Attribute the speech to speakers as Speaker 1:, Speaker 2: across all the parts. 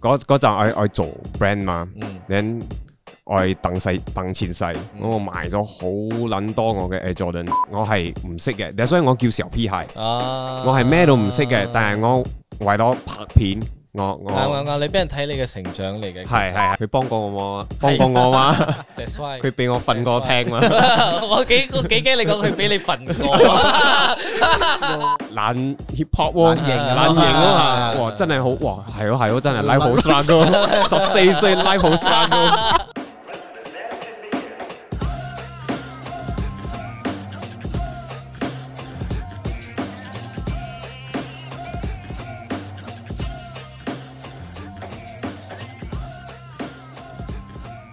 Speaker 1: 嗰嗰陣我我做 brand 嘛，
Speaker 2: 嗯
Speaker 1: 然我係鄧世鄧前世，我賣咗好撚多我嘅 Air Jordan，我係唔識嘅，所以我叫小 P 鞋，
Speaker 2: 啊，
Speaker 1: 我係咩都唔識嘅，但係我為咗拍片，我
Speaker 2: 啱啱
Speaker 1: 我
Speaker 2: 啱，你俾人睇你嘅成長嚟嘅，
Speaker 1: 係係係佢幫過我嘛，幫
Speaker 2: 係
Speaker 1: 過我嘛，
Speaker 2: 其實 That's why
Speaker 1: 佢俾我瞓過廳嘛。
Speaker 2: 我幾我幾驚你講佢俾你瞓過，
Speaker 1: 懶 hip hop 喎，
Speaker 3: 懶型啊
Speaker 1: 懶型啊
Speaker 3: 係
Speaker 1: 嘛，
Speaker 3: 係
Speaker 1: 哇真係好，哇係咯係咯， 真係 life 好 struggle，十四歲 life 好 struggle，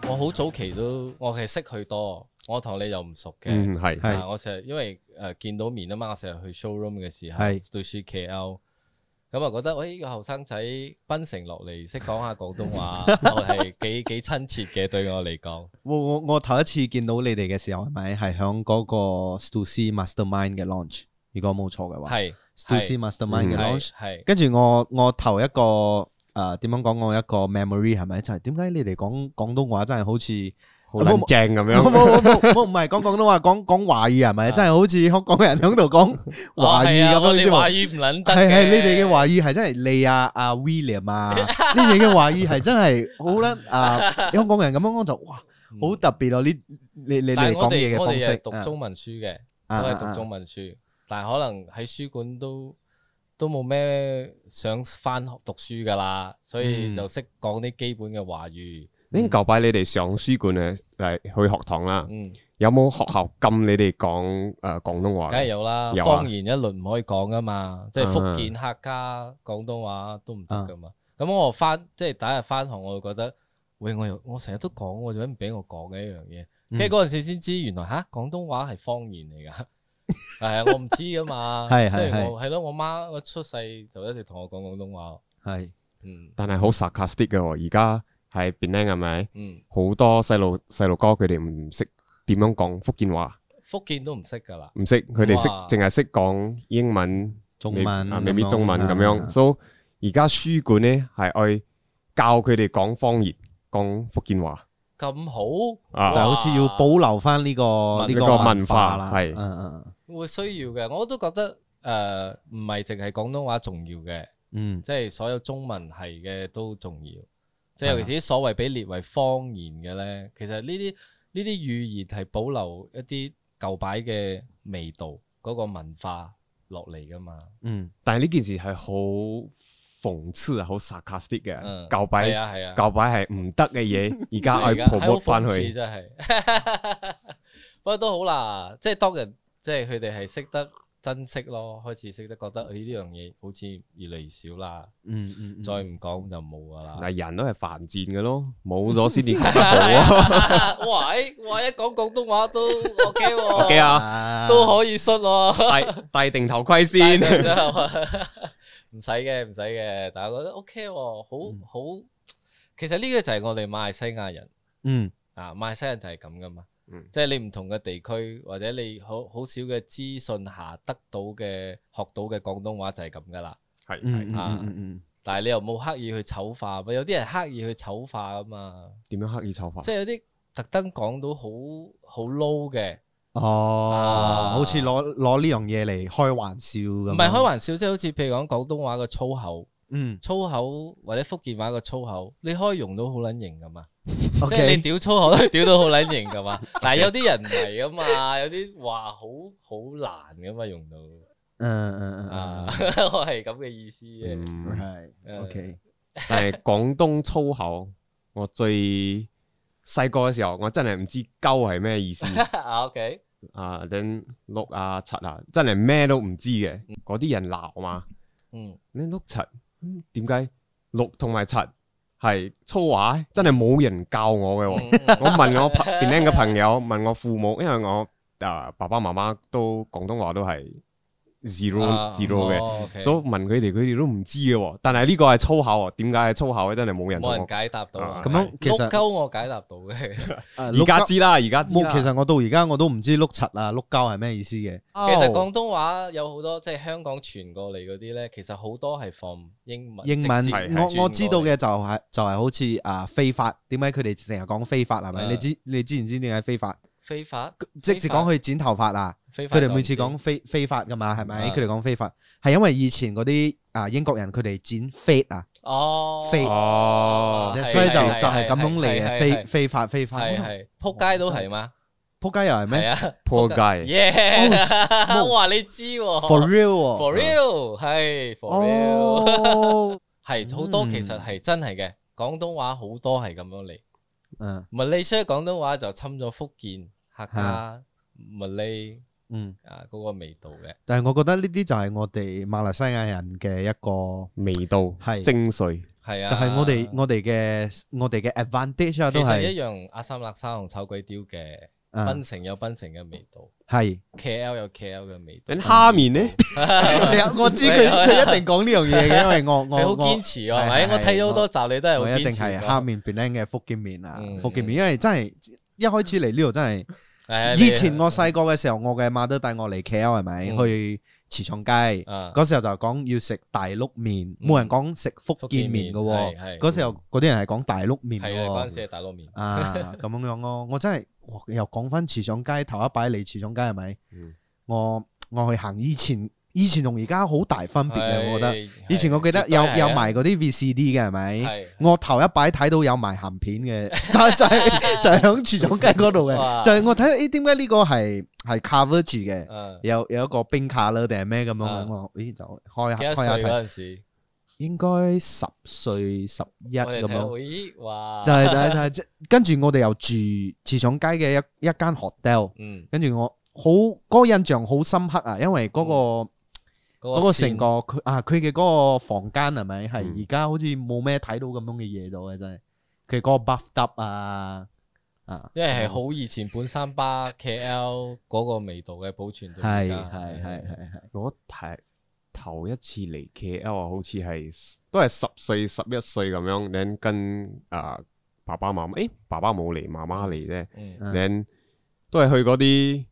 Speaker 2: 我好早期都我係識佢多，我同你又唔熟嘅。
Speaker 1: 嗯係，
Speaker 3: 係
Speaker 2: 啊我成日因為誒見到面啊嘛，我成日去 showroom 嘅時候
Speaker 3: 係
Speaker 2: 對書 KL，咁啊覺得喂呢個後生仔檳城落嚟識講下廣東 話，我係幾幾親切嘅對我嚟講。
Speaker 3: 我我我頭一次見到你哋嘅時候，係咪係響嗰個 Stussy Mastermind 嘅 launch？如果冇錯嘅話
Speaker 2: 係係
Speaker 3: ，Stussy Mastermind 嘅
Speaker 1: 嗯
Speaker 3: launch，
Speaker 2: 係
Speaker 3: 跟住我我頭一個誒點樣講，我一個 memory 係咪就係點解你哋講廣東話真係好似
Speaker 1: 好撚正咁
Speaker 3: 冇
Speaker 1: 樣，
Speaker 3: 冇冇冇冇唔係講廣東話，講講華語係咪？真係好似 香港人喺度講華語
Speaker 2: 係啊
Speaker 3: 咁
Speaker 2: 我
Speaker 3: 樣
Speaker 2: 哋
Speaker 3: 啫
Speaker 2: 華
Speaker 3: 喎。
Speaker 2: 語唔撚得
Speaker 3: 係係，你哋嘅
Speaker 2: 華
Speaker 3: 華語係真係你啊啊 William 啊，你哋嘅華語係真係好啦啊！香港人咁樣講就哇，好特別咯！呢你你你
Speaker 2: 嗯但
Speaker 3: 哋
Speaker 2: 係我
Speaker 3: 講嘢
Speaker 2: 哋
Speaker 3: 嘅
Speaker 2: 我
Speaker 3: 方
Speaker 2: 哋
Speaker 3: 式，
Speaker 2: 係讀中文書嘅。
Speaker 3: 啊
Speaker 2: 都係讀中。文書，但係可能喺書館都都冇咩想翻學讀書噶啦，所以
Speaker 1: 嗯
Speaker 2: 就識講啲基本嘅華語。
Speaker 1: 已經舊擺你哋上書館咧嚟去學堂啦，
Speaker 2: 嗯，
Speaker 1: 有冇學校禁你哋講誒廣東話
Speaker 2: 梗係
Speaker 1: 嘅？
Speaker 2: 有啦，
Speaker 1: 有啊
Speaker 2: 方言一律唔可以講噶嘛，即係福建客家廣東話都唔得噶嘛。咁我翻即係第一日翻學，我會覺得，喂，我又我成日都講，我做咩唔俾我講嘅一樣嘢？
Speaker 3: 嗯
Speaker 2: 跟住嗰陣時先知，原來吓廣東話係方言嚟㗎。 係啊，我唔知噶嘛，
Speaker 3: 係
Speaker 2: 即
Speaker 3: 係
Speaker 2: 係我係咯，我媽我出世就一直同我講廣東話。
Speaker 3: 係
Speaker 2: 嗯
Speaker 1: 但係好 sarcastic 嘅喎，而家喺 Penang 係咪？
Speaker 2: 嗯，
Speaker 1: 好多細路細路哥佢哋唔識點樣講福建話，
Speaker 2: 福建都唔識噶啦。
Speaker 1: 唔識佢哋識
Speaker 2: 哇
Speaker 1: 淨係識講英文。
Speaker 3: 中
Speaker 1: 未
Speaker 3: 文
Speaker 1: 啊，未必中文咁
Speaker 3: 啊
Speaker 1: 樣。所以而家書館咧係去教佢哋講方言，講福建話
Speaker 2: 咁好，
Speaker 1: 啊
Speaker 3: 就好似要保留翻呢個
Speaker 2: 文呢
Speaker 3: 呢個
Speaker 2: 個
Speaker 1: 文化
Speaker 3: 啦。
Speaker 1: 係
Speaker 3: 嗯嗯
Speaker 2: 會需要嘅。我都覺得誒，唔係淨係廣東話重要嘅，
Speaker 3: 嗯
Speaker 2: 即係所有中文係嘅都重要。即係尤其是啲所謂被列為方言嘅咧，其實呢啲呢啲語言係保留一啲舊擺嘅味道，嗰、個文化落嚟噶嘛。
Speaker 3: 嗯
Speaker 1: 但係呢件事係好諷刺啊，好 sarcastic 嘅
Speaker 2: 嗯，
Speaker 1: 教
Speaker 2: 係
Speaker 1: 擺
Speaker 2: 啊係啊，
Speaker 1: 教擺哎係唔得嘅 嘢，而家我
Speaker 2: 而家係哎好
Speaker 1: promote 翻
Speaker 2: 諷刺
Speaker 1: 去。
Speaker 2: 真係， 不過都好啦，即係當人即係佢哋係識得珍惜咯，開始識得覺得誒呢樣嘢好似越嚟越少啦，
Speaker 3: 嗯嗯，
Speaker 2: 再唔講就冇噶啦。
Speaker 1: 但係人都係犯賤嘅咯，冇咗 先至覺得好啊。
Speaker 2: 哇！誒哇！一講廣東話都 OK 喎
Speaker 1: OK 啊，
Speaker 3: 啊
Speaker 2: 都可以摔喎。
Speaker 1: 戴戴定頭盔
Speaker 2: 但
Speaker 1: 先。
Speaker 2: 係真係 唔使嘅，唔使嘅，但係我覺得 OK
Speaker 1: 嗯
Speaker 2: 喎，好好。其實呢個就係我哋馬來西亞人。
Speaker 3: 嗯
Speaker 2: 啊，馬來西亞人就係咁噶嘛，
Speaker 1: 嗯
Speaker 2: 即係你唔同嘅地區或者你好好少嘅資訊下得到嘅學到嘅廣東話就係咁噶啦。
Speaker 1: 係
Speaker 3: 嗯嗯
Speaker 1: 係
Speaker 2: 啊
Speaker 3: 嗯嗯
Speaker 2: 但係你又冇刻意去醜化，有啲人刻意去醜化噶嘛，
Speaker 1: 點樣刻意醜化？
Speaker 2: 即係有啲特登講到好好 low 嘅，
Speaker 3: 嗯
Speaker 2: 啊
Speaker 3: 哦，好似攞攞呢樣嘢嚟開玩笑咁，
Speaker 2: 唔係開玩笑，即係好似譬如講廣東話嘅粗口、
Speaker 3: 嗯
Speaker 2: 粗口或者福建話嘅粗口，你可以用到好撚型噶嘛。即係你
Speaker 3: ，OK，
Speaker 2: 屌粗口都屌到好撚型噶嘛，但係有啲人唔係噶嘛，有啲話好好難噶嘛用到。
Speaker 3: 嗯嗯嗯
Speaker 2: 啊，
Speaker 3: 嗯，
Speaker 2: 我係咁嘅意思嘅。
Speaker 1: 嗯
Speaker 3: 係
Speaker 2: 誒
Speaker 3: OK，
Speaker 1: 但係廣東粗口，我最細個嘅時候，我真係唔知鳩係咩意 思
Speaker 2: 啊，OK，
Speaker 1: 啊，等碌啊、柒啊，真係咩都唔知嘅。嗰啲人鬧嘛，
Speaker 2: 嗯，
Speaker 1: 你碌柒，嗯點解碌同埋柒係粗話？真係冇人教我嘅喎。我問我朋邊嘅朋友，問我父母，因為我啊、爸爸媽媽都廣東話都係 zero zero
Speaker 3: 哦
Speaker 1: 嘅，
Speaker 2: 嘅
Speaker 1: 所以問佢哋，佢哋都唔知嘅喎。但係呢個係粗口喎，點解係粗口咧？真係冇人同
Speaker 2: 冇人
Speaker 1: 我。
Speaker 2: 解答到啊
Speaker 1: 啊。
Speaker 3: 咁樣其實啊
Speaker 2: 碌鳩我解答到嘅，
Speaker 1: 而家知啦，而家知
Speaker 3: 冇，
Speaker 1: 啦。
Speaker 3: 其實我到而家我都唔知碌柒啊、碌膠係咩意思嘅。
Speaker 2: 其實廣東話有好多即係香港傳過嚟嗰啲咧，其實好多係放英文。
Speaker 3: 英
Speaker 2: 直接
Speaker 1: 係
Speaker 3: 文，
Speaker 2: 轉
Speaker 3: 我
Speaker 2: 過
Speaker 3: 我
Speaker 2: 嚟
Speaker 3: 知道嘅就係就係好似啊非法，點解佢哋成日講非法係咪？
Speaker 2: 啊
Speaker 3: 你知你知唔知點解非法？
Speaker 2: 非法，
Speaker 3: 即使講佢剪頭髮啊，
Speaker 2: 非法
Speaker 3: 佢哋每次
Speaker 2: 就唔
Speaker 3: 講非非法噶嘛，係咪？
Speaker 2: 啊
Speaker 3: 佢哋講非法係因為以前嗰啲啊英國人佢哋剪 fade 啊，
Speaker 2: 知哦，
Speaker 3: 非
Speaker 1: 哦，
Speaker 2: 啊係
Speaker 3: 所以就
Speaker 2: 係
Speaker 3: 就係咁樣嚟
Speaker 2: 係係係
Speaker 3: 嘅，非非法非法，
Speaker 2: 係係撲街都係嘛？
Speaker 3: 仆街又係
Speaker 2: 係
Speaker 3: 咩
Speaker 2: 啊，
Speaker 1: 破街。
Speaker 2: 耶！
Speaker 3: Oh,
Speaker 2: 哇，你知喎
Speaker 3: ？For real 喎
Speaker 2: For real 係 For real
Speaker 3: 哦，
Speaker 2: 係好多
Speaker 3: 嗯
Speaker 2: 其實係真係嘅，廣東話好多係咁樣嚟。
Speaker 3: 嗯
Speaker 2: 馬來西亞廣東話就侵咗福建、客家、馬來
Speaker 3: 嗯，
Speaker 2: 啊嗰個味道嘅。
Speaker 3: 但係我覺得呢啲就係我哋馬來西亞人嘅一個
Speaker 1: 味道
Speaker 3: 係
Speaker 1: 精髓，
Speaker 2: 係啊，
Speaker 3: 就係我哋我哋嘅我哋嘅 advantage 啊，
Speaker 2: 其
Speaker 3: 都
Speaker 2: 實
Speaker 3: 係
Speaker 2: 一樣阿三辣沙同臭鬼雕嘅，
Speaker 3: 啊
Speaker 2: 檳城有檳城嘅味道
Speaker 3: 係。
Speaker 2: ，KL 有 KL 嘅味道。
Speaker 1: 咁蝦面 呢？
Speaker 3: 你我知佢佢一定講呢樣嘢嘅，因為我
Speaker 2: 你好
Speaker 3: 我
Speaker 2: 堅
Speaker 3: 我
Speaker 2: 持喎，係咪？
Speaker 3: 係係
Speaker 2: 我睇咗好多集，你都係好
Speaker 3: 我一定
Speaker 2: 堅持
Speaker 3: 係
Speaker 2: 㗎。
Speaker 3: 黑面變靚嘅福建面啊
Speaker 2: 嗯，
Speaker 3: 福建面，因為真係一開始嚟呢度真係。
Speaker 2: 係啊
Speaker 3: 以前我細個嘅時候，我嘅媽都帶我嚟 KL 係咪
Speaker 2: 嗯
Speaker 3: 去池廠街？
Speaker 2: 啊
Speaker 3: 嗰時候就講要食大碌麵，
Speaker 2: 嗯
Speaker 3: 冇人講食福
Speaker 2: 福建
Speaker 3: 建
Speaker 2: 麵
Speaker 3: 面嘅
Speaker 2: 係係
Speaker 3: 喎。嗰時候嗰啲人係講大碌麵
Speaker 2: 係
Speaker 3: 嘅
Speaker 2: 啊，嗰陣
Speaker 3: 喎。
Speaker 2: 時係大佬面，
Speaker 3: 啊，咁樣樣咯，我真係哇又講翻池廠街頭一擺嚟池廠街係咪
Speaker 1: 嗯？
Speaker 3: 我我去行以前以前同而家好大分別嘅，我覺得。
Speaker 2: 係
Speaker 3: 以前我記得
Speaker 2: 絕對
Speaker 3: 有
Speaker 2: 係啊
Speaker 3: 有埋嗰啲 VCD 嘅係咪？
Speaker 2: 係
Speaker 3: 我頭一擺睇到有埋鹹片嘅， 就就係 就係響廚房街嗰度
Speaker 2: 哇
Speaker 3: 嘅，就係我睇誒點解呢個係係 cover 住嘅，
Speaker 2: 啊
Speaker 3: 有有一個冰卡啦定係咩咁樣
Speaker 2: 啊
Speaker 3: 咁我咦就開
Speaker 2: 幾
Speaker 3: 下
Speaker 2: 多
Speaker 3: 開
Speaker 2: 歲
Speaker 3: 下
Speaker 2: 嗰
Speaker 3: 睇，
Speaker 2: 陣時，
Speaker 3: 應該十歲十一
Speaker 2: 我哋
Speaker 3: 咁
Speaker 2: 睇到
Speaker 3: 樣。
Speaker 2: 咦哇，
Speaker 3: 就係就係就係，跟住我哋又住池廠街嘅一一間 hotel，
Speaker 2: 嗯
Speaker 3: 跟住我好嗰個印象好深刻啊，因為嗰個嗰個成
Speaker 2: 線
Speaker 3: 個區啊，佢嘅嗰個房間係咪
Speaker 1: 嗯
Speaker 3: 係而家好似冇咩睇到咁樣嘅嘢咗嘅真係，佢嗰個 buff up 啊啊，
Speaker 2: 因為係好以前本山巴 KL 嗰個味道嘅保存到而
Speaker 3: 係
Speaker 2: 家
Speaker 3: 係係係係
Speaker 1: 我睇頭一次嚟 KL 啊，好似係都係十歲、十一歲咁樣，你跟啊爸爸媽媽，誒爸爸冇嚟，媽媽嚟啫，
Speaker 2: 嗯
Speaker 3: 嗯
Speaker 1: 你都係去嗰啲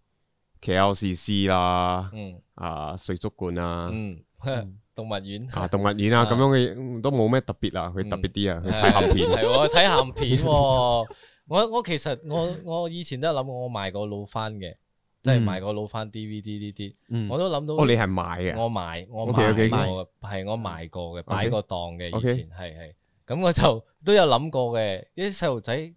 Speaker 1: KLCC 啦，
Speaker 2: 嗯
Speaker 1: 啊水族館啊。
Speaker 2: 嗯， 動物園
Speaker 1: 啊，動物園啊，
Speaker 2: 啊嗯
Speaker 1: 咁樣嘅嗯都冇咩特別啊，佢特別啲啊，佢睇鹹 片，
Speaker 2: 係喎，睇鹹片喎。我我其實我我以前都有諗過，我賣過老翻嘅，即係
Speaker 3: 嗯
Speaker 2: 賣過老翻 DVD 呢啲，
Speaker 3: 嗯
Speaker 2: 我都諗到。
Speaker 1: 哦，你係買嘅，
Speaker 2: 我賣我
Speaker 1: OK，OK，
Speaker 2: 賣過嘅，係我賣過嘅，擺個檔嘅，以
Speaker 1: OK
Speaker 2: 前係係，咁我就都有諗過嘅，啲細路仔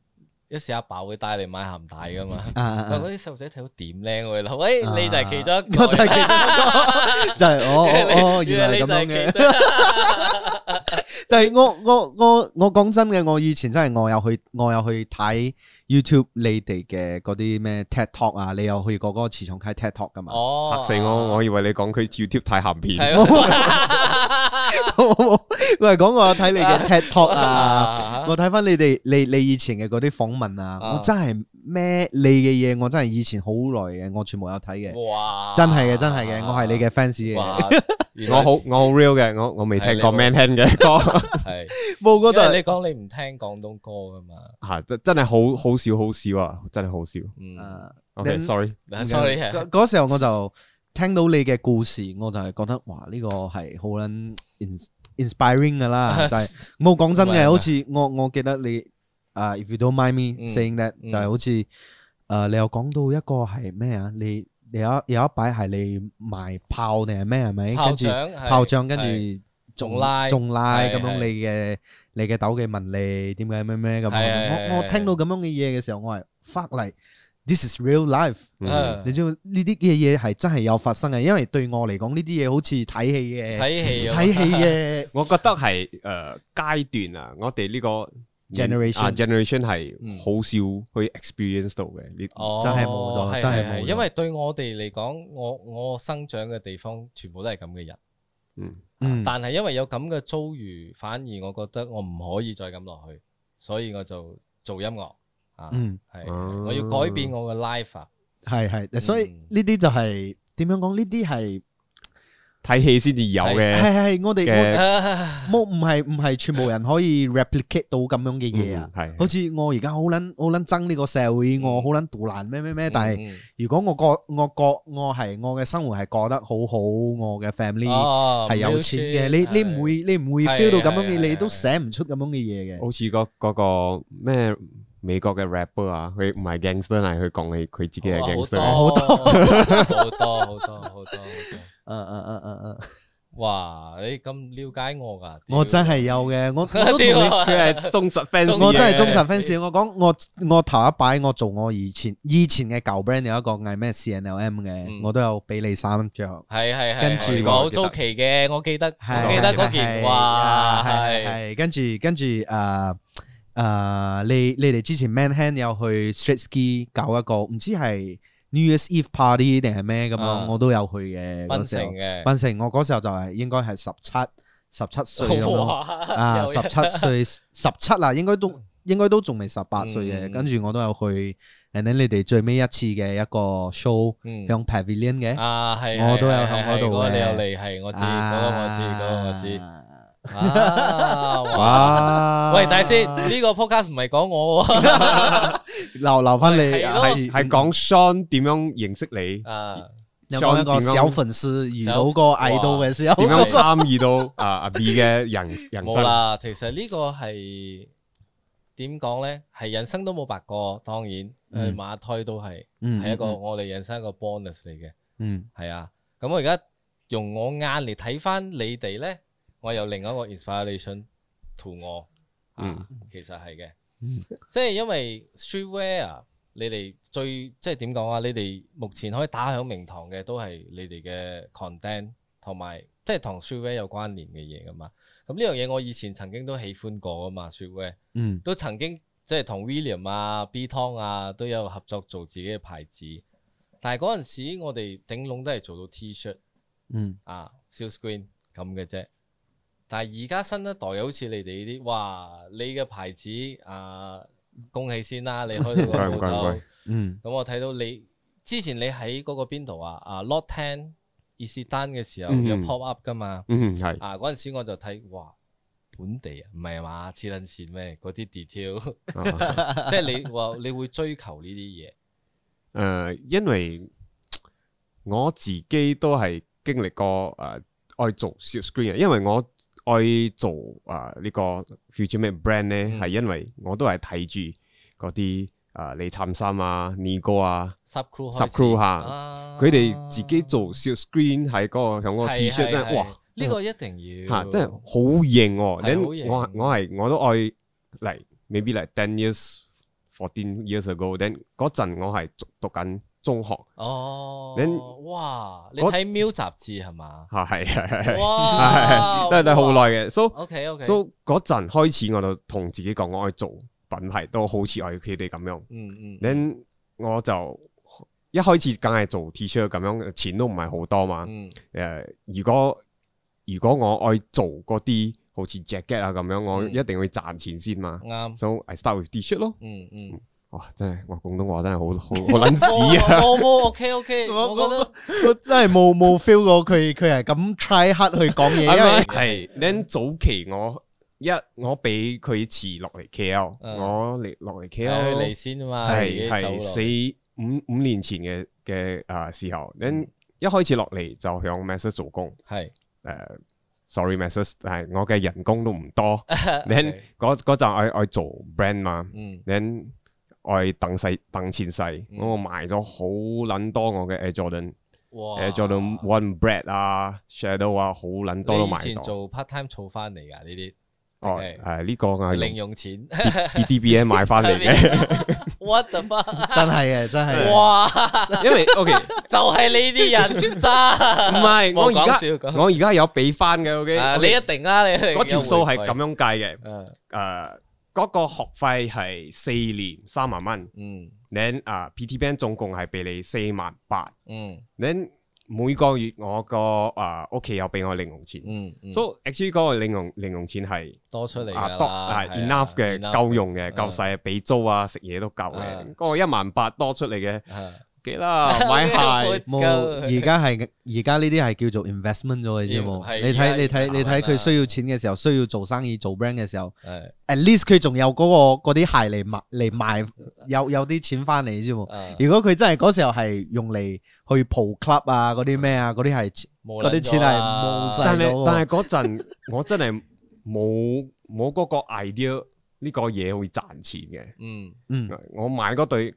Speaker 2: 一時阿爸會帶嚟買鹹帶噶嘛，
Speaker 3: 啊啊
Speaker 1: 嗯
Speaker 2: 喂嗰啲細路仔睇到點咧，我會諗，喂
Speaker 1: 啊
Speaker 2: 你就係其中一 個，
Speaker 3: 我就係其 中一個，就係
Speaker 1: 哦
Speaker 3: 我我我原來係咁樣
Speaker 2: 你就係
Speaker 3: 嘅
Speaker 2: 其。中一個
Speaker 3: 但係我我我我講真嘅，我以前真係我有去我有去睇 YouTube 你哋嘅嗰啲咩 TED Talk 啊，你有去過嗰個池廠街 TED Talk 噶嘛？
Speaker 2: 哦，
Speaker 1: 嚇死啊我，我以為你講佢 YouTube 睇鹹 片，
Speaker 2: 係
Speaker 3: 我係講我有睇 你嘅 TED Talk 啊。
Speaker 2: 啊，
Speaker 3: 我睇翻你哋你你以前嘅嗰啲訪問
Speaker 2: 啊
Speaker 3: 啊，我真係咩你嘅嘢，我真係以前好耐嘅，我全部有睇嘅，
Speaker 2: 哇，
Speaker 3: 真係嘅真係嘅，我係你嘅 fans 嘅。
Speaker 2: 哇，
Speaker 1: 我好我好 real 嘅，我我未聽過
Speaker 2: 係你
Speaker 1: Man Hand 嘅歌，
Speaker 2: 係，
Speaker 3: 冇嗰
Speaker 2: 因為
Speaker 3: 陣
Speaker 2: 你講你唔聽廣東歌噶嘛，
Speaker 1: 吓啊真真係好好少好少啊，真係好少。
Speaker 2: 嗯
Speaker 3: 啊 Then-
Speaker 1: OK，sorry，
Speaker 2: ，sorry 啊
Speaker 3: 嗰嗰時候我就聽到你嘅故事，我就係覺得哇呢個係好撚 ins- inspiring 噶啦，就係冇講真
Speaker 2: 唔係
Speaker 3: 嘅，
Speaker 2: 唔係
Speaker 3: 好似我我記得你啊，if you don't mind me
Speaker 2: 嗯
Speaker 3: saying that，
Speaker 2: 嗯
Speaker 3: 就係好似誒你又講到一個係咩啊？你你有有一擺係你賣炮定係咩係咪？
Speaker 2: 炮
Speaker 3: 跟住。
Speaker 2: 仗係
Speaker 3: 炮仗，跟
Speaker 2: 係
Speaker 3: 住
Speaker 2: 仲拉
Speaker 3: 仲拉
Speaker 2: 係
Speaker 3: 咁樣，
Speaker 2: 係
Speaker 3: 你嘅你嘅斗技問你點解咩咩咁
Speaker 2: 係係係
Speaker 3: 樣。我我
Speaker 2: 係
Speaker 3: 聽到咁樣嘅嘢嘅時候，我係 fuck 嚟，this is real life。
Speaker 1: 嗯
Speaker 2: 啊
Speaker 3: 你知道呢啲嘅嘢係真係有發生嘅，因為對我嚟講呢啲嘢好似睇戲嘅，
Speaker 2: 睇戲啊嘛
Speaker 3: 睇戲 嘅
Speaker 1: 我覺得係誒階段啊，我哋呢個
Speaker 3: Generation
Speaker 1: 啊 generation
Speaker 2: 嗯
Speaker 1: 係好少去 experience 到嘅呢。
Speaker 2: 哦，
Speaker 3: 真係冇咗
Speaker 2: 係
Speaker 3: 真係
Speaker 2: 係係
Speaker 3: 冇咗
Speaker 2: 因為對我哋嚟講，我我生長嘅地方全部都係咁嘅人，
Speaker 1: 嗯，
Speaker 3: 嗯
Speaker 2: 但係因為有咁嘅遭遇，反而我覺得我唔可以再咁落去，所以我就做音樂啊，
Speaker 3: 嗯
Speaker 2: 係、
Speaker 1: 哦
Speaker 2: 我要改變我嘅 life 啊，
Speaker 3: 係係，所以
Speaker 2: 嗯
Speaker 3: 呢啲就係點樣講？呢啲係
Speaker 1: 睇戲先至有嘅，
Speaker 3: 係係，我哋 我
Speaker 1: 嘅
Speaker 2: 啊
Speaker 3: 冇唔係唔係全部人可 以 replicate 到咁樣嘅嘢啊。
Speaker 2: 嗯
Speaker 1: 係
Speaker 3: 好似我而家好撚好撚憎呢個社會，我好撚杜爛咩咩咩，但係。
Speaker 2: 嗯
Speaker 3: 如果我覺我覺我係我嘅生活係過得好好，我嘅 family
Speaker 2: 哦
Speaker 3: 係有錢嘅，
Speaker 2: Milkshake，
Speaker 3: 你
Speaker 2: 係
Speaker 3: 你唔會你唔會
Speaker 2: 係
Speaker 3: feel 到咁樣
Speaker 2: 係
Speaker 3: 嘅，
Speaker 2: 係
Speaker 3: 你都
Speaker 2: 係哦
Speaker 3: 寫唔出咁樣嘅嘢嘅。
Speaker 1: 好似嗰嗰個咩美國嘅 rapper 啊，佢唔係 gangster，係佢講佢佢自己係
Speaker 2: 哇
Speaker 1: Dạ, gangster，
Speaker 2: 好多好多好多好多好多，
Speaker 3: 嗯嗯嗯嗯嗯，
Speaker 2: 哇！你咁了解我噶？
Speaker 3: 我 真係有嘅，我我都同
Speaker 2: 啊
Speaker 3: 你，
Speaker 1: 佢係忠實 fans
Speaker 3: 我真係
Speaker 1: 嘅
Speaker 3: 忠實 fans。我啊講我我頭一擺我做我以前以前嘅舊 brand 有一個嗌咩 CNLM 嘅，
Speaker 2: 嗯
Speaker 3: 我都有俾你衫着。
Speaker 2: 係係係，
Speaker 3: 跟住
Speaker 2: 係
Speaker 3: 呢個
Speaker 2: 我
Speaker 1: 我記得
Speaker 2: 租期嘅，我記得，
Speaker 3: 係
Speaker 2: 我記得嗰件，
Speaker 3: 係
Speaker 2: 哇，
Speaker 3: 係
Speaker 2: 係
Speaker 3: 係跟住跟住誒誒，你你哋之前 Man Hand 有去 Street Ski 搞一個，唔知係 New Year's Eve party 定係咩咁
Speaker 2: 啊
Speaker 3: 樣，我都有去嘅嗰
Speaker 2: 檳
Speaker 3: 時
Speaker 2: 城
Speaker 3: 候。
Speaker 2: 嘅，
Speaker 3: 檳城，我嗰時候就係應該係十七十七歲咁樣 啊，
Speaker 2: 哇，
Speaker 3: 十七歲十七啦，應該都應該都仲未十八歲
Speaker 2: 嗯
Speaker 3: 嘅。跟住我都有去，and then 你哋最尾一次嘅一個 show
Speaker 2: 嗯
Speaker 3: 向 Pavilion 嘅，啊
Speaker 2: 啊係，
Speaker 3: 我都有
Speaker 2: 係
Speaker 3: 響
Speaker 2: 係
Speaker 3: 嗰度
Speaker 2: 嗰個你有
Speaker 3: 嘅
Speaker 2: 嚟係，我知，
Speaker 3: À.
Speaker 2: 嗰個我知，嗰個我 知，
Speaker 3: 啊。
Speaker 2: À, 啊哇！
Speaker 1: 哇！
Speaker 2: 喂，大先，呢個 podcast 唔係講我喎，
Speaker 3: 留留翻你
Speaker 2: 係
Speaker 3: 啊
Speaker 2: 咯
Speaker 3: 係
Speaker 1: 係講 Sean 點樣認識你，
Speaker 2: 啊，
Speaker 3: 有冇嗯一個
Speaker 1: Sean 點樣
Speaker 3: 小粉絲遇到個藝到嘅時候，
Speaker 1: 點樣參與到啊阿 B 嘅人人
Speaker 2: 冇
Speaker 1: 生？
Speaker 2: 啦，其實呢個係點講咧？係人生都冇白過，當然，誒
Speaker 3: 嗯
Speaker 2: 馬胎都係
Speaker 3: 嗯
Speaker 2: 係一個我哋人生一個 bonus 嚟嘅，
Speaker 3: 嗯
Speaker 2: 係啊。咁我而家用我眼嚟睇翻你哋咧，我有另一個 inspiration to 我啊，其實係嘅，
Speaker 3: 嗯
Speaker 2: 即係因為 streetwear 啊你哋最即係點講啊？你哋目前可以打響名堂嘅都係你哋嘅 content 同埋即係同 streetwear 有關聯嘅嘢噶嘛。咁呢樣嘢我以前曾經都喜歡過啊嘛 s w e e w a r
Speaker 3: 嗯
Speaker 2: 都曾經即係同 William 啊、B 湯啊都有合作做自己嘅牌子，但係嗰陣時我哋頂籠都係做到 T-shirt
Speaker 3: 嗯
Speaker 2: 啊、s a l screen 咁嘅啫。但係而家新一代好似你哋呢啲，哇！你嘅牌子啊，恭喜 先啦，你開到個
Speaker 1: 唔該唔該
Speaker 2: 鋪
Speaker 1: 唔
Speaker 2: 頭。
Speaker 3: 嗯
Speaker 2: 咁我睇到你之前你喺嗰個邊度啊？啊，Lot Ten 伊斯丹嘅時候
Speaker 1: 嗯
Speaker 2: 有 pop up 噶嘛？
Speaker 1: 嗯，係
Speaker 2: 啊！嗰陣時我就睇，哇！本地啊，唔係嘛？黐撚線咩？嗰啲 detail，
Speaker 1: 啊
Speaker 2: 即係你話你會追求呢啲嘢，
Speaker 1: 誒，呃因為我自己都係經歷過誒愛呃做 s screen 嘅，因為我愛做誒呢個 future 咩 brand 咧，
Speaker 2: 嗯
Speaker 1: 係因為我都係睇住嗰啲誒李杉杉啊、尼哥啊，
Speaker 2: sub crew 開始
Speaker 1: Sub crew 嚇
Speaker 2: 啊
Speaker 1: 佢哋自己做 s screen 喺嗰個響嗰個
Speaker 2: 係
Speaker 1: T-shirt
Speaker 2: 係
Speaker 1: 真係
Speaker 2: 係
Speaker 1: 哇
Speaker 2: 呢個一定要
Speaker 1: 嚇，真係好型
Speaker 2: 係
Speaker 1: 喎！
Speaker 2: 好
Speaker 1: 你
Speaker 2: 型
Speaker 1: 我我係我都愛嚟，maybe like ten years、fourteen years ago，then 嗰陣我係讀讀緊中學
Speaker 2: 哦，
Speaker 1: 你
Speaker 2: 哇！你
Speaker 1: 嗰
Speaker 2: 睇 Mill 雜誌係嘛？
Speaker 1: 嚇，係係係 係。
Speaker 2: 哇，
Speaker 1: 都係都係好耐嘅。So
Speaker 2: 哦啊 OK OK，
Speaker 1: so 嗰陣開始，我就同自己講，我去做品牌都好似我佢哋咁樣。
Speaker 2: 嗯嗯，
Speaker 1: then 我就一開始梗係做 T-shirt 咁樣，錢都唔係好多嘛。誒、
Speaker 2: 嗯
Speaker 1: 如果如果我愛做嗰啲好似 jacket 啊咁樣，我
Speaker 2: 嗯
Speaker 1: 一定會賺錢先嘛。
Speaker 2: 啱，
Speaker 1: So I start with T-shirt 咯。
Speaker 2: 嗯嗯。
Speaker 1: 哇！真係我廣東話真係好好好撚屎 啊！
Speaker 2: 我冇 OK OK，
Speaker 3: 我
Speaker 2: 我覺得
Speaker 3: 我真係冇冇 feel 過佢佢係咁 try hard 去講嘢，因 為
Speaker 1: 係，then 早期我一我俾佢遲落嚟 KL，
Speaker 2: 嗯
Speaker 1: 我嚟落嚟
Speaker 2: 係
Speaker 1: KL
Speaker 2: 嚟先啊嘛，自己
Speaker 1: 係
Speaker 2: 走
Speaker 1: 係
Speaker 2: 落
Speaker 1: 四五五年前嘅嘅啊時候，then
Speaker 2: 嗯
Speaker 1: 一開始落嚟就響 Messrs 做工，
Speaker 2: 係
Speaker 1: 誒，sorry Messrs，但係我嘅人工都唔 多，then
Speaker 2: OK
Speaker 1: 嗰嗰陣我我做 brand 嘛
Speaker 2: 嗯
Speaker 1: ，then 我等細等錢細，
Speaker 2: 嗯
Speaker 1: 我賣咗好撚多我嘅 Air Jordan、
Speaker 2: 哇
Speaker 1: Air Jordan One Bread 啊、Shadow 啊，好撚多都
Speaker 2: 你以
Speaker 1: 賣
Speaker 2: 前
Speaker 1: 咗。
Speaker 2: 做 part time 儲翻嚟㗎呢
Speaker 1: 哦，
Speaker 2: 係
Speaker 1: 誒呢個我
Speaker 2: 啲
Speaker 1: 係
Speaker 2: 零
Speaker 1: 用
Speaker 2: 用錢
Speaker 1: B D B N 買 翻嚟嘅，
Speaker 2: ，what the fuck？
Speaker 3: 真係嘅，真係嘅。
Speaker 2: 哇！
Speaker 1: 因為 OK
Speaker 2: 就係你啲人咋？
Speaker 1: 唔 係我
Speaker 2: 冇講
Speaker 1: 而
Speaker 2: 笑
Speaker 1: 家
Speaker 2: 講
Speaker 1: 我而家有俾翻嘅 OK，
Speaker 2: 啊你一定啦，你
Speaker 1: 嗰條數係咁
Speaker 2: 樣。
Speaker 1: 樣計嘅，誒、
Speaker 2: 誒
Speaker 1: 嗰、個學費係四年三萬蚊
Speaker 2: 嗯
Speaker 1: ，then 啊、PT Band 總共係俾你四萬八
Speaker 2: 嗯
Speaker 1: ，then 每個月我個誒屋企有俾我零用錢、
Speaker 2: 嗯嗯
Speaker 1: s o actually 嗰個零用零用錢係
Speaker 2: 多出嚟㗎
Speaker 1: 啊
Speaker 2: 啦
Speaker 1: 多啊
Speaker 2: 係啊
Speaker 1: enough 嘅，
Speaker 2: enough
Speaker 1: 夠用嘅，
Speaker 2: 嗯
Speaker 1: 夠使，俾租啊食嘢都夠
Speaker 2: 啊
Speaker 1: 嘅，嗰個一萬八多出嚟嘅
Speaker 2: 嘅啊
Speaker 1: 嘅 啦，買鞋
Speaker 3: 冇，而家係而家呢啲係叫做 investment 咗嘅
Speaker 2: 係
Speaker 3: 啫喎。你睇你睇你睇
Speaker 2: 係啦
Speaker 3: 佢需要錢嘅時候，需要做生意做 brand 嘅時候
Speaker 2: 係
Speaker 3: ，at least 佢仲有嗰、個嗰啲鞋嚟賣嚟賣，有有啲錢翻嚟啫喎。
Speaker 2: 啊
Speaker 3: 如果佢真係嗰時候係用嚟去蒲 club 啊嗰啲咩啊嗰啲係
Speaker 2: 冇
Speaker 3: 嗰啲
Speaker 2: 撚咗
Speaker 3: 錢係
Speaker 2: 啦
Speaker 3: 冇晒
Speaker 1: 但
Speaker 3: 嗰
Speaker 1: 係
Speaker 3: 個
Speaker 1: 但係嗰陣 我真係冇冇嗰個 idea 呢個嘢會賺錢嘅。
Speaker 2: 嗯
Speaker 3: 嗯
Speaker 1: 我買嗰對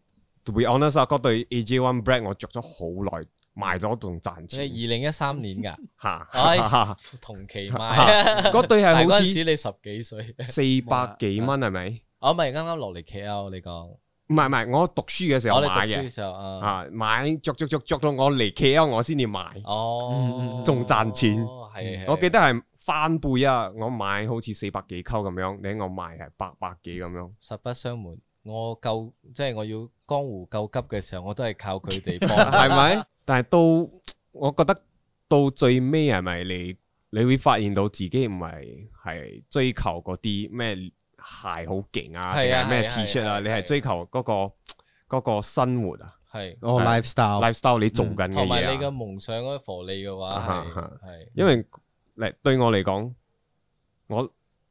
Speaker 1: to be honest 啊嗰對 AJ One Black 我着咗好耐，賣咗仲賺
Speaker 2: 你
Speaker 1: 錢
Speaker 2: 二零一三年噶，
Speaker 1: 嚇。
Speaker 2: 唉 同期買，
Speaker 1: 嗰對 係
Speaker 2: 但係
Speaker 1: 好
Speaker 2: 嗰陣
Speaker 1: 似
Speaker 2: 時你十幾歲，
Speaker 1: 四百幾蚊係咪？
Speaker 2: 我咪啱啱落嚟 K L 你講，
Speaker 1: 唔係唔係，我讀書嘅時候
Speaker 2: 我哋
Speaker 1: 買
Speaker 2: 讀書嘅
Speaker 1: 嘅，
Speaker 2: 時候啊，
Speaker 1: 啊買着着着着到我嚟 KL 我先至買。
Speaker 2: 哦，
Speaker 1: 仲賺錢
Speaker 2: 係，係
Speaker 1: 我記得係翻倍啊！我買好似四百幾溝咁樣，你喺我賣係八百幾咁樣。
Speaker 2: 實不相瞞，我救即係我要江湖救急嘅時候，我都係靠佢哋幫，
Speaker 1: 係咪？但係到我覺得到最尾係咪你你會發現到自己唔係係追求嗰啲咩鞋好勁啊，定
Speaker 2: 係啊
Speaker 1: 係咩
Speaker 2: 係啊
Speaker 1: T 恤
Speaker 2: 係
Speaker 1: 啊？
Speaker 2: 啊
Speaker 1: 你
Speaker 2: 係啊
Speaker 1: 係追求嗰個嗰個生活啊
Speaker 2: 係，
Speaker 3: 哦 lifestyle
Speaker 1: ，lifestyle 你做緊嘅
Speaker 2: 嗯同埋你
Speaker 1: 嘢
Speaker 2: 嘅
Speaker 1: 啊。
Speaker 2: 夢想嗰啲福利嘅話
Speaker 1: 啊
Speaker 2: 係
Speaker 1: 啊
Speaker 2: 係，
Speaker 1: 因為嚟對我嚟講，我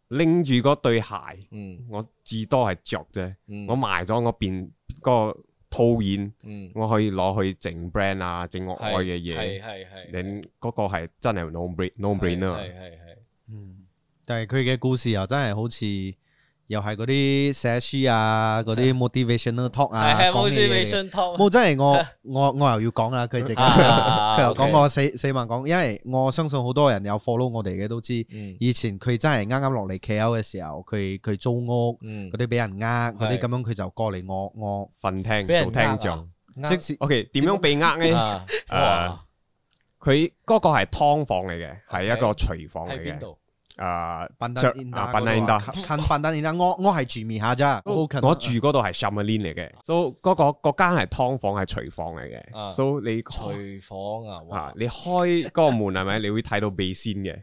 Speaker 1: 拎住嗰對鞋，
Speaker 2: 嗯
Speaker 1: 我至多係着啫。
Speaker 2: 嗯，
Speaker 1: 我賣咗我變嗰個套現，
Speaker 2: 嗯
Speaker 1: 我可以攞去整 brand 啊，整我愛嘅嘢。
Speaker 2: 係係係係
Speaker 1: 你嗰個係真係 no brain no
Speaker 2: 係
Speaker 1: brain 啊
Speaker 2: 係係係。
Speaker 3: 嗯，但係佢嘅故事又真係好似又係嗰啲寫書啊，嗰啲 motivational talk
Speaker 2: 係
Speaker 3: 啊，
Speaker 2: 係
Speaker 3: 講嘅嘢嚟嘅
Speaker 2: motivation talk
Speaker 3: 冇真係我我我又要講啦，佢 直
Speaker 2: 啊
Speaker 3: 佢又講
Speaker 2: OK
Speaker 3: 我死死慢講，因為我相信好多人有 follow 我哋嘅都知，
Speaker 2: 嗯
Speaker 3: 以前佢真係啱啱落嚟 KL 嘅時候，佢佢租屋
Speaker 2: 嗯
Speaker 3: 嗰，啲俾人呃嗰
Speaker 2: 係
Speaker 3: 啲咁樣，佢就過嚟我我
Speaker 1: 瞓聽
Speaker 2: 俾人
Speaker 1: 做
Speaker 2: 呃啊
Speaker 1: 聽障。
Speaker 3: 即時
Speaker 1: OK，點樣被呃呢？
Speaker 2: 啊
Speaker 1: 啊佢嗰個係劏房嚟嘅，係一個廚房嚟
Speaker 2: 喺邊
Speaker 1: 嘅。
Speaker 2: 度？
Speaker 1: 啊，
Speaker 3: 笨
Speaker 1: 着
Speaker 3: 蛋燕
Speaker 1: 啊
Speaker 3: 達
Speaker 1: 笨蛋燕達
Speaker 3: 近笨蛋燕達，我我係住面下咋，好近啊
Speaker 1: 哦我住嗰度係 s h a m a l i n 嚟嘅，所以嗰個嗰間係劏房係廚房嚟
Speaker 2: 哦啊
Speaker 1: 嘅，所以你
Speaker 2: 廚房啊，
Speaker 1: 啊
Speaker 2: 哇！
Speaker 1: 你開嗰個門係咪？你 會睇到秘鮮嘅，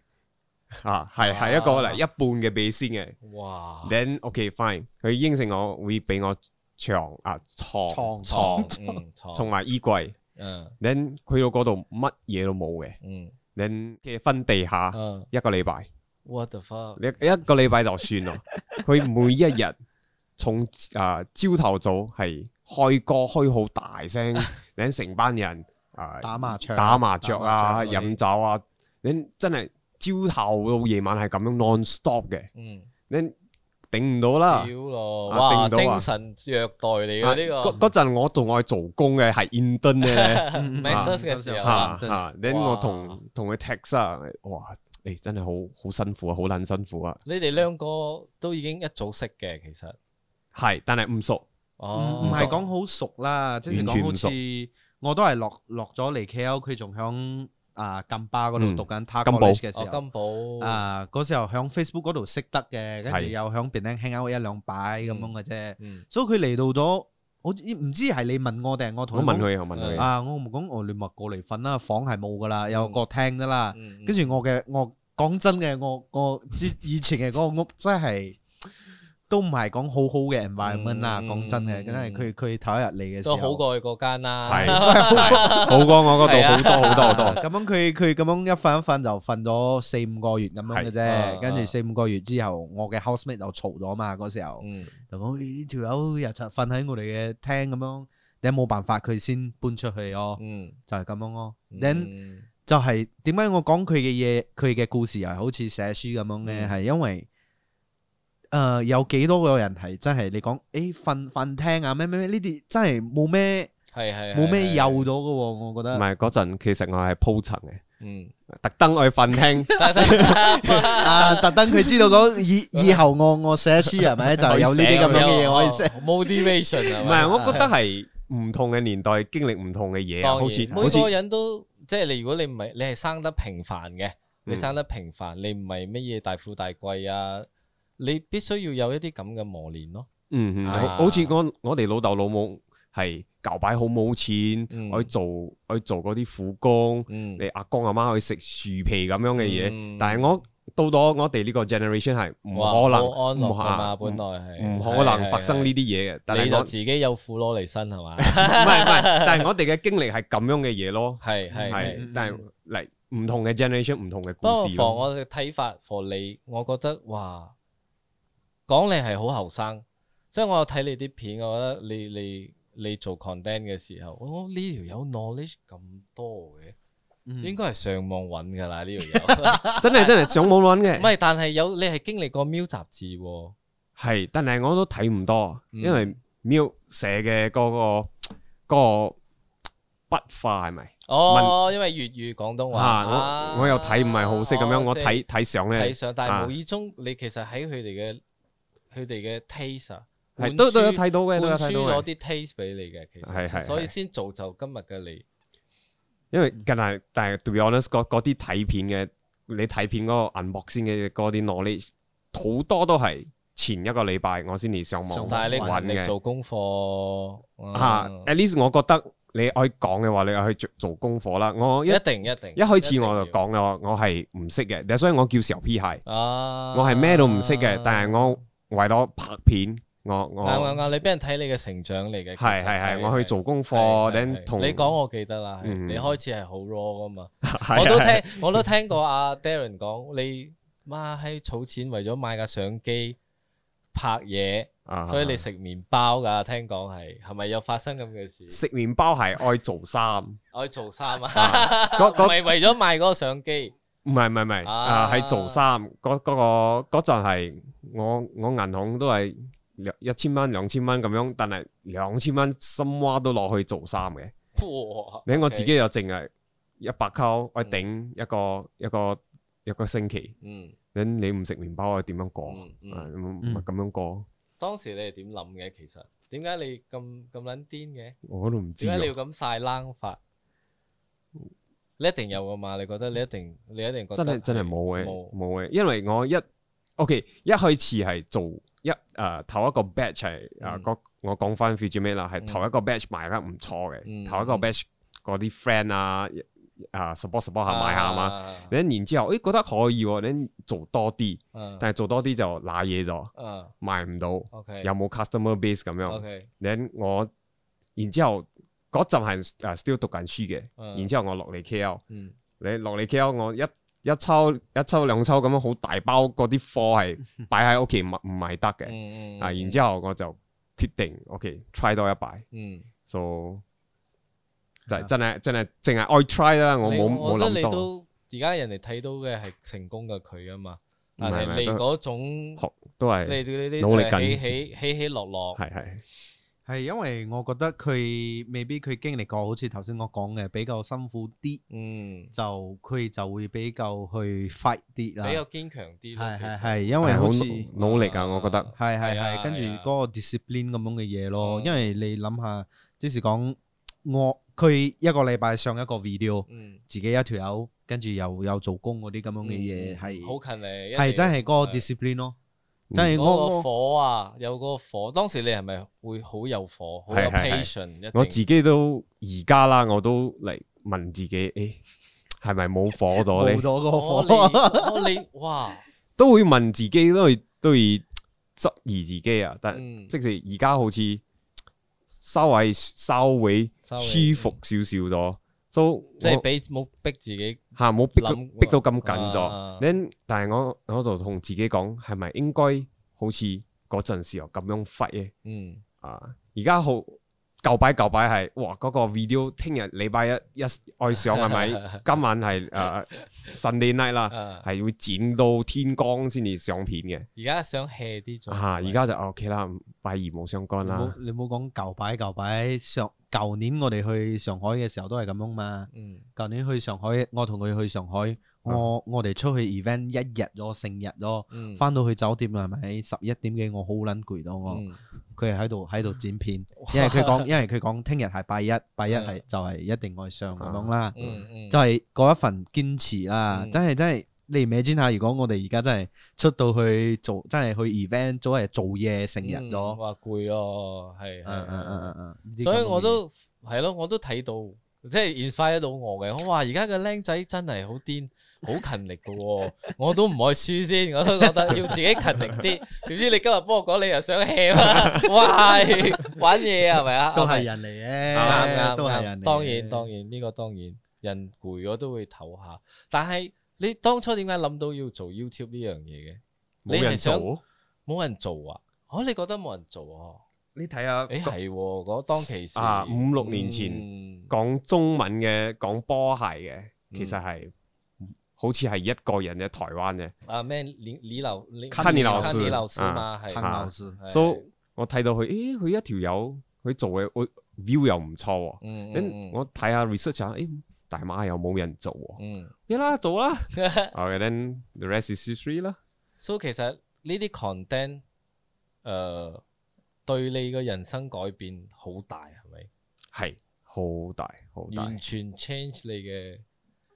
Speaker 1: 啊係係一個
Speaker 2: 哇
Speaker 1: 嚟一半嘅秘鮮嘅。
Speaker 2: 哇
Speaker 1: Then OK fine，佢應承我會俾我床啊床
Speaker 3: 床
Speaker 1: 床
Speaker 2: 嗯，床
Speaker 1: 同埋衣櫃。
Speaker 2: 嗯
Speaker 1: Then 佢到嗰度乜嘢都冇嘅。
Speaker 2: 嗯
Speaker 1: Then 嘅分地下
Speaker 3: 啊
Speaker 2: 嗯
Speaker 1: 一個禮拜，
Speaker 2: ，what the fuck？
Speaker 1: 你一個禮拜就算 啦。佢每一日從啊朝頭早係開歌開好大 聲，你成班人啊
Speaker 3: 打麻雀
Speaker 1: 打麻雀啊、
Speaker 3: 打麻雀嗰啲
Speaker 1: 飲酒啊，你真係朝頭到夜晚係咁樣 non stop 嘅，
Speaker 2: 嗯，
Speaker 1: 你頂唔到啦
Speaker 2: 屌。咯，
Speaker 1: 啊
Speaker 2: 哇！
Speaker 1: 定到啊
Speaker 2: 精神虐待嚟
Speaker 1: 啊
Speaker 2: 嘅呢
Speaker 1: 嗰嗰陣我仲愛做工嘅，係 intern 咧。
Speaker 2: 個 Maxus 嘅時候
Speaker 1: 吓
Speaker 2: 啊，
Speaker 1: 吓，你
Speaker 2: 哇
Speaker 1: 我同同佢 text 啊，哇，誒真係好好辛苦啊，好撚辛苦啊，
Speaker 2: 你哋兩個都已經一早識嘅，其實
Speaker 1: 係，但係唔熟，
Speaker 2: 哦
Speaker 3: 唔，唔係講好熟啦，即係
Speaker 1: 完全唔
Speaker 3: 講好
Speaker 1: 熟
Speaker 3: 似我都係落落咗嚟 KL，佢仲響啊金巴嗰
Speaker 1: 嗯
Speaker 3: 度讀緊 t a
Speaker 1: 金
Speaker 3: c
Speaker 1: 寶
Speaker 3: college 嘅時
Speaker 2: 哦
Speaker 3: 候。
Speaker 2: 金寶
Speaker 3: 啊！嗰時候響 Facebook 嗰度識得嘅，跟
Speaker 1: 係
Speaker 3: 住又響 b e n a n hang out 一兩擺咁
Speaker 2: 嗯
Speaker 3: 樣嘅啫。
Speaker 2: 嗯
Speaker 3: 所以佢嚟到咗，好似唔知係你問我定係我同
Speaker 1: 我
Speaker 3: 你
Speaker 1: 問佢，我問
Speaker 2: 嗯
Speaker 1: 佢，
Speaker 3: 啊，我唔講我你咪過嚟瞓啦，房係冇噶啦，有個廳得啦。
Speaker 2: 嗯
Speaker 3: 跟住我嘅我講真嘅，我我之以前嘅嗰個屋真係都唔係講好好嘅 environment 啦。
Speaker 2: 嗯
Speaker 3: 講真嘅，
Speaker 2: 嗯
Speaker 3: 因為佢佢頭一日嚟嘅時
Speaker 2: 都
Speaker 3: 候
Speaker 2: 好過佢嗰間啦，
Speaker 1: 係好過我嗰度好多好多好
Speaker 3: 啊
Speaker 1: 多，
Speaker 3: 咁樣佢佢咁樣一瞓一瞓就瞓咗四五個月咁樣
Speaker 2: 係
Speaker 3: 嘅啫，跟住四五個月之後，我嘅 housemate 就嘈咗嘛，嗰時候
Speaker 2: 嗯
Speaker 3: 就講咦呢條友日日瞓喺我哋嘅廳咁樣，你冇辦法佢先搬出去咯，
Speaker 2: 嗯
Speaker 3: 就係咁樣咯。Then
Speaker 2: 嗯
Speaker 3: 就係點解我講佢嘅嘢，佢嘅故事又係好似寫書咁樣咧，
Speaker 2: 嗯
Speaker 3: 係、因為誒、呃有幾多個人係真係你講誒瞓瞓廳啊咩咩咩呢啲真係冇咩
Speaker 2: 係係
Speaker 3: 冇咩
Speaker 2: 有
Speaker 3: 幼咗嘅喎，我覺
Speaker 1: 唔
Speaker 3: 得
Speaker 1: 係嗰陣其實我係鋪陳嘅，
Speaker 2: 嗯。
Speaker 1: 特登去瞓廳，
Speaker 3: 啊特登佢知道 講以以後我我寫書係咪就有呢啲咁樣嘅嘢可以寫，
Speaker 2: ờ, motivation Ờ. 係
Speaker 1: 唔
Speaker 2: 咪？
Speaker 1: 係，我覺得係唔同嘅年代經歷唔同嘅嘢啊，
Speaker 2: 當
Speaker 1: 好似
Speaker 2: 然
Speaker 1: 好似
Speaker 2: 每個人都即係你，如果你唔係你係生得平凡嘅，你
Speaker 1: 嗯
Speaker 2: 生得平凡，你唔係乜嘢大富大貴啊，你必須要有一啲咁嘅磨練咯。
Speaker 1: 嗯嗯，
Speaker 2: 啊
Speaker 1: 好好似我我哋老豆老母係舊擺好冇錢，
Speaker 2: 嗯
Speaker 1: 去做去做嗰啲苦工。
Speaker 2: 嗯
Speaker 1: 你，阿公阿媽去食樹皮咁樣嘅嘢，
Speaker 2: 嗯
Speaker 1: 但係我到咗我哋呢個 generation 係唔
Speaker 2: 哇
Speaker 1: 可能
Speaker 2: 好安樂
Speaker 1: 唔可啊
Speaker 2: 㗎嘛，
Speaker 1: 唔
Speaker 2: 本來係
Speaker 1: 唔可能發生呢
Speaker 2: 啲。
Speaker 1: 啲嘢嘅。但
Speaker 2: 你
Speaker 1: 係
Speaker 2: 就
Speaker 1: 我
Speaker 2: 自己有苦攞嚟身係嘛？
Speaker 1: 唔係唔 係，但係我哋嘅經歷係咁樣嘅嘢咯，
Speaker 2: 係係係。
Speaker 1: 係但係嚟唔同嘅 generation 唔同嘅
Speaker 2: 不過
Speaker 1: 故事
Speaker 2: 防
Speaker 1: 咯。
Speaker 2: 我嘅睇法，for 你，我覺得哇，講你係好後生，即係我有睇你啲片，我覺得你你你做 content 嘅時候，我覺得呢條友 knowledge 咁多嘅，應該係上網揾噶啦呢條 友。
Speaker 1: 真係真係上網揾嘅
Speaker 2: 唔。係，但係有你係經歷過 Miu 雜誌喎，
Speaker 1: 系，但系我都睇唔多，
Speaker 2: 嗯
Speaker 1: 因為喵寫嘅嗰個嗰個筆法係咪？
Speaker 2: 哦，因為粵語廣東話，
Speaker 1: 啊，我我又睇唔係好識咁樣，
Speaker 2: 哦
Speaker 1: 我
Speaker 2: 即係
Speaker 1: 睇睇相
Speaker 2: 睇
Speaker 1: 咧，
Speaker 2: 上，但係
Speaker 1: 啊
Speaker 2: 無意中你其實喺佢哋嘅佢哋嘅 taste 啊，
Speaker 1: 係都都有
Speaker 2: 灌輸
Speaker 1: 睇到嘅，都有
Speaker 2: 灌
Speaker 1: 睇
Speaker 2: 輸
Speaker 1: 到嘅。
Speaker 2: 咗啲 taste 俾你嘅，其
Speaker 1: 係
Speaker 2: 實
Speaker 1: 係
Speaker 2: 所以
Speaker 1: 係
Speaker 2: 先造就今日嘅你。
Speaker 1: 因為近係，但係 to be honest，嗰嗰啲睇片嘅，你睇片嗰個銀幕先嘅嗰啲 knowledge，好多都係前一個禮拜我先至上網
Speaker 2: 但係
Speaker 1: 揾
Speaker 2: 你勤力
Speaker 1: 嘅。
Speaker 2: 做功課，
Speaker 1: 吓
Speaker 2: 嗯
Speaker 1: ，at least 我覺得你可以講嘅話，你可以做做功課啦。我一
Speaker 2: 一定一定。
Speaker 1: 一開始我就
Speaker 2: 一定要
Speaker 1: 講啦，我係唔識嘅，所以我叫時候 P 係。
Speaker 2: 啊，
Speaker 1: 我係咩都唔識嘅，但係我為咗拍片，我我
Speaker 2: 啱啱啱，你俾人睇你嘅成長嚟嘅。其實
Speaker 1: 係係係，我去做功課，
Speaker 2: 係係
Speaker 1: 等
Speaker 2: 係
Speaker 1: 同
Speaker 2: 你 講，我記得啦。係
Speaker 1: 嗯
Speaker 2: 你開始係好 raw 噶嘛，
Speaker 1: 係
Speaker 2: 我都
Speaker 1: 係
Speaker 2: 聽我都聽過阿 Darren 講，你媽喺儲錢為咗買架相機拍嘢，
Speaker 1: 啊
Speaker 2: 所以你食麵包㗎。聽講係係咪有發生咁嘅事？
Speaker 1: 啊食麵包係愛做衫，
Speaker 2: 我去做衫啊！
Speaker 1: 嗰
Speaker 2: 唔
Speaker 1: 嗰
Speaker 2: 係為咗賣嗰個相機，
Speaker 1: 唔係唔係唔係
Speaker 2: 啊
Speaker 1: 啊，係做衫嗰嗰個嗰陣係我我銀行都係兩一千蚊兩千蚊咁樣，但係兩千蚊深蛙都落去做衫嘅。
Speaker 2: 哇！
Speaker 1: 你睇我
Speaker 2: OK
Speaker 1: 自己，又淨係一百溝，我頂一個一個一個星期。
Speaker 2: 嗯
Speaker 1: 你你唔食麵包，我點樣過？
Speaker 2: 嗯
Speaker 1: 啊
Speaker 2: 嗯，
Speaker 1: 咁咪咁樣過，
Speaker 2: 當時你係點諗嘅？其實點解你咁咁撚癲嘅？
Speaker 1: 我都唔知啊
Speaker 2: 點解
Speaker 1: 喎
Speaker 2: 你。要咁晒冷法？你一定有噶嘛？你覺得你一定你一定覺得
Speaker 1: 真係真係冇嘅，
Speaker 2: 冇
Speaker 1: 冇嘅，因為我一 OK 一開始係做一誒頭一個 batch 係誒
Speaker 2: 嗯
Speaker 1: 個我講翻 future man 啦，係
Speaker 2: 嗯
Speaker 1: 頭一個 batch 賣得唔錯
Speaker 2: 嗯
Speaker 1: 嘅，頭一個
Speaker 2: 嗯
Speaker 1: batch 嗰啲 friend 啊啊 support support 下買下嘛，
Speaker 2: 啊
Speaker 1: 你然之後誒覺得可以喎，你做多啲，
Speaker 2: 啊
Speaker 1: 但係做多啲就賴嘢咗，
Speaker 2: 啊
Speaker 1: 賣唔到，
Speaker 2: ，OK，
Speaker 1: 有冇 customer base 咁樣，
Speaker 2: OK，
Speaker 1: 你我然之後嗰陣係誒 still 讀緊書嘅，
Speaker 2: 嗯
Speaker 1: 然之後我落嚟 KL。
Speaker 2: 嗯
Speaker 1: 你落嚟 KL，我一一抽一抽兩抽咁樣好大包嗰啲貨 係擺喺屋企唔唔係得嘅，
Speaker 2: 嗯
Speaker 1: 啊，然之後我就決定 OK try 多一擺
Speaker 2: 嗯，
Speaker 1: ，so
Speaker 3: 係
Speaker 1: 就
Speaker 3: 啊
Speaker 1: 係真係真係淨係愛 try 啦，我
Speaker 2: 你
Speaker 1: 冇冇
Speaker 2: 我覺得你
Speaker 1: 諗多，
Speaker 2: 都而家人哋睇到嘅係成功嘅佢啊嘛，但
Speaker 1: 唔係唔
Speaker 2: 係
Speaker 1: 係
Speaker 2: 你
Speaker 1: 都
Speaker 2: 嗰種
Speaker 1: 學都
Speaker 2: 你
Speaker 1: 係
Speaker 2: 你你
Speaker 1: 努力緊
Speaker 2: 起起起起落落，
Speaker 1: 係係
Speaker 3: 系因為我覺得佢未必佢經歷過，好似頭先我講嘅比較辛苦啲，
Speaker 2: 嗯，
Speaker 3: 就佢就會比較去 fight 啲啦。
Speaker 2: 比較堅強啲咯。
Speaker 3: 係
Speaker 2: 其
Speaker 3: 係
Speaker 2: 實
Speaker 3: 係，因為
Speaker 1: 係
Speaker 3: 好似
Speaker 1: 努努力啊，我覺得
Speaker 3: 係係
Speaker 2: 係啊
Speaker 3: 係，跟住
Speaker 2: 係啊
Speaker 3: 嗰個 discipline 咁樣嘅嘢咯。
Speaker 2: 嗯
Speaker 3: 因為你諗下，即是講我佢一個禮拜上一個 video，
Speaker 2: 嗯
Speaker 3: 自己一條友，跟住又有做工嗰啲咁樣嘅嘢，係
Speaker 2: 好近你，
Speaker 3: 係真係嗰
Speaker 2: 係
Speaker 3: 個 discipline 咯。
Speaker 1: 嗯
Speaker 3: 真
Speaker 2: 嗰
Speaker 3: 係我
Speaker 2: 個
Speaker 3: 我
Speaker 2: 火啊，有嗰個火。當時你係咪會好有火，好有
Speaker 1: 係係係
Speaker 2: patient？一定
Speaker 1: 我自己都而家啦，我都嚟問自己，誒係咪冇火咗
Speaker 3: 冇
Speaker 1: 咧？
Speaker 3: 咗個
Speaker 2: 哦
Speaker 3: 火。
Speaker 2: 你哦你哇，
Speaker 1: 都會問自己，都會都會質疑自己啊，但
Speaker 2: 嗯
Speaker 1: 即使而家好似稍微稍微
Speaker 2: 稍微
Speaker 1: 舒服少少咗，都
Speaker 2: 即係俾冇逼自己
Speaker 1: 嚇冇逼到
Speaker 2: 諗
Speaker 1: 逼到咁緊
Speaker 2: 啊
Speaker 1: 咗。Then，但係我我就同自己講，係咪應該好似嗰陣時候咁樣揮咧？
Speaker 2: 嗯
Speaker 1: 啊，而家好舊擺舊擺係，哇嗰、個 video 聽日禮拜一一愛上係 咪？今晚係誒 Sunday night 啦，
Speaker 2: 啊，
Speaker 1: 係會剪到天光先至上片嘅。
Speaker 2: 而家想 hea 啲咗
Speaker 1: 啊，而家就 OK 啦，拜二冇相干
Speaker 3: 你
Speaker 1: 啦
Speaker 3: 冇。你冇講舊擺舊擺，上舊年我哋去上海嘅時候都係咁樣嘛。
Speaker 2: 嗯
Speaker 3: 舊年去上海，我同佢去上海，我我哋出去 event 一日咗，成日咯，
Speaker 2: 嗯
Speaker 3: 翻到去酒店係咪十一點幾？我好撚攰到我，
Speaker 2: 嗯
Speaker 3: 佢喺度喺度剪片，因為佢講，因為佢講聽日係拜一，拜一係
Speaker 2: 嗯
Speaker 3: 就係一定我上咁樣啦，
Speaker 2: 嗯嗯
Speaker 3: 就係嗰一份堅持啦，
Speaker 2: 嗯
Speaker 3: 真係真係。你唔 i m 下，如果我哋而家真係出到去做，真係去 event 咗係做嘢成日
Speaker 2: 嗯
Speaker 3: 咗，
Speaker 2: 哇攰咯，係係
Speaker 3: 嗯嗯嗯
Speaker 2: 係
Speaker 3: 嗯嗯嗯，
Speaker 2: 所以我都係咯，我都睇到，即係 inspire 到我嘅。我話而家嘅僆仔真係好癲，好勤力噶 喎，我都唔可以輸先，我都覺得要自己勤力啲。點知你今日幫我講，你又想 hea 啦？喂，玩嘢係咪啊？
Speaker 3: 都係人嚟
Speaker 2: 啱
Speaker 3: 嘅，
Speaker 2: 啱
Speaker 3: 都係
Speaker 2: 啱
Speaker 3: 人嚟嘅。
Speaker 2: 當然當然呢個當然，人攰咗都會唞下。但係你當初點解諗到要做 YouTube 呢樣嘢嘅？你
Speaker 1: 冇
Speaker 2: 係
Speaker 1: 人
Speaker 2: 想
Speaker 1: 做。
Speaker 2: 冇人做啊？哦，你覺得冇人做啊？
Speaker 1: 你睇下
Speaker 2: 誒係喎，嗰當其時
Speaker 1: 啊五六年前
Speaker 2: 嗯
Speaker 1: 講中文嘅，講波鞋嘅，其實係好似係一個人嘅台灣嘅。
Speaker 2: 啊咩李李老李
Speaker 3: 康妮老師
Speaker 2: 康妮老師嘛係
Speaker 3: 滕老師
Speaker 2: 係
Speaker 1: So 我睇到佢，咦，佢一條友佢做嘅，我 view 又唔錯喎。
Speaker 2: 嗯
Speaker 1: 咁
Speaker 2: 嗯
Speaker 1: 我睇下 research 下，誒大馬又冇人做喎，
Speaker 2: 嗯
Speaker 1: 一啦做啦。
Speaker 2: 嗯
Speaker 1: o then the rest is history 啦。
Speaker 2: ，so 其實呢啲 content 誒對你嘅人生改變好大係咪？
Speaker 1: 係好大好大。
Speaker 2: 完全 change 你嘅，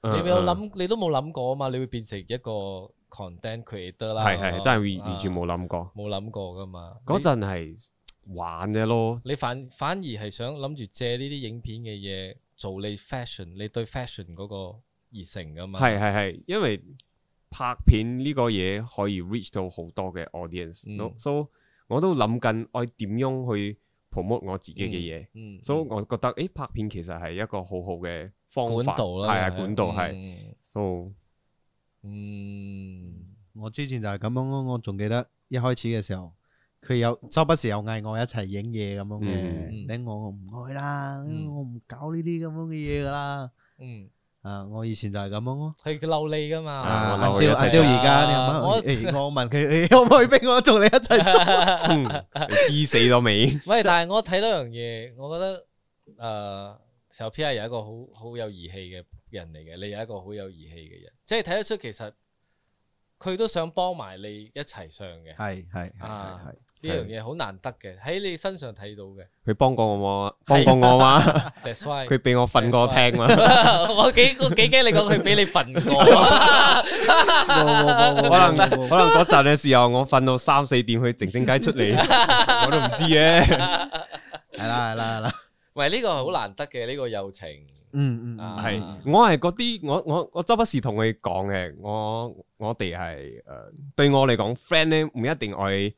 Speaker 1: 嗯
Speaker 2: 你有
Speaker 1: 嗯
Speaker 2: 諗，你都冇諗過啊嘛，你會變成一個 content creator 啦，
Speaker 1: 係係真係
Speaker 2: 啊
Speaker 1: 完完全冇諗過。
Speaker 2: 冇諗過噶嘛。
Speaker 1: 嗰
Speaker 2: 你
Speaker 1: 陣係玩嘅咯，
Speaker 2: 你反反而係想諗住借呢啲影片嘅嘢做你 fashion，你對 fashion 嗰個熱誠噶嘛。
Speaker 1: 係係係，因為拍片呢個嘢可以 reach 到好多嘅 audience，
Speaker 2: 嗯
Speaker 1: 咯 so 我都諗緊我點樣去 promote 我自己嘅嘢，
Speaker 2: 嗯，嗯，
Speaker 1: 所以我覺得誒拍片其實係一個好好嘅方
Speaker 2: 管
Speaker 1: 法，
Speaker 2: 道啦，啊
Speaker 1: 係係管道係
Speaker 2: 嗯
Speaker 1: ，so
Speaker 2: 嗯，
Speaker 3: 我之前就係咁樣咯，我仲記得一開始嘅時候，佢有周不時又嗌我一齊影嘢咁樣
Speaker 1: 嗯
Speaker 3: 嘅，等我我唔愛啦，
Speaker 2: 嗯
Speaker 3: 我唔搞呢啲咁樣嘅嘢噶啦。
Speaker 2: 嗯，
Speaker 3: 啊，我以前就係咁樣咯。
Speaker 2: 佢嬲你噶嘛。
Speaker 1: 啊
Speaker 3: 啊，
Speaker 1: 我
Speaker 3: 阿
Speaker 1: 嬲你一
Speaker 3: 刁
Speaker 1: 齊
Speaker 3: 阿刁而家你
Speaker 2: 啊 我
Speaker 3: 阿媽，誒我問佢誒可唔可以俾我同你一齊做？
Speaker 1: 嗯你知死咗未？
Speaker 2: 喂，但係我睇到樣嘢，我覺得誒小 P 係有一個好好有義氣嘅人嚟嘅，你有一個好有義氣嘅人，即係睇得出其實佢都想幫埋你一齊上嘅，呢
Speaker 3: 係係係係
Speaker 2: 啊
Speaker 3: 係。
Speaker 2: 樣嘢好難得嘅，喺你身上睇到嘅。
Speaker 1: 佢幫過我嘛，幫過我嘛，
Speaker 2: That's
Speaker 1: 啊
Speaker 2: why
Speaker 1: 佢俾我瞓過廳嘛。
Speaker 2: 我幾我幾驚你講佢俾你 瞓過，
Speaker 3: 冇冇冇
Speaker 1: 可能
Speaker 3: 冇
Speaker 1: 可
Speaker 3: 冇冇
Speaker 1: 能嗰陣嘅時候，我瞓到三四點去靜靜街出嚟，我都唔知嘅。
Speaker 3: 係啦係啦係啦，
Speaker 2: 喂呢個好難得嘅呢個友情，
Speaker 3: 嗯嗯嗯
Speaker 2: 啊
Speaker 1: 係，我係嗰啲，我我我周不時同佢講嘅，我我哋係誒，對我嚟講，friend 咧唔一定我係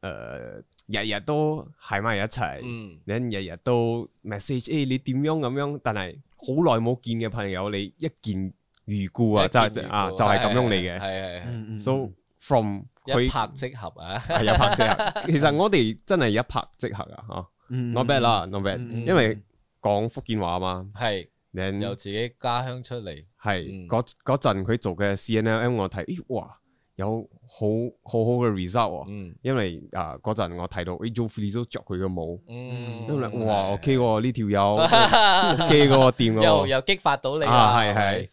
Speaker 1: 誒日日都喺埋一齊，
Speaker 2: 嗯
Speaker 1: 你日日都 message，誒你點樣咁樣，但係好耐冇見嘅朋友，你一見如故啊，就係啊就係咁樣嚟
Speaker 2: 係
Speaker 1: 嘅。
Speaker 2: 係係
Speaker 3: 嗯嗯
Speaker 1: So from
Speaker 2: 一
Speaker 1: 佢
Speaker 2: 拍即合啊，
Speaker 1: 係一拍即合，其實我哋真係一拍即合啊嚇。
Speaker 3: 嗯
Speaker 1: not bad 啦，not bad，
Speaker 3: 嗯
Speaker 2: 嗯
Speaker 1: 因為講福建話嘛，
Speaker 2: 係
Speaker 1: 你
Speaker 2: 由自己家鄉出嚟。
Speaker 1: 係
Speaker 2: 嗯
Speaker 1: 嗰嗰陣佢做嘅 CNLM 我睇，咦哇，有好好好嘅 result 喎，
Speaker 2: 嗯
Speaker 1: 因為啊嗰陣我睇到，咦 Joe f r e e 都着佢嘅舞，
Speaker 2: 嗯，
Speaker 1: 因為
Speaker 2: 嗯
Speaker 1: 哇 OK 喎呢 條友
Speaker 2: 係
Speaker 1: OK 嘅喎掂嘅
Speaker 2: 又
Speaker 1: 喎，
Speaker 2: 又激發到你
Speaker 1: 啊
Speaker 2: 啦，
Speaker 1: 係
Speaker 2: 咪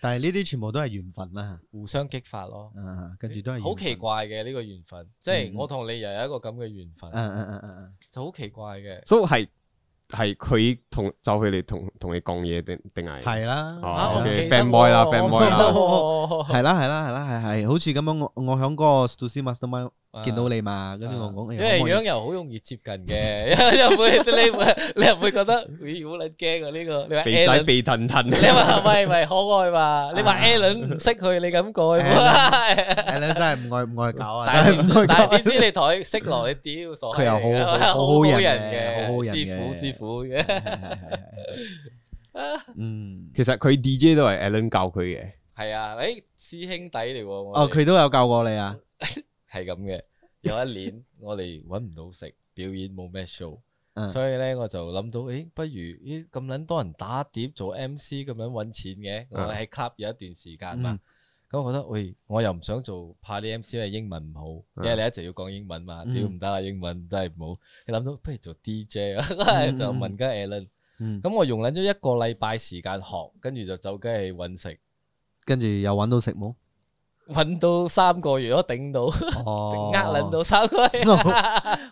Speaker 3: 但係呢啲全部都係緣分啦，
Speaker 2: 互相激發咯，
Speaker 3: 啊跟住都係
Speaker 2: 好奇
Speaker 3: 緣分，
Speaker 2: 怪嘅呢個緣分，即係
Speaker 3: 嗯
Speaker 2: 我同你又有一個咁嘅緣分，
Speaker 3: 嗯嗯嗯嗯嗯，
Speaker 2: 就好奇怪嘅。
Speaker 1: 所以係係佢同就佢哋同同你講嘢定定係
Speaker 3: 係啦，
Speaker 1: 哦
Speaker 2: 啊
Speaker 3: 係
Speaker 2: 我
Speaker 1: Ờ,
Speaker 2: 唔
Speaker 1: OK，
Speaker 2: 記得
Speaker 1: fanboy 啦
Speaker 2: 喎
Speaker 1: fanboy Ờ.
Speaker 3: 啦
Speaker 2: 我唔記得喎
Speaker 3: 係啦係啦係啦係係，好似咁樣我我喺嗰個 Stussy Mastermind
Speaker 2: 啊
Speaker 3: 見到你嘛，跟住我講，
Speaker 2: 因
Speaker 3: 誒
Speaker 2: 為樣又好容易接近 嘅，又會你會你又會覺得，咦好撚驚啊呢個，你話
Speaker 1: 肥仔
Speaker 2: Alan，
Speaker 1: 肥騰騰，
Speaker 2: 你 話喂喂可愛嘛？你話 Alan 唔識佢，你咁 改，
Speaker 3: 係咧真係唔愛唔愛搞啊，
Speaker 2: 但
Speaker 3: 真係唔
Speaker 2: 係
Speaker 3: 愛搞
Speaker 2: 但係點知你同佢識落，你屌傻閪
Speaker 3: 佢 又好
Speaker 2: 嚟嘅
Speaker 3: 好好
Speaker 2: 好
Speaker 3: 人嘅
Speaker 2: 人
Speaker 3: 好好人
Speaker 2: 師傅
Speaker 3: 嘅
Speaker 2: 師傅嘅。
Speaker 3: 係係係係 嗯，
Speaker 1: 其實佢 DJ 都係 Alan 教佢嘅，
Speaker 2: 系啊，诶，師兄弟嚟喎，我
Speaker 3: 哦
Speaker 2: 哋
Speaker 3: 佢都有教過你啊，
Speaker 2: 係咁嘅。有一年 我哋揾唔到食，表演冇咩 show，
Speaker 3: 嗯
Speaker 2: 所以咧我就諗到，诶，不如咦咁撚多人打碟做 MC 咁樣揾錢嘅，我
Speaker 1: 嗯
Speaker 2: 喺 club 有一段時間
Speaker 3: 嗯
Speaker 2: 嘛，咁我覺得，喂，我又唔想做，怕啲 MC 因為英文唔好，
Speaker 1: 嗯
Speaker 2: 因為你一直要講英文嘛，
Speaker 3: 嗯
Speaker 2: 屌唔得啦，英文真係唔好，你諗到不如做 DJ 啊， 就問緊 Alan，
Speaker 3: 嗯，
Speaker 2: 咁我用撚咗一個禮拜時間學，跟住就走雞去揾食，
Speaker 3: 跟住又揾到食 冇，
Speaker 2: 揾到三個月都頂到。
Speaker 3: 哦 啊
Speaker 2: 呃撚到手佢，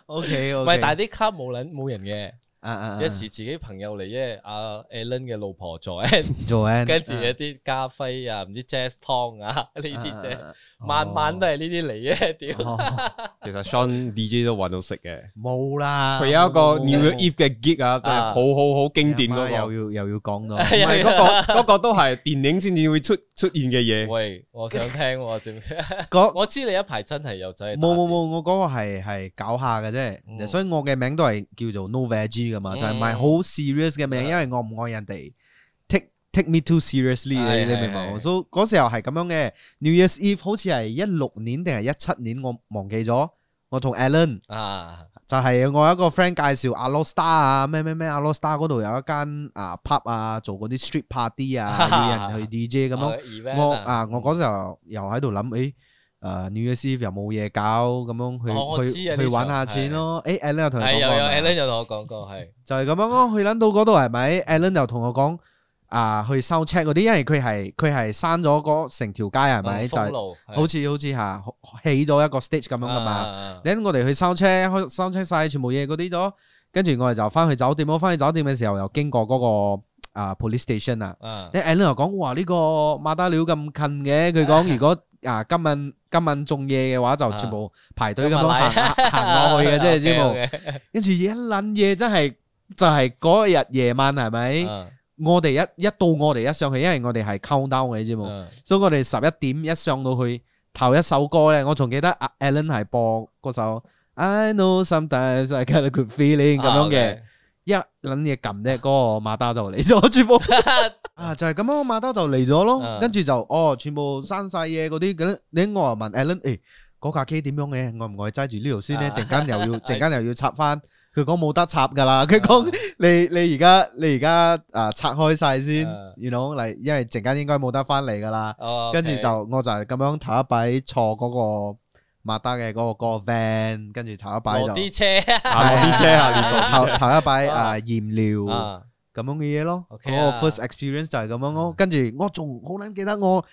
Speaker 3: ，O K O
Speaker 2: 唔
Speaker 3: K，
Speaker 2: 係，但係啲卡冇撚冇人嘅，
Speaker 3: 啊啊，
Speaker 2: 一時自己朋友嚟啫，阿 Alan 嘅老 婆做，
Speaker 3: 做 N，
Speaker 2: 跟住一啲家輝啊，唔知 Jazz Tong 啊 呢啲啫，
Speaker 3: 啊
Speaker 2: 慢慢都係呢啲嚟
Speaker 3: 哦
Speaker 2: 嘅，屌！
Speaker 1: 其實 Sean DJ 都揾到食嘅，
Speaker 3: 冇啦。
Speaker 1: 佢有一個
Speaker 3: 冇
Speaker 1: New Year Eve 嘅 gig 啊，真係
Speaker 2: 哦
Speaker 1: 好
Speaker 2: 啊
Speaker 1: 好好經典嗰
Speaker 3: 阿媽
Speaker 1: 個，唔
Speaker 3: 又要又要 講到，
Speaker 2: 又
Speaker 1: 係嗰個嗰個都係電影先至會出出現嘅嘢。
Speaker 2: 喂，我想聽喎，點？
Speaker 3: 嗰
Speaker 2: 我知你一排真係有仔，
Speaker 3: 冇冇冇，我嗰個係係搞下嘅啫，
Speaker 2: 嗯
Speaker 3: 所以我嘅名都係叫做 No Veg 噶嘛，
Speaker 2: 嗯
Speaker 3: 就係唔係好 serious 嘅名，
Speaker 2: 嗯
Speaker 3: 因為我唔愛人哋 take take me too seriously，
Speaker 2: 係
Speaker 3: 你你
Speaker 2: 係
Speaker 3: 明唔明？
Speaker 2: 係
Speaker 3: 所以嗰時候係咁樣嘅，New Year's Eve 好似係一六年定係一七年，我忘記咗。我同 Alan
Speaker 2: 啊，
Speaker 3: 就係我有一個 friend 介紹阿 Lo Star 啊，咩咩咩阿 Lo Star 嗰度有一間啊 pub 啊，做嗰啲 street party 啊，要人去 DJ 咁樣。
Speaker 2: 樣
Speaker 3: 我啊，我嗰時候又喺度諗，誒，誒 ờ, New Year's Eve 又冇嘢搞，咁
Speaker 2: 哦我
Speaker 3: 樣去
Speaker 2: 知啊
Speaker 3: 去
Speaker 2: 呢
Speaker 3: 去玩
Speaker 2: 場
Speaker 3: 下錢咯。誒，Alan 又同你
Speaker 2: 係
Speaker 3: 講
Speaker 2: 又
Speaker 3: 過
Speaker 2: 有
Speaker 3: 係咪
Speaker 2: Alan 有同我講過，係
Speaker 3: 就係咁樣咯。去撚到嗰度係咪？Alan 又同我講啊，去收 à, check 嗰啲，因為佢係佢係閂咗嗰成條街
Speaker 2: Ờ,
Speaker 3: 係咪？就
Speaker 2: 啊封
Speaker 3: 係
Speaker 2: 路，
Speaker 3: 好似好似嚇起咗一個 stage 咁樣噶嘛。
Speaker 2: 嘛
Speaker 3: 你我哋去收車，開收車晒全部嘢嗰啲咗，跟住我哋就翻去酒店咯。翻去酒店嘅時候又經過嗰、個啊 à, police station 啊。
Speaker 2: 啊，
Speaker 3: 你 Alan 又講哇呢、個馬達料咁近嘅，佢講如果啊今晚今晚仲夜嘅話，就全部排隊咁樣行 行行落去嘅
Speaker 2: 啊
Speaker 3: 啫，知冇？跟住一撚嘢真係就係嗰日夜晚係
Speaker 2: À.
Speaker 3: 咪？
Speaker 2: 啊
Speaker 3: 我哋一一到我哋一上去，因為我哋係 count down 嘅，知冇？
Speaker 2: À. 啊
Speaker 3: 所以我哋十一點一上到去頭一首歌咧，我仲記得阿 à, Alan 係播嗰首 I know sometimes I get a good feeling
Speaker 2: À,
Speaker 3: 咁樣
Speaker 2: 啊
Speaker 3: 嘅，一撚嘢撳咧，嗰個馬達就嚟咗， 全部啊就係咁樣，馬達就嚟咗咯
Speaker 2: 啊，
Speaker 3: 跟住就哦全部刪晒嘢嗰啲，咁你我又問 Alan 誒嗰架機點樣嘅，愛唔愛揸住呢度先咧？
Speaker 2: 啊
Speaker 3: 陣 間又要陣間又要插翻，佢講冇得插㗎啦，佢講。你你而家你而家啊拆開晒先
Speaker 2: 啊
Speaker 3: ，you know 嚟，因為陣間應該冇得翻嚟噶啦。
Speaker 2: 哦，
Speaker 3: 跟住就我就係咁樣頭一擺坐嗰個馬達嘅嗰個嗰個 van，跟住頭一擺就
Speaker 2: 落啲車
Speaker 1: 啊落啲車啊連到
Speaker 3: 頭頭一擺
Speaker 2: 啊
Speaker 3: 啊驗 尿
Speaker 2: 啊，
Speaker 3: 咁樣嘅嘢咯。
Speaker 2: OK
Speaker 3: 嗰
Speaker 2: 啊
Speaker 3: 個 first experience 就係咁樣咯。跟住我仲好撚記得我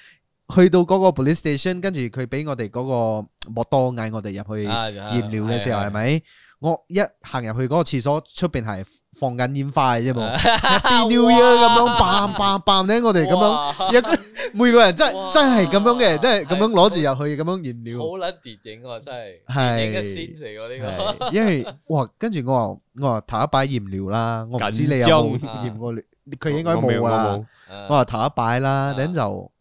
Speaker 3: 去到嗰個 police station，跟住佢俾我哋嗰個莫多嗌我哋入去。驗
Speaker 2: 驗
Speaker 3: 尿嘅時候係？ 咪？我一行入去嗰個廁所出邊係放緊煙花嘅啫嘛，Happy New Year 咁樣，bang bang bang 咧，我哋咁樣
Speaker 2: 樣
Speaker 3: 一個 每個人真
Speaker 2: 哇
Speaker 3: 係真係咁樣嘅，真係咁樣
Speaker 2: 係
Speaker 3: 攞住入去咁樣驗
Speaker 2: 好
Speaker 3: 尿
Speaker 2: 撚電影喎，真係
Speaker 3: 係
Speaker 2: 電影嘅 scene 嚟喎呢個。
Speaker 3: 係，因為哇，跟住我話我話頭一擺驗尿啦，我唔知你有冇
Speaker 1: 緊
Speaker 2: 張
Speaker 3: 驗過尿，佢應該
Speaker 1: 我未我
Speaker 3: 冇噶啦。
Speaker 2: 啊
Speaker 3: 我 話頭一擺啦，
Speaker 2: 啊
Speaker 3: 等就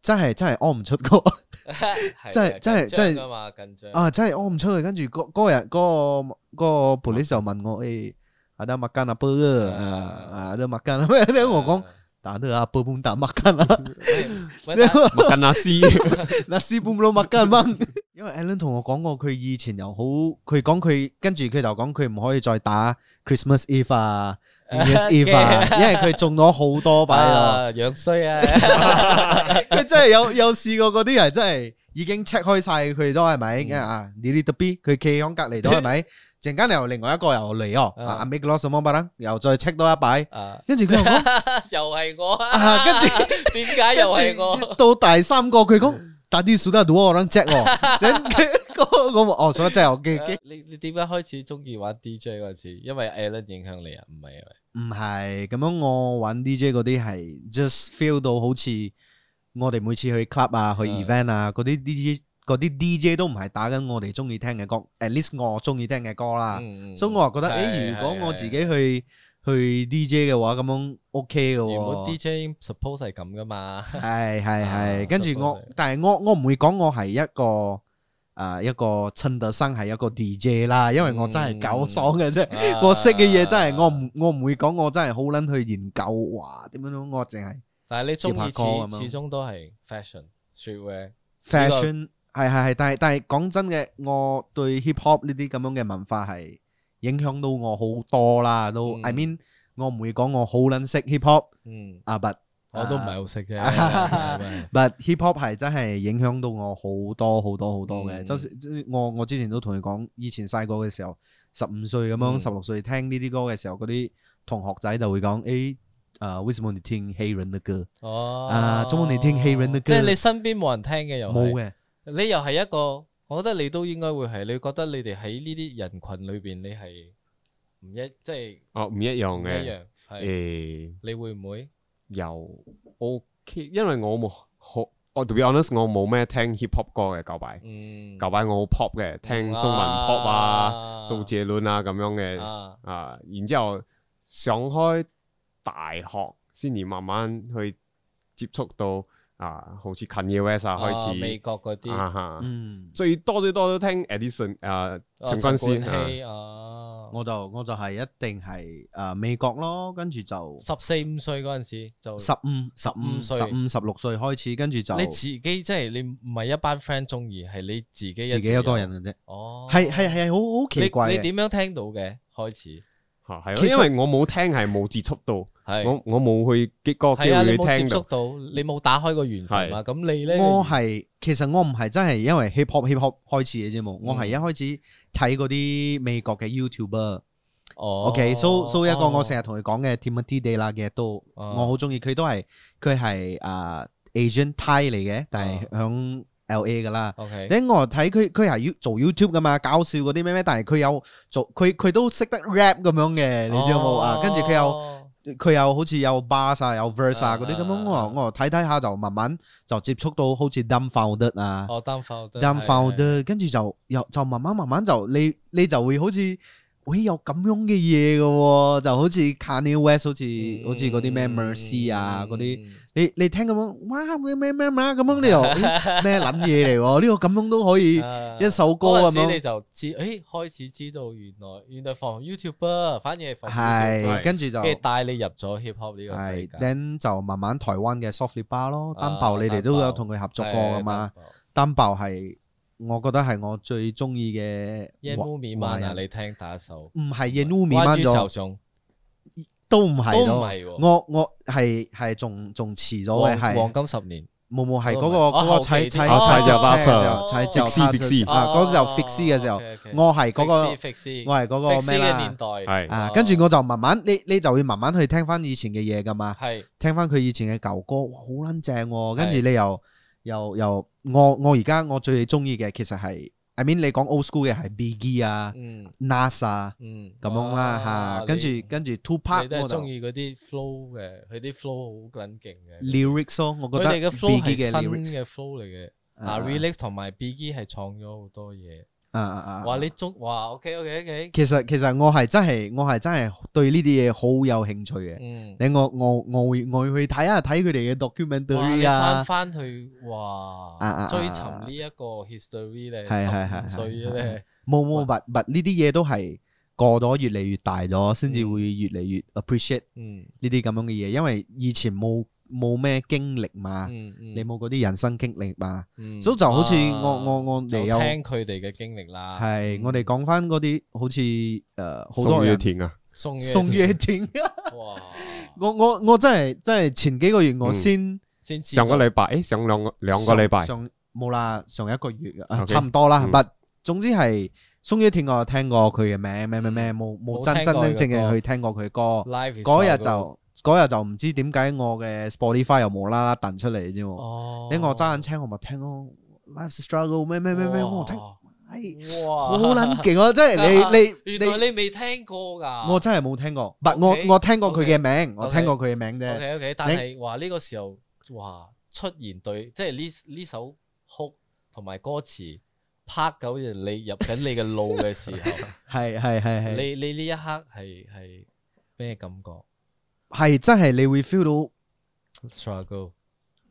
Speaker 3: 真係真係屙唔出個。
Speaker 2: 係
Speaker 3: 真係真係真係
Speaker 2: 緊張㗎嘛，緊張
Speaker 3: 啊，真係我唔出去，跟住嗰嗰個人嗰個嗰個 police 就問我誒，阿得麥間阿波啊，阿得麥間啊， 咩咧？
Speaker 2: À.
Speaker 3: 我講打得阿波半打麥間啊，
Speaker 2: 喂喂但
Speaker 1: 冇近阿師，
Speaker 3: 嗱斯半攞麥間掹。 因為 Alan 同我講過，佢以前又好，佢講佢跟住佢就講佢唔可以再打 Christmas Eve 啊、New Year's Eve 啊，因為佢中咗好多擺
Speaker 2: À,
Speaker 3: 咯。
Speaker 2: 啊樣衰啊，
Speaker 3: 佢真係有有試過嗰啲人真係已經 check 開晒佢都係咪？跟住啊，你呢度 B 佢企響隔離都 係咪？陣間又另外一個又嚟哦，
Speaker 2: 啊
Speaker 3: 啊阿 Make Loss 乜乜啦，又再 check 多一擺，
Speaker 2: 啊
Speaker 3: 跟住佢又講
Speaker 2: 又係我
Speaker 3: 啊，跟住
Speaker 2: 點解又係我？
Speaker 3: 到第三個 佢講，但啲數得到我諗 check 喎，跟住嗰個我哦數得 check 我嘅，
Speaker 2: 你你點解開始中意玩 DJ 嗰陣時？因為 Alan 影響你啊，唔係因為
Speaker 3: 唔係咁樣我玩 DJ 嗰啲係 just feel 到好似我哋每次去 club 啊、去
Speaker 2: 嗯
Speaker 3: event 啊嗰啲 DJ 嗰啲 DJ 都唔係打緊我哋中意聽嘅歌，at least 我中意聽嘅歌啦。
Speaker 2: 嗯，嗯
Speaker 3: 所以我話覺得，
Speaker 2: 係
Speaker 3: 誒，如
Speaker 2: 係
Speaker 3: 果我
Speaker 2: 係
Speaker 3: 自己去去 DJ 嘅話，咁樣 OK 嘅
Speaker 2: 原本
Speaker 3: 喎。
Speaker 2: DJ suppose 係咁噶嘛，
Speaker 3: 係係
Speaker 2: 啊
Speaker 3: 係，跟住我
Speaker 2: suppose 係，
Speaker 3: 但係我我唔會講我係一個誒一個襯得生係一個 DJ 啦，因為我真係搞爽嘅啫。
Speaker 2: 嗯
Speaker 3: 我識嘅嘢真係我
Speaker 2: 啊。
Speaker 3: 唔我唔會講，我真係好撚去研究，哇點樣樣，我淨係
Speaker 2: 但係你中
Speaker 3: 接下歌咁
Speaker 2: 意
Speaker 3: 樣
Speaker 2: 始始終都係 fashion streetwear。
Speaker 3: fashion 係係係，但係但係講真嘅，我對 hip hop 呢啲咁樣嘅文化係影響到我好多啦，都
Speaker 2: 嗯
Speaker 3: I mean 我唔會講我好撚識 hip hop
Speaker 2: 嗯，
Speaker 3: 啊，but
Speaker 2: 我都唔係好識啫。係
Speaker 3: 啊
Speaker 2: 咪
Speaker 3: But hip hop 係真係影響到我好多好多好多嘅，
Speaker 2: 嗯
Speaker 3: 就算即我我之前都同你講，以前細個嘅時候，十五歲咁
Speaker 2: 嗯
Speaker 3: 樣，十六歲聽呢啲歌嘅時候，嗰啲同學仔就會講誒。啊，為什麼你聽黑人的歌？
Speaker 2: 哦，
Speaker 3: 啊中文你聽 Heron 的
Speaker 2: 即
Speaker 3: 歌
Speaker 2: 係你身邊冇人聽嘅又係
Speaker 3: 冇，嘅，
Speaker 2: 你又係一個，我覺得你都應該會係，你覺得你哋喺呢啲人群裏邊，你係唔一即係
Speaker 1: 哦，唔一
Speaker 2: 唔
Speaker 1: 樣
Speaker 2: 一
Speaker 1: 嘅。
Speaker 2: 樣。係
Speaker 1: 誒，
Speaker 2: 你會唔會？
Speaker 1: 又 OK，因為我冇好，我 to be honest，我冇咩聽 hip hop 歌嘅舊擺，
Speaker 2: 嗯，
Speaker 1: 舊擺我好 pop 嘅，聽中文 pop 啊，做謝倫啊咁樣嘅。
Speaker 2: 啊，
Speaker 1: 啊，然之後上開大學先至慢慢去接觸到啊，好似 Kanye West 啊
Speaker 2: 啊美
Speaker 1: 開
Speaker 2: 國嗰
Speaker 1: 始
Speaker 2: 啲
Speaker 1: 啊哈，
Speaker 3: 嗯，
Speaker 1: 最多最多都聽 Edison 啊，
Speaker 2: 啊
Speaker 1: 陳君
Speaker 2: 陳冠
Speaker 1: 先
Speaker 2: 希啊，
Speaker 3: 我就我就係一定係誒美國咯，跟住就
Speaker 2: 十四五歲嗰陣時就
Speaker 3: 十五、十五、
Speaker 2: 15歲
Speaker 3: 十五、十六歲開始，跟住就
Speaker 2: 你自己即係你唔係一班 friend 中意，係你自己
Speaker 3: 自己
Speaker 2: 條
Speaker 3: 一個人嘅啫。
Speaker 2: 哦，
Speaker 3: 係係係好好
Speaker 2: 你
Speaker 3: 奇怪
Speaker 2: 你
Speaker 3: 嘅。
Speaker 2: 點樣聽到嘅開始？
Speaker 1: 嚇，係
Speaker 3: 其
Speaker 1: 咯，
Speaker 3: 實
Speaker 1: 因為我冇聽係冇接觸到，我
Speaker 2: 係
Speaker 1: 我冇去激嗰個機
Speaker 2: 係啊，你
Speaker 1: 會
Speaker 2: 冇
Speaker 1: 去
Speaker 2: 接
Speaker 1: 聽
Speaker 2: 觸
Speaker 1: 到，
Speaker 2: 到，你冇打開個緣分啊。咁你咧，
Speaker 3: 我係其實我唔係真係因為 hip hop hip hop 開始嘅啫
Speaker 2: 嗯
Speaker 3: 嘛，我係一開始睇嗰啲美國嘅 YouTuber。
Speaker 2: 哦
Speaker 3: OK，so so 一個我成
Speaker 2: 日
Speaker 3: 日同佢講嘅 Timothy De La 嘅都，
Speaker 2: 哦
Speaker 3: 我好中意佢都係佢係啊 Asian Thai 嚟嘅，但
Speaker 2: 哦
Speaker 3: 係響 LA 噶啦。
Speaker 2: OK
Speaker 3: 你我睇佢佢係要做 YouTube 噶嘛，搞笑嗰啲咩咩，但係佢有做佢佢都識得 rap 咁樣嘅，你知道冇
Speaker 2: 哦
Speaker 3: 啊？跟住佢有
Speaker 2: 有
Speaker 3: 佢有好似有 bars 啊，有 verse 啊
Speaker 2: 啊
Speaker 3: 嗰啲咁
Speaker 2: 啊
Speaker 3: 樣，我
Speaker 2: 啊
Speaker 3: 我睇睇下就慢慢就接觸到好似 Dumbfounded 啊。
Speaker 2: 哦 downfold
Speaker 3: downfound，跟住就又就慢慢慢慢就你你就會好似，喂有咁樣嘅嘢嘅喎，就好似 Kanye West 好似好似嗰啲咩 Mercy 啊嗰啲，你你聽咁樣，哇咩咩咩咩咁 樣你又咦咩諗嘢嚟喎？呢個咁樣都可以
Speaker 2: 啲
Speaker 3: 一首歌
Speaker 2: 嗰
Speaker 3: 咁
Speaker 2: 陣時你
Speaker 3: 樣，
Speaker 2: 就知，誒開始知道原來原來防 YouTuber，反而係防 YouTuber
Speaker 3: 係跟住就
Speaker 2: 跟住帶你入咗 hip hop 呢個世
Speaker 3: 係
Speaker 2: 界。
Speaker 3: ，then 就慢慢台灣嘅 Softly Bar 咯，
Speaker 2: 啊
Speaker 3: 單爆你哋
Speaker 2: 單
Speaker 3: 都有
Speaker 2: 爆
Speaker 3: 同佢合作過
Speaker 2: 係
Speaker 3: 噶嘛，？
Speaker 2: 單薄
Speaker 3: 單爆係我覺得係我最中意嘅
Speaker 2: 耶
Speaker 3: 華
Speaker 2: 烏米曼
Speaker 3: 華
Speaker 2: 啊，
Speaker 3: 人
Speaker 2: 你聽打手，
Speaker 3: 唔係嘅 Numi
Speaker 2: 關
Speaker 3: 掹
Speaker 2: 於
Speaker 3: 咗
Speaker 2: 受。眾
Speaker 3: 都唔
Speaker 2: 都唔
Speaker 3: 係咯，
Speaker 2: 係喎
Speaker 3: 我我係係仲仲遲咗
Speaker 2: 黃
Speaker 3: 嘅係，
Speaker 2: 黃金十年
Speaker 3: 冇冇係
Speaker 2: 都唔係
Speaker 3: 嗰個
Speaker 2: 哦
Speaker 3: 嗰個
Speaker 2: 後期
Speaker 3: 砌砌
Speaker 2: 啲
Speaker 3: 砌
Speaker 1: 哦砌隻巴
Speaker 3: 嘅時
Speaker 1: 車
Speaker 3: 候，砌隻
Speaker 1: Fixie，Fixie
Speaker 3: 啊嗰時候 fix 嘅時候，我係嗰個
Speaker 2: fix
Speaker 3: 我係嗰個咩
Speaker 2: 嘅
Speaker 3: 啦
Speaker 2: 年，代
Speaker 1: 係
Speaker 3: 啊
Speaker 2: 哦
Speaker 3: 跟住我就慢慢你你就會慢慢去聽翻以前嘅嘢噶嘛，
Speaker 2: 係
Speaker 3: 聽翻佢以前嘅舊歌，哇好撚正喎，跟
Speaker 2: 係
Speaker 3: 住你又又又我我而家我最中意嘅其實係，I mean 你講 old school 嘅係 Biggie 啊、
Speaker 2: 嗯
Speaker 3: Nas 啊
Speaker 2: 嗯
Speaker 3: 咁樣啦
Speaker 2: 哇
Speaker 3: 嚇，跟住
Speaker 2: 你
Speaker 3: 跟住
Speaker 2: 你
Speaker 3: Tupac
Speaker 2: 都係
Speaker 3: 我就
Speaker 2: 中意嗰啲 flow 嘅，佢啲 flow 好撚勁嘅。
Speaker 3: lyrics 咯，我覺
Speaker 2: 佢哋
Speaker 3: 得
Speaker 2: 嘅 flow 係新
Speaker 3: Biggie 嘅 lyrics
Speaker 2: 嘅 flow 嚟嘅，
Speaker 3: 啊
Speaker 2: 啊 relax 同埋 Biggie 係創咗好多嘢。
Speaker 3: 啊啊啊！
Speaker 2: 哇！你中哇 OK OK OK，
Speaker 3: 其實其實我係真係我係真係對呢啲嘢好有興趣嘅。
Speaker 2: 嗯，
Speaker 3: 你我我我會我會去睇下睇佢哋嘅
Speaker 2: 哇！你
Speaker 3: documentary
Speaker 2: 翻
Speaker 3: 啊，
Speaker 2: 翻去哇
Speaker 3: 啊啊，
Speaker 2: 追尋呢一個 history 咧，
Speaker 3: 係係係
Speaker 2: 十五歲咧，
Speaker 3: 冇冇物物呢啲嘢都係過咗越嚟越大咗，先至會越嚟越 appreciate
Speaker 2: 嗯
Speaker 3: 呢啲咁樣嘅嘢，因為以前冇冇咩經歷嘛，
Speaker 2: 嗯嗯，
Speaker 3: 你冇嗰啲人生經歷嘛，
Speaker 2: 嗯，
Speaker 3: 所以就好似
Speaker 2: 啊
Speaker 3: 我我我
Speaker 2: 就
Speaker 3: 哋有
Speaker 2: 聽佢哋嘅經歷啦，
Speaker 3: 係我哋講翻嗰啲好似誒好
Speaker 1: 宋
Speaker 3: 多
Speaker 1: 雨
Speaker 3: 人
Speaker 1: 田啊，
Speaker 2: 宋
Speaker 3: 宋雨田，
Speaker 2: 哇，
Speaker 3: 我我我真係真係前幾個月我
Speaker 1: 嗯
Speaker 3: 先。
Speaker 2: 先知道
Speaker 1: 上個禮拜，誒上兩個兩個禮拜，
Speaker 3: 上上冇啦，上一個月啊，
Speaker 1: OK，
Speaker 3: 差唔多啦。
Speaker 1: 嗯
Speaker 3: 不，總之係宋雨天，我有聽過佢嘅名咩咩咩，冇冇
Speaker 2: 冇
Speaker 3: 真
Speaker 2: 聽過
Speaker 3: 真正
Speaker 2: 佢嘅
Speaker 3: 正嘅
Speaker 2: 歌
Speaker 3: 去聽過佢歌。
Speaker 2: live is
Speaker 3: 嗰日
Speaker 2: live
Speaker 3: 就嗰日就唔知點解我嘅 Spotify 又無啦啦彈出嚟啫喎。
Speaker 2: 哦，
Speaker 3: 你我揸緊車我咪聽咯，Life's a Struggle 咩咩咩咩，
Speaker 2: 哇
Speaker 3: 我聽，哎，
Speaker 2: 哇，
Speaker 3: 好撚 勁啊！真係你你
Speaker 2: 原
Speaker 3: 你，
Speaker 2: 來你未聽過噶，
Speaker 3: 我真係冇聽過，不
Speaker 2: OK，
Speaker 3: 我我聽過佢
Speaker 2: OK，
Speaker 3: 嘅名，我
Speaker 2: OK，
Speaker 3: 聽過佢嘅名啫。
Speaker 2: OK OK，但係話呢個時候，哇出現對，即係呢呢首哭同埋歌詞拍狗人你入緊你嘅路嘅時候，
Speaker 3: 係係係係。
Speaker 2: 你你呢一刻係係咩感覺
Speaker 3: 係真係你會 feel 到。
Speaker 2: ？struggle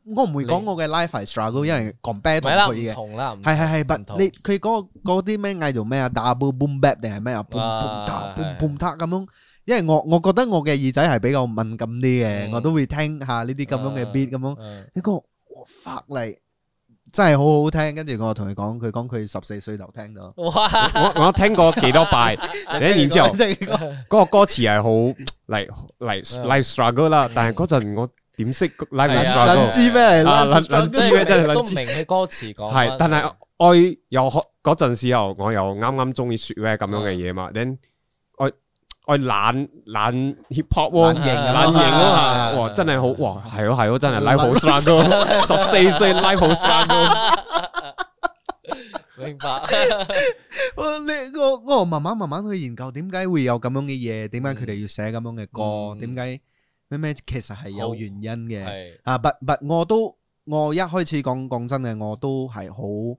Speaker 3: 我唔會講
Speaker 2: 你
Speaker 3: 我嘅 life is struggle，因為 compare
Speaker 2: 唔
Speaker 3: 同
Speaker 2: 係啦，
Speaker 3: 佢
Speaker 2: 唔
Speaker 3: 嘅，
Speaker 2: 同啦，唔
Speaker 3: 係係係
Speaker 2: 唔
Speaker 3: ，but
Speaker 2: 同
Speaker 3: 你佢嗰個嗰啲咩嗌做咩啊，double boom bap 定係咩啊，boom
Speaker 2: 啊
Speaker 3: boom 嗒
Speaker 2: 係
Speaker 3: boom boom 嗒咁樣。因為我我覺得我嘅耳仔係比較敏感啲嘅，
Speaker 2: 嗯
Speaker 3: 我都會聽下呢啲咁樣
Speaker 2: Ờ.
Speaker 3: 嘅 beat 咁樣。
Speaker 2: 樣。
Speaker 3: 呢個我發嚟真係好好聽，跟住我同佢講，佢講佢十四歲就聽到，
Speaker 2: 哇！
Speaker 1: 我我聽過幾多 拜， 然之 後。
Speaker 3: 聽過
Speaker 1: 嗰個歌詞係好嚟嚟 life struggle 啦，但係嗰陣我點識 life
Speaker 2: 係啊
Speaker 3: 撚
Speaker 1: struggle？
Speaker 3: 知咩嚟
Speaker 1: 啊
Speaker 3: 啦？
Speaker 1: 撚撚知咩真係撚知
Speaker 2: 都唔明佢歌詞講乜。
Speaker 1: 係，但係愛又學嗰陣時候，我又啱啱中意説咧咁樣嘅嘢嘛。then 愛愛懶懶 hip hop 喎，
Speaker 3: 懶型啊
Speaker 1: 懶型啊
Speaker 3: 係係
Speaker 1: 嘛，哇真係好哇，係咯係咯，真係
Speaker 3: 懶
Speaker 1: life 好 struggle，十四歲 life 好 struggle，
Speaker 2: 明 白。
Speaker 3: 我你我我慢慢慢慢去研究，點解會有咁樣嘅嘢？點解佢哋要寫咁樣嘅歌？
Speaker 2: 嗯
Speaker 3: 點解咩咩？其實係有
Speaker 2: 好
Speaker 3: 原因嘅。
Speaker 2: 係
Speaker 3: 啊，不不，我都我一開始講講真嘅，我都係好誒，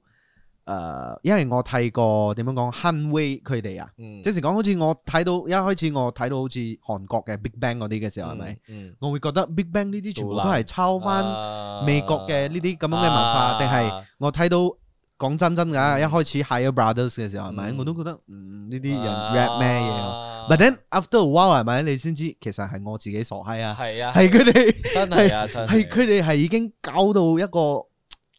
Speaker 3: 呃因為我睇過點樣講 h u n w a y 佢哋啊，
Speaker 2: 嗯，
Speaker 3: 即是講好似我睇到一開始我睇到好似韓國嘅 Big Bang 嗰啲嘅時候係咪？
Speaker 2: 嗯？
Speaker 3: 我會覺得 Big Bang 呢啲全部都
Speaker 2: 杜蘭
Speaker 3: 係抄
Speaker 2: 嗯，
Speaker 3: 翻美國嘅呢啲咁樣嘅文化，定係
Speaker 2: 啊
Speaker 3: 我睇到講真真㗎，
Speaker 2: 嗯
Speaker 3: 一開始 Higher Brothers 嘅時候係咪？
Speaker 2: 嗯
Speaker 3: 我都覺得嗯呢啲人 rap 咩嘢喎
Speaker 2: 啊
Speaker 3: ？But then after a while 係咪？你先知其實係我自己傻閪啊，
Speaker 2: 係啊，
Speaker 3: 係佢哋。
Speaker 2: 真係啊，真
Speaker 3: 系
Speaker 2: 係
Speaker 3: 佢哋系已經搞到一個，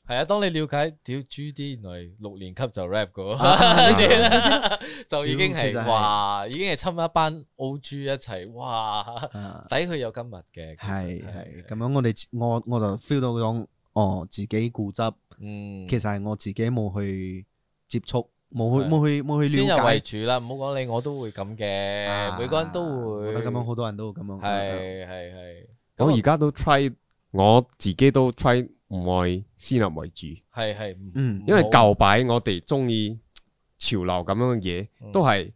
Speaker 2: 係啊，當你了解屌 G D 原來六年級就 rap 噶
Speaker 3: 啊，
Speaker 2: 就已經
Speaker 3: 屌其實
Speaker 2: 係
Speaker 3: 係
Speaker 2: 哇，已經係親一班 O G 一齊哇，
Speaker 3: 啊
Speaker 2: 抵佢有今日嘅，其實
Speaker 3: 係系咁樣我哋我我就 feel 到講，哦，自己固執，
Speaker 2: 嗯，
Speaker 3: 其實係我自己冇去接觸，冇去
Speaker 2: 係
Speaker 3: 冇去冇去
Speaker 2: 先入
Speaker 3: 了
Speaker 2: 為
Speaker 3: 解。
Speaker 2: 主啦，唔好講你，我都會咁嘅，
Speaker 3: 啊
Speaker 2: 每個人都會
Speaker 3: 我覺得咁樣好多人都會咁樣。
Speaker 2: 係係係，
Speaker 1: 我而
Speaker 2: 咁
Speaker 1: 家都 try，我自己都 try 唔愛先入為主，
Speaker 2: 係係唔
Speaker 3: 嗯
Speaker 1: 因為
Speaker 2: 唔好啊
Speaker 1: 舊擺我哋中意潮流咁樣嘅嘢，
Speaker 2: 嗯
Speaker 1: 都係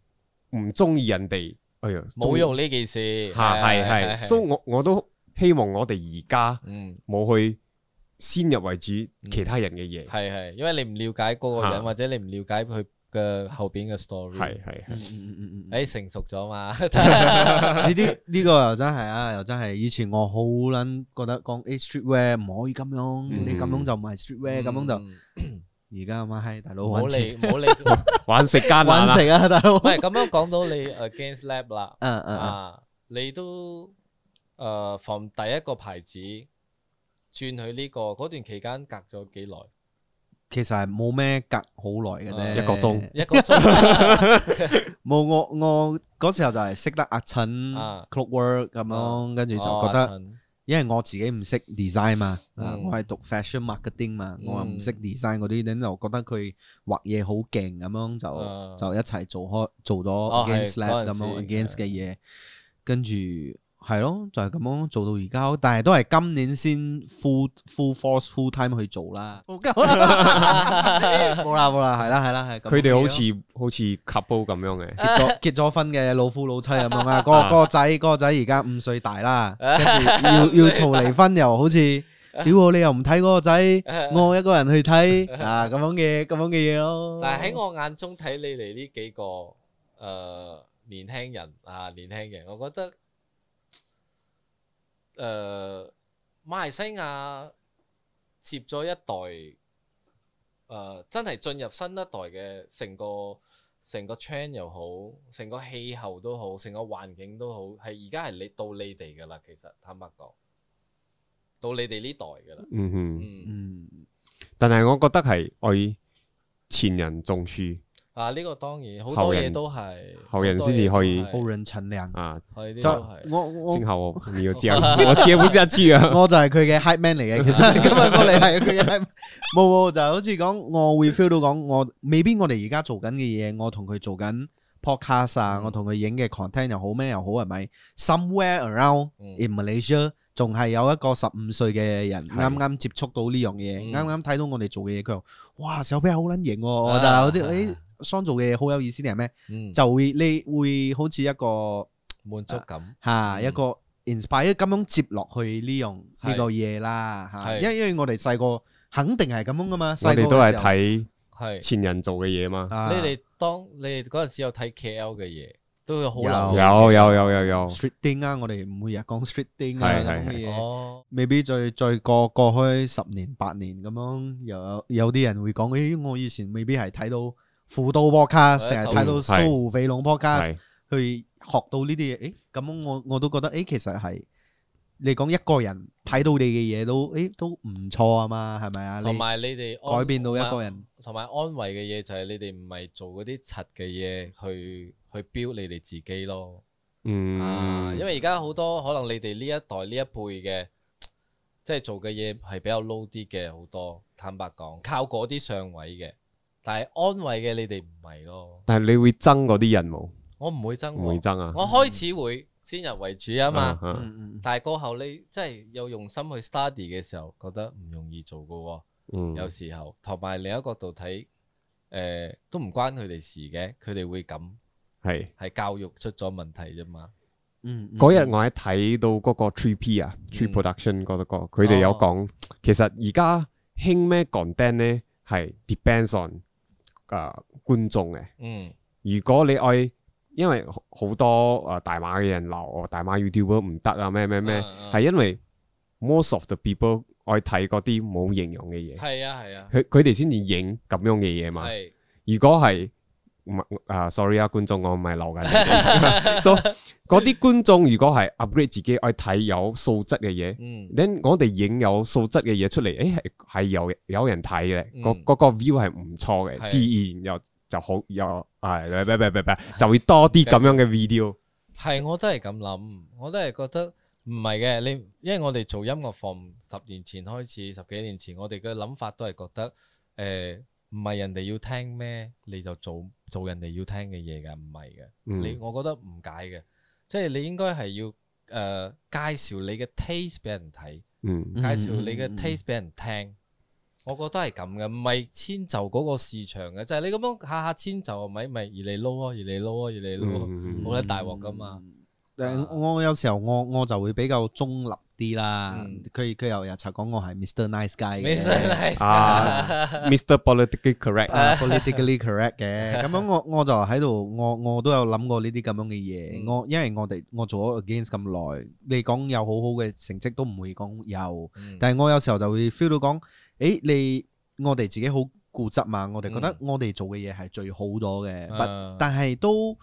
Speaker 1: 唔中意人哋。哎呀，
Speaker 2: 冇用呢件事，
Speaker 1: 嚇，係係，所以我我都希望我哋而家
Speaker 2: 嗯
Speaker 1: 冇去先入為主
Speaker 2: 嗯
Speaker 1: 其他人嘅嘢，
Speaker 2: 係係，因為你唔了解嗰個
Speaker 1: 嚇
Speaker 2: 人，或者你唔了解佢嘅後邊嘅 story，
Speaker 1: 係係係
Speaker 3: 嗯嗯嗯嗯嗯
Speaker 2: 誒成熟 咗嘛，
Speaker 3: 呢啲呢個又真係啊，又真係。以前我好撚覺得講 A streetwear 唔可以咁樣，
Speaker 1: 嗯
Speaker 3: 你咁樣就唔係 streetwear，咁樣就
Speaker 2: 嗯
Speaker 3: 而家咁閪大佬
Speaker 2: 唔好
Speaker 3: 揾錢
Speaker 2: 理唔好理，
Speaker 1: 玩食艱 難啦
Speaker 3: 揾，食啊，大佬。
Speaker 2: 唔係咁樣講到你 against lab 啦。
Speaker 3: 嗯嗯嗯
Speaker 2: 啊，你都誒、呃、from 第一個牌子轉去呢、個嗰段期間隔咗幾耐？
Speaker 3: 其實係冇咩隔好耐嘅啫，
Speaker 2: 啊
Speaker 1: 一個鐘
Speaker 2: 一個 鐘
Speaker 3: 冇我我嗰時候就係識得阿陳
Speaker 2: 啊
Speaker 3: Clockwork 咁樣，跟住就覺
Speaker 2: 哦阿
Speaker 3: 得，
Speaker 2: 陳
Speaker 3: 因為我自己唔識 design 嘛，
Speaker 2: 嗯
Speaker 3: 啊我係讀 fashion marketing 嘛，
Speaker 2: 嗯
Speaker 3: 我又唔識 design 嗰啲，咁就覺得佢畫嘢好勁咁樣，
Speaker 2: 啊
Speaker 3: 就就一齊做開做咗
Speaker 2: 哦係
Speaker 3: against
Speaker 2: 嗰
Speaker 3: lab
Speaker 2: 陣
Speaker 3: 咁
Speaker 2: 時
Speaker 3: 樣 against 嘅嘢，跟住係咯，就係咁樣做到而家咯，但係都係今年先 full full force full time 去做啦，冇
Speaker 2: 啊
Speaker 3: 啦冇啦，係啦係啦係咁樣咯。
Speaker 1: 佢哋好似好似 couple 咁樣嘅。
Speaker 3: 結咗结咗婚嘅老夫老妻咁樣啦，嗰個嗰個仔嗰個仔而家五歲大啦，跟住要 要嘈離婚又好似，屌你又唔睇嗰個仔，我一個人去睇啊咁樣嘅咁樣嘅嘢咯。
Speaker 2: 但係喺我眼中睇你哋呢幾個誒、呃年輕人啊，年輕人，我覺得誒、呃、馬來西亞接咗一代誒、呃真係進入新一代嘅成個成個 trend 又好，成個氣候都好，成個環境都好，係而家係你到你哋㗎啦。其實坦白講，到你哋呢代㗎啦。
Speaker 1: 嗯哼，
Speaker 2: 嗯，
Speaker 3: 嗯
Speaker 1: 但係我覺得係愛前人種樹，
Speaker 2: 啊呢、個當然好
Speaker 1: 後
Speaker 2: 多嘢
Speaker 1: 人
Speaker 2: 都係
Speaker 1: 後人
Speaker 2: 好多
Speaker 1: 先至
Speaker 2: 嘢
Speaker 1: 可
Speaker 2: 都
Speaker 1: 以
Speaker 2: 係
Speaker 3: 后人乘涼，
Speaker 1: 啊，
Speaker 2: 係呢
Speaker 3: 就
Speaker 2: 個係
Speaker 3: 我我
Speaker 1: 幸好我你有接， 我接不下去啊。
Speaker 3: 我就係佢嘅 hype man 嚟嘅，其 實今日過嚟係佢嘅 hype，man 冇冇就好似講我會 feel 到講我未必我哋而家做緊嘅嘢，我同佢做緊 podcast 啊，
Speaker 2: 嗯
Speaker 3: 我同佢影嘅 content 又好咩又好係咪？Somewhere around
Speaker 2: 嗯
Speaker 3: in Malaysia 仲係有一個十五歲嘅人
Speaker 1: 係
Speaker 3: 啱啱接觸到呢樣嘢，
Speaker 2: 嗯
Speaker 3: 啱啱睇到我哋做嘅嘢，佢話：哇，小啤好撚型喎！我就係好似
Speaker 2: 啊
Speaker 3: 誒，桑做嘅嘢好有意思定係咩？
Speaker 2: 嗯
Speaker 3: 就啊會你會好似一個。
Speaker 2: 滿足感，
Speaker 3: 吓
Speaker 2: 嗯
Speaker 3: 一個 inspire 咁樣接落去呢樣
Speaker 2: 係
Speaker 3: 呢個嘢啦吓，
Speaker 2: 係
Speaker 3: 因為因為我哋細個肯定係咁樣噶嘛，
Speaker 1: 我
Speaker 3: 細個
Speaker 1: 哋都係
Speaker 3: 嘅時候
Speaker 1: 睇
Speaker 2: 係
Speaker 1: 前人做嘅嘢嘛。
Speaker 3: 啊
Speaker 2: 你哋當你哋嗰陣時有睇 KL 嘅嘢，都會好
Speaker 3: 有
Speaker 2: 留
Speaker 1: 有
Speaker 2: 意
Speaker 1: 有有有有，
Speaker 3: streeting 啊，我哋每日講 streeting 啊
Speaker 1: 係
Speaker 3: 咁
Speaker 1: 係
Speaker 3: 嘅嘢，
Speaker 2: 哦，
Speaker 3: 未必再再過過去十年八年咁樣，又有有啲人會講，咦，我以前未必係睇到輔導 podcast，
Speaker 2: 或者
Speaker 3: 成日
Speaker 2: 就
Speaker 3: 睇到
Speaker 1: 係
Speaker 3: 蘇胡肥龍 podcast。
Speaker 1: 係
Speaker 3: 去學到呢啲嘢，誒咁我我都覺得誒、其實係你講一個人睇到你嘅嘢都誒都唔錯啊嘛，係咪啊？
Speaker 2: 同
Speaker 3: 你
Speaker 2: 埋你哋安
Speaker 3: 改變到一個，人，
Speaker 2: 同埋安慰嘅嘢就係你哋唔係做嗰啲柒嘅嘢去去 build 你哋自己咯，啊，
Speaker 1: 嗯
Speaker 2: 因，為而家好多可能你哋呢一代呢一輩嘅，即係做嘅嘢係比較 low 啲嘅好多，坦白講，靠嗰啲上位嘅，但係安慰嘅你哋唔係咯，
Speaker 1: 但係你會憎嗰啲人冇？
Speaker 2: 我唔會憎
Speaker 1: 唔會
Speaker 2: 喎，
Speaker 1: 憎啊？
Speaker 2: 我開始會先入為主啊嘛。
Speaker 1: 啊，啊
Speaker 3: 嗯嗯
Speaker 2: 但係過後你真係有用心去 study 嘅時候，覺得唔容易做噶喎、
Speaker 1: 嗯，
Speaker 2: 有時候同埋另一個角度睇，诶、呃都唔關佢哋事嘅，佢哋會咁，
Speaker 1: 係
Speaker 2: 係教育出咗問題啫嘛。
Speaker 3: 嗯，
Speaker 1: 嗰日我喺睇到嗰個 Tree P 啊，Tree
Speaker 2: 嗯
Speaker 1: Production 嗰個，佢哋有講，其實而家興咩 content 咧，係 depends on 啊觀眾嘅。
Speaker 2: 嗯
Speaker 1: 如果你愛，因為好好多啊大馬嘅人鬧我大馬 YouTuber 唔得啊咩咩咩，
Speaker 2: 嗯嗯
Speaker 1: 係因為 most of the people 愛睇嗰啲冇營養嘅嘢，
Speaker 2: 係啊係啊，
Speaker 1: 佢佢哋先至影咁樣嘅嘢嘛。
Speaker 2: 係
Speaker 1: 如果係唔係啊，sorry 啊，觀眾，我唔係留緊 你哋。so 嗰啲觀眾如果係 upgrade 自己，愛睇有素質嘅嘢，
Speaker 2: 嗯
Speaker 1: then 我哋影有素質嘅嘢出嚟，誒係係有有人睇嘅，
Speaker 2: 嗯
Speaker 1: 嗰嗰個 view 係唔錯嘅，
Speaker 2: 係
Speaker 1: 自然又就好又係，唔唔唔唔，就會多啲咁樣嘅 video。
Speaker 2: 係，我都係咁諗，我都係覺得唔係嘅。你因為我哋做音樂房十年前開始，十幾年前我哋嘅諗法都係覺得诶，唔係人哋要聽咩，你就做做人哋要聽嘅嘢㗎，唔係嘅。你
Speaker 1: 嗯
Speaker 2: 我覺得唔解嘅，即係你應該係要诶介紹你嘅 taste 俾人睇。
Speaker 1: 嗯
Speaker 3: 嗯
Speaker 2: 介紹你嘅
Speaker 3: 嗯嗯
Speaker 2: taste 俾人聽。我覺得係咁嘅，唔係遷就嗰個市場嘅，就係、你咁樣下下遷就，咪咪而你撈啊，而你撈啊，而你撈啊，
Speaker 1: 嗯
Speaker 2: 好撚大鑊㗎嘛
Speaker 3: 誒。
Speaker 2: 啊
Speaker 3: 我有時候我我就會比較中立啲啦
Speaker 2: 嗯。
Speaker 3: 佢佢又日查講我係 Mr. Nice Guy
Speaker 2: 咩
Speaker 3: 嘅
Speaker 2: 真。係
Speaker 1: 啊，Mr. Politically Correct，
Speaker 3: 啊 politically correct 嘅，咁樣我我就喺度，我我都有諗過呢啲咁樣嘅嘢。
Speaker 2: 嗯
Speaker 3: 我因為我哋我做咗 against 咁耐，你講有好好嘅成績都唔會講有，
Speaker 2: 嗯
Speaker 3: 但係我有時候就會 feel 到講，誒你我哋自己好固執嘛，我哋覺得
Speaker 2: 嗯
Speaker 3: 我哋做嘅嘢係最好咗嘅，不
Speaker 2: 啊
Speaker 3: 但係都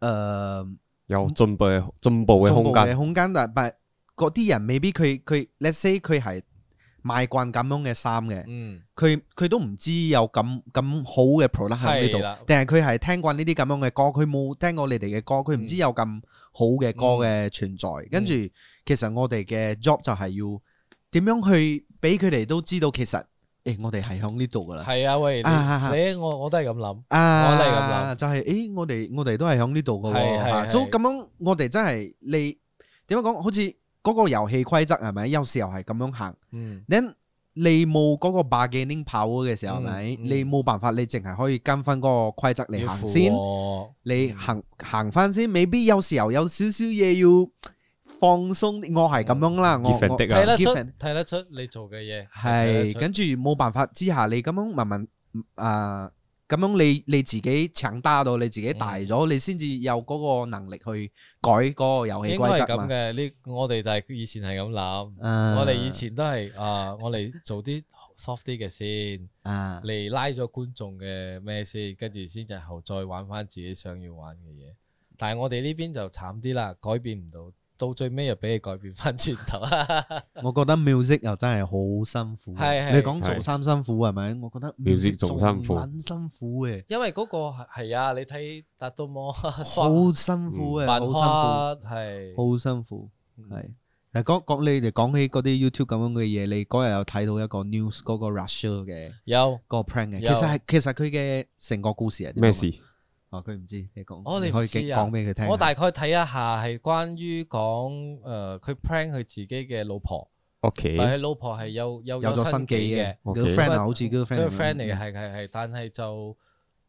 Speaker 3: 誒
Speaker 1: 有進步嘅進步嘅
Speaker 3: 進
Speaker 1: 空
Speaker 3: 步
Speaker 1: 間
Speaker 3: 嘅。空間，但係嗰啲人未必佢佢，let's say 佢係賣慣咁樣嘅衫嘅。
Speaker 2: 嗯
Speaker 3: 佢佢都唔知有咁咁好嘅 product 喺
Speaker 2: 係
Speaker 3: 呢
Speaker 2: 啦
Speaker 3: 度，定係佢係聽慣呢啲咁樣嘅歌，佢冇聽過你哋嘅歌，佢唔知有咁好嘅歌
Speaker 2: 嗯
Speaker 3: 嘅存在。跟住其實我哋嘅 job 就係要點樣去俾佢哋都知道，其實誒、我哋係響呢度噶啦。
Speaker 2: 係啊，喂，
Speaker 3: 啊
Speaker 2: 你你我我都係咁諗，
Speaker 3: 啊，
Speaker 2: 我都係咁諗
Speaker 3: 就係、誒，我哋我哋都係響呢度
Speaker 2: 係
Speaker 3: 嘅
Speaker 2: 係
Speaker 3: 喎，
Speaker 2: 係
Speaker 3: 所以咁樣我哋真係你點樣講？好似嗰個遊戲規則係咪？有時候係咁樣行。
Speaker 2: 嗯
Speaker 3: 你你冇嗰個 bargaining power 嘅時候，係
Speaker 2: 嗯
Speaker 3: 咪？
Speaker 2: 嗯
Speaker 3: 你冇辦法，你淨係可以跟翻嗰個規則嚟
Speaker 2: 要
Speaker 3: 行
Speaker 2: 扶
Speaker 3: 先，
Speaker 2: 我
Speaker 3: 你行行翻先。未必有時候有少少嘢要放鬆啲，我係咁樣啦，我
Speaker 1: Give and
Speaker 3: 我
Speaker 1: take
Speaker 2: 睇得出
Speaker 3: give and-
Speaker 2: 睇得出你做嘅嘢
Speaker 3: 係
Speaker 2: 跟
Speaker 3: 跟住冇辦法之下，你咁樣慢慢啊。咁樣你你自己強大到你自己大
Speaker 2: 嗯
Speaker 3: 咗，你先至有嗰個能力去改嗰個遊戲
Speaker 2: 應該係
Speaker 3: 規則
Speaker 2: 咁
Speaker 3: 嘛。啊
Speaker 2: 嘅，呢我哋就係以前係咁諗，
Speaker 3: 我
Speaker 2: 我哋以前都係啊，我哋做啲 soft 啲嘅先。
Speaker 3: 啊，
Speaker 2: 嚟拉咗觀眾嘅咩先，跟住先日後再玩翻自己想要玩嘅嘢。但係我哋呢邊就慘啲啦，改變唔到，到最尾又俾你改變翻轉頭。
Speaker 3: 我覺得 music 又真係好辛苦。啊
Speaker 2: 係係
Speaker 3: 你講
Speaker 1: 係
Speaker 3: 做衫辛苦係咪？我覺得
Speaker 1: music 仲辛苦
Speaker 3: 做唔撚辛苦嘅，
Speaker 2: 因為嗰個係係啊，你睇達都摩
Speaker 3: 好辛苦嘅，
Speaker 2: 漫
Speaker 3: 好
Speaker 2: 花係
Speaker 3: 辛苦，好辛苦
Speaker 2: 嗯
Speaker 3: 係。誒講講你哋講起嗰啲 YouTube 咁樣嘅嘢，你嗰日有睇到一個 news 嗰個 Russia 嘅
Speaker 2: 有
Speaker 3: 嗰個 prank 嘅，其
Speaker 2: 有
Speaker 3: 實係其實佢嘅成個故事係點
Speaker 1: 咩
Speaker 3: 樣
Speaker 1: 事？
Speaker 3: 啊？哦，佢唔知，你講，
Speaker 2: 哦你唔
Speaker 3: 可以
Speaker 2: 知
Speaker 3: 講
Speaker 2: 啊
Speaker 3: 講俾佢聽。
Speaker 2: 我大概睇一下係關於講誒佢 prank 佢自己嘅老婆，
Speaker 1: 屋企
Speaker 2: 但係佢老婆係有有
Speaker 3: 有咗新
Speaker 2: 新
Speaker 3: 記
Speaker 2: 記嘅
Speaker 3: 嘅。
Speaker 1: OK
Speaker 3: girlfriend 啊，
Speaker 2: 不
Speaker 3: 好似 girlfriend 咁樣
Speaker 2: friend 嚟嘅，係係係，但係就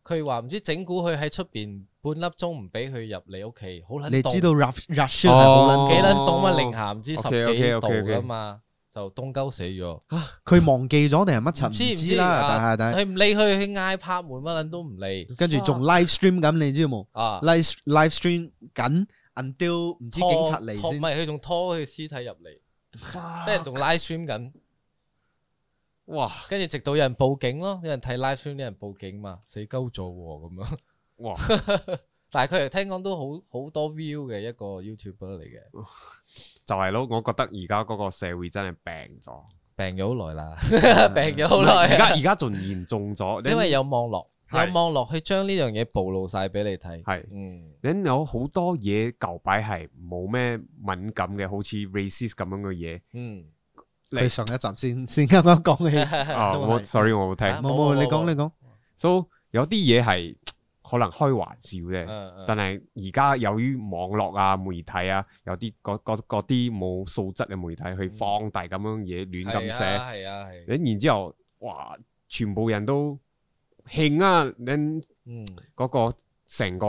Speaker 2: 佢話唔知整蠱佢喺出邊半粒鐘唔俾佢入你屋企，好撚
Speaker 3: 你
Speaker 2: 凍
Speaker 3: 知道 Rush Russia 係好
Speaker 1: 哦
Speaker 3: 撚
Speaker 2: 幾
Speaker 3: 勁
Speaker 2: 撚凍啊？零下唔知十
Speaker 1: OK，OK，OK，OK
Speaker 2: 幾度噶嘛，就凍鳩死咗。
Speaker 3: 佢忘記咗定係乜柒
Speaker 2: 唔知唔
Speaker 3: 知
Speaker 2: 知
Speaker 3: 啦，但
Speaker 2: 啊
Speaker 3: 係但係
Speaker 2: 佢唔理佢，佢嗌拍門乜撚都唔理
Speaker 3: 跟住仲 live stream 咁，你知冇？
Speaker 2: 啊。
Speaker 3: live live stream 緊 until 唔知警察嚟
Speaker 2: 拖拖唔
Speaker 3: 先，
Speaker 2: 係佢仲拖佢屍體入嚟，
Speaker 1: 啊
Speaker 2: 即係
Speaker 3: 即
Speaker 2: 仲 live stream 緊，
Speaker 1: 哇
Speaker 2: 跟住直到有人報警咯，有人睇 live stream 啲人報警嘛，死鳩咗喎咁樣。
Speaker 1: 哇，
Speaker 2: 但係佢哋聽講都好好多 view 嘅一個 YouTuber 嚟嘅，
Speaker 1: 就係咯，我覺得而家嗰個社會真係病咗。
Speaker 2: 病咗好耐啦， 病咗好耐
Speaker 1: 嗯而
Speaker 2: 啊。
Speaker 1: 家而家仲嚴重咗，
Speaker 2: 因為有網絡，
Speaker 1: 係
Speaker 2: 有網絡去將呢樣嘢暴露晒俾你睇。
Speaker 1: 係
Speaker 2: 嗯，
Speaker 1: 你有好多嘢舊擺係冇咩敏感嘅，好似 racist 咁樣嘅嘢。
Speaker 2: 嗯
Speaker 3: 佢上一集先先啱啱講起，
Speaker 1: 啊，
Speaker 3: 都係
Speaker 1: 我 sorry 我冇
Speaker 2: 啊
Speaker 1: 聽。
Speaker 3: 冇 冇
Speaker 2: 冇
Speaker 3: 你講
Speaker 2: 冇
Speaker 3: 你講，
Speaker 1: So 有啲嘢係可能開玩笑
Speaker 2: 嗯
Speaker 3: 啊
Speaker 1: 嘅，
Speaker 2: 嗯
Speaker 1: 但係而家由於網絡啊、媒體啊，有啲嗰嗰嗰啲冇素質嘅媒體去放大咁樣嘢，亂咁
Speaker 3: 啊
Speaker 2: 係
Speaker 1: 寫。
Speaker 2: 啊係啊係。
Speaker 1: 你然之後，哇！全部人都興啊！你
Speaker 2: 嗯，
Speaker 1: 嗰個成個，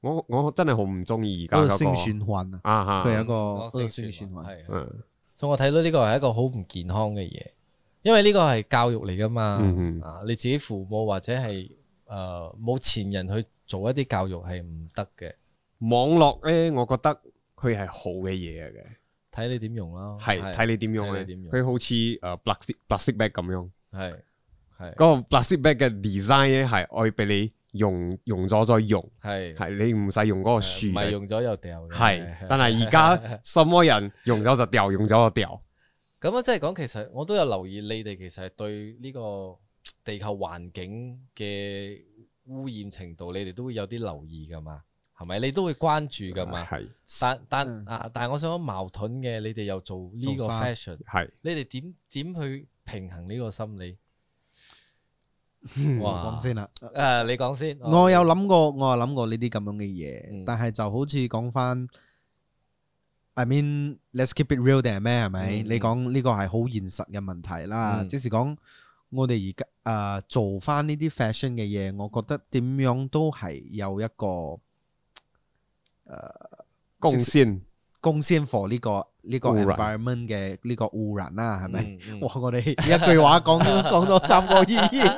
Speaker 1: 我我真係好唔中意而
Speaker 3: 嗰
Speaker 1: 家
Speaker 3: 個
Speaker 1: 嗰
Speaker 3: 性
Speaker 1: 個
Speaker 3: 循環啊，
Speaker 1: 啊嚇，
Speaker 3: 佢有一個
Speaker 2: 惡
Speaker 3: 惡
Speaker 2: 性
Speaker 3: 性
Speaker 2: 循
Speaker 3: 循
Speaker 2: 環
Speaker 3: 環
Speaker 2: 係啊
Speaker 1: 嗯
Speaker 2: 所以我睇到呢個係一個好唔健康嘅嘢，因為呢個係教育嚟噶嘛。
Speaker 1: 嗯
Speaker 2: 啊，你自己父母或者係誒冇前人去做一啲教育係唔得嘅，
Speaker 1: 網絡咧，我覺得佢係好嘅嘢嚟嘅，
Speaker 2: 睇你點用啦。
Speaker 1: 係睇你點用
Speaker 2: 睇
Speaker 1: 咧。
Speaker 2: 你點用
Speaker 1: 佢好似誒 plastic plastic bag 咁樣，
Speaker 2: 係
Speaker 1: 嗰
Speaker 2: 係
Speaker 1: 個 plastic bag 嘅 design 咧係愛俾你用用咗再用，
Speaker 2: 係
Speaker 1: 係你唔使用嗰個樹
Speaker 2: 誒唔係
Speaker 1: 嚟。
Speaker 2: 用咗又掉嘅。
Speaker 1: 係，但係而 家什麼人用咗就掉，用咗就掉。
Speaker 2: 咁啊，即係講其實我都有留意你哋其實係對呢個地球環境嘅污染程度，你哋都會有啲留意噶嘛，係咪？你都會關注噶嘛？
Speaker 1: 係
Speaker 2: 但但
Speaker 3: 嗯
Speaker 2: 啊，但係我想講矛盾嘅，你哋又做呢個
Speaker 3: 做法
Speaker 2: fashion，
Speaker 1: 係
Speaker 2: 你哋點點去平衡呢個心理？哇
Speaker 3: 講！先啦。
Speaker 2: 誒、你講先。
Speaker 3: 我有諗過，我有諗過呢啲咁樣嘅
Speaker 2: Ờ. 嗯
Speaker 3: 嘢，但係就好似講翻，I mean，let's keep it real 定係咩係咪？
Speaker 2: 嗯嗯
Speaker 3: 你講呢個係好現實嘅問題啦，
Speaker 2: 嗯
Speaker 3: 即是講我哋而家誒做翻呢啲 fashion 嘅嘢，我覺得點樣都係有一個
Speaker 1: 公先
Speaker 3: 貢獻 for 呢個呢個
Speaker 1: 污染
Speaker 3: environment 嘅呢個污染啦，係咪？
Speaker 2: 嗯嗯
Speaker 3: 哇！我哋一句話講都 講到三個意義。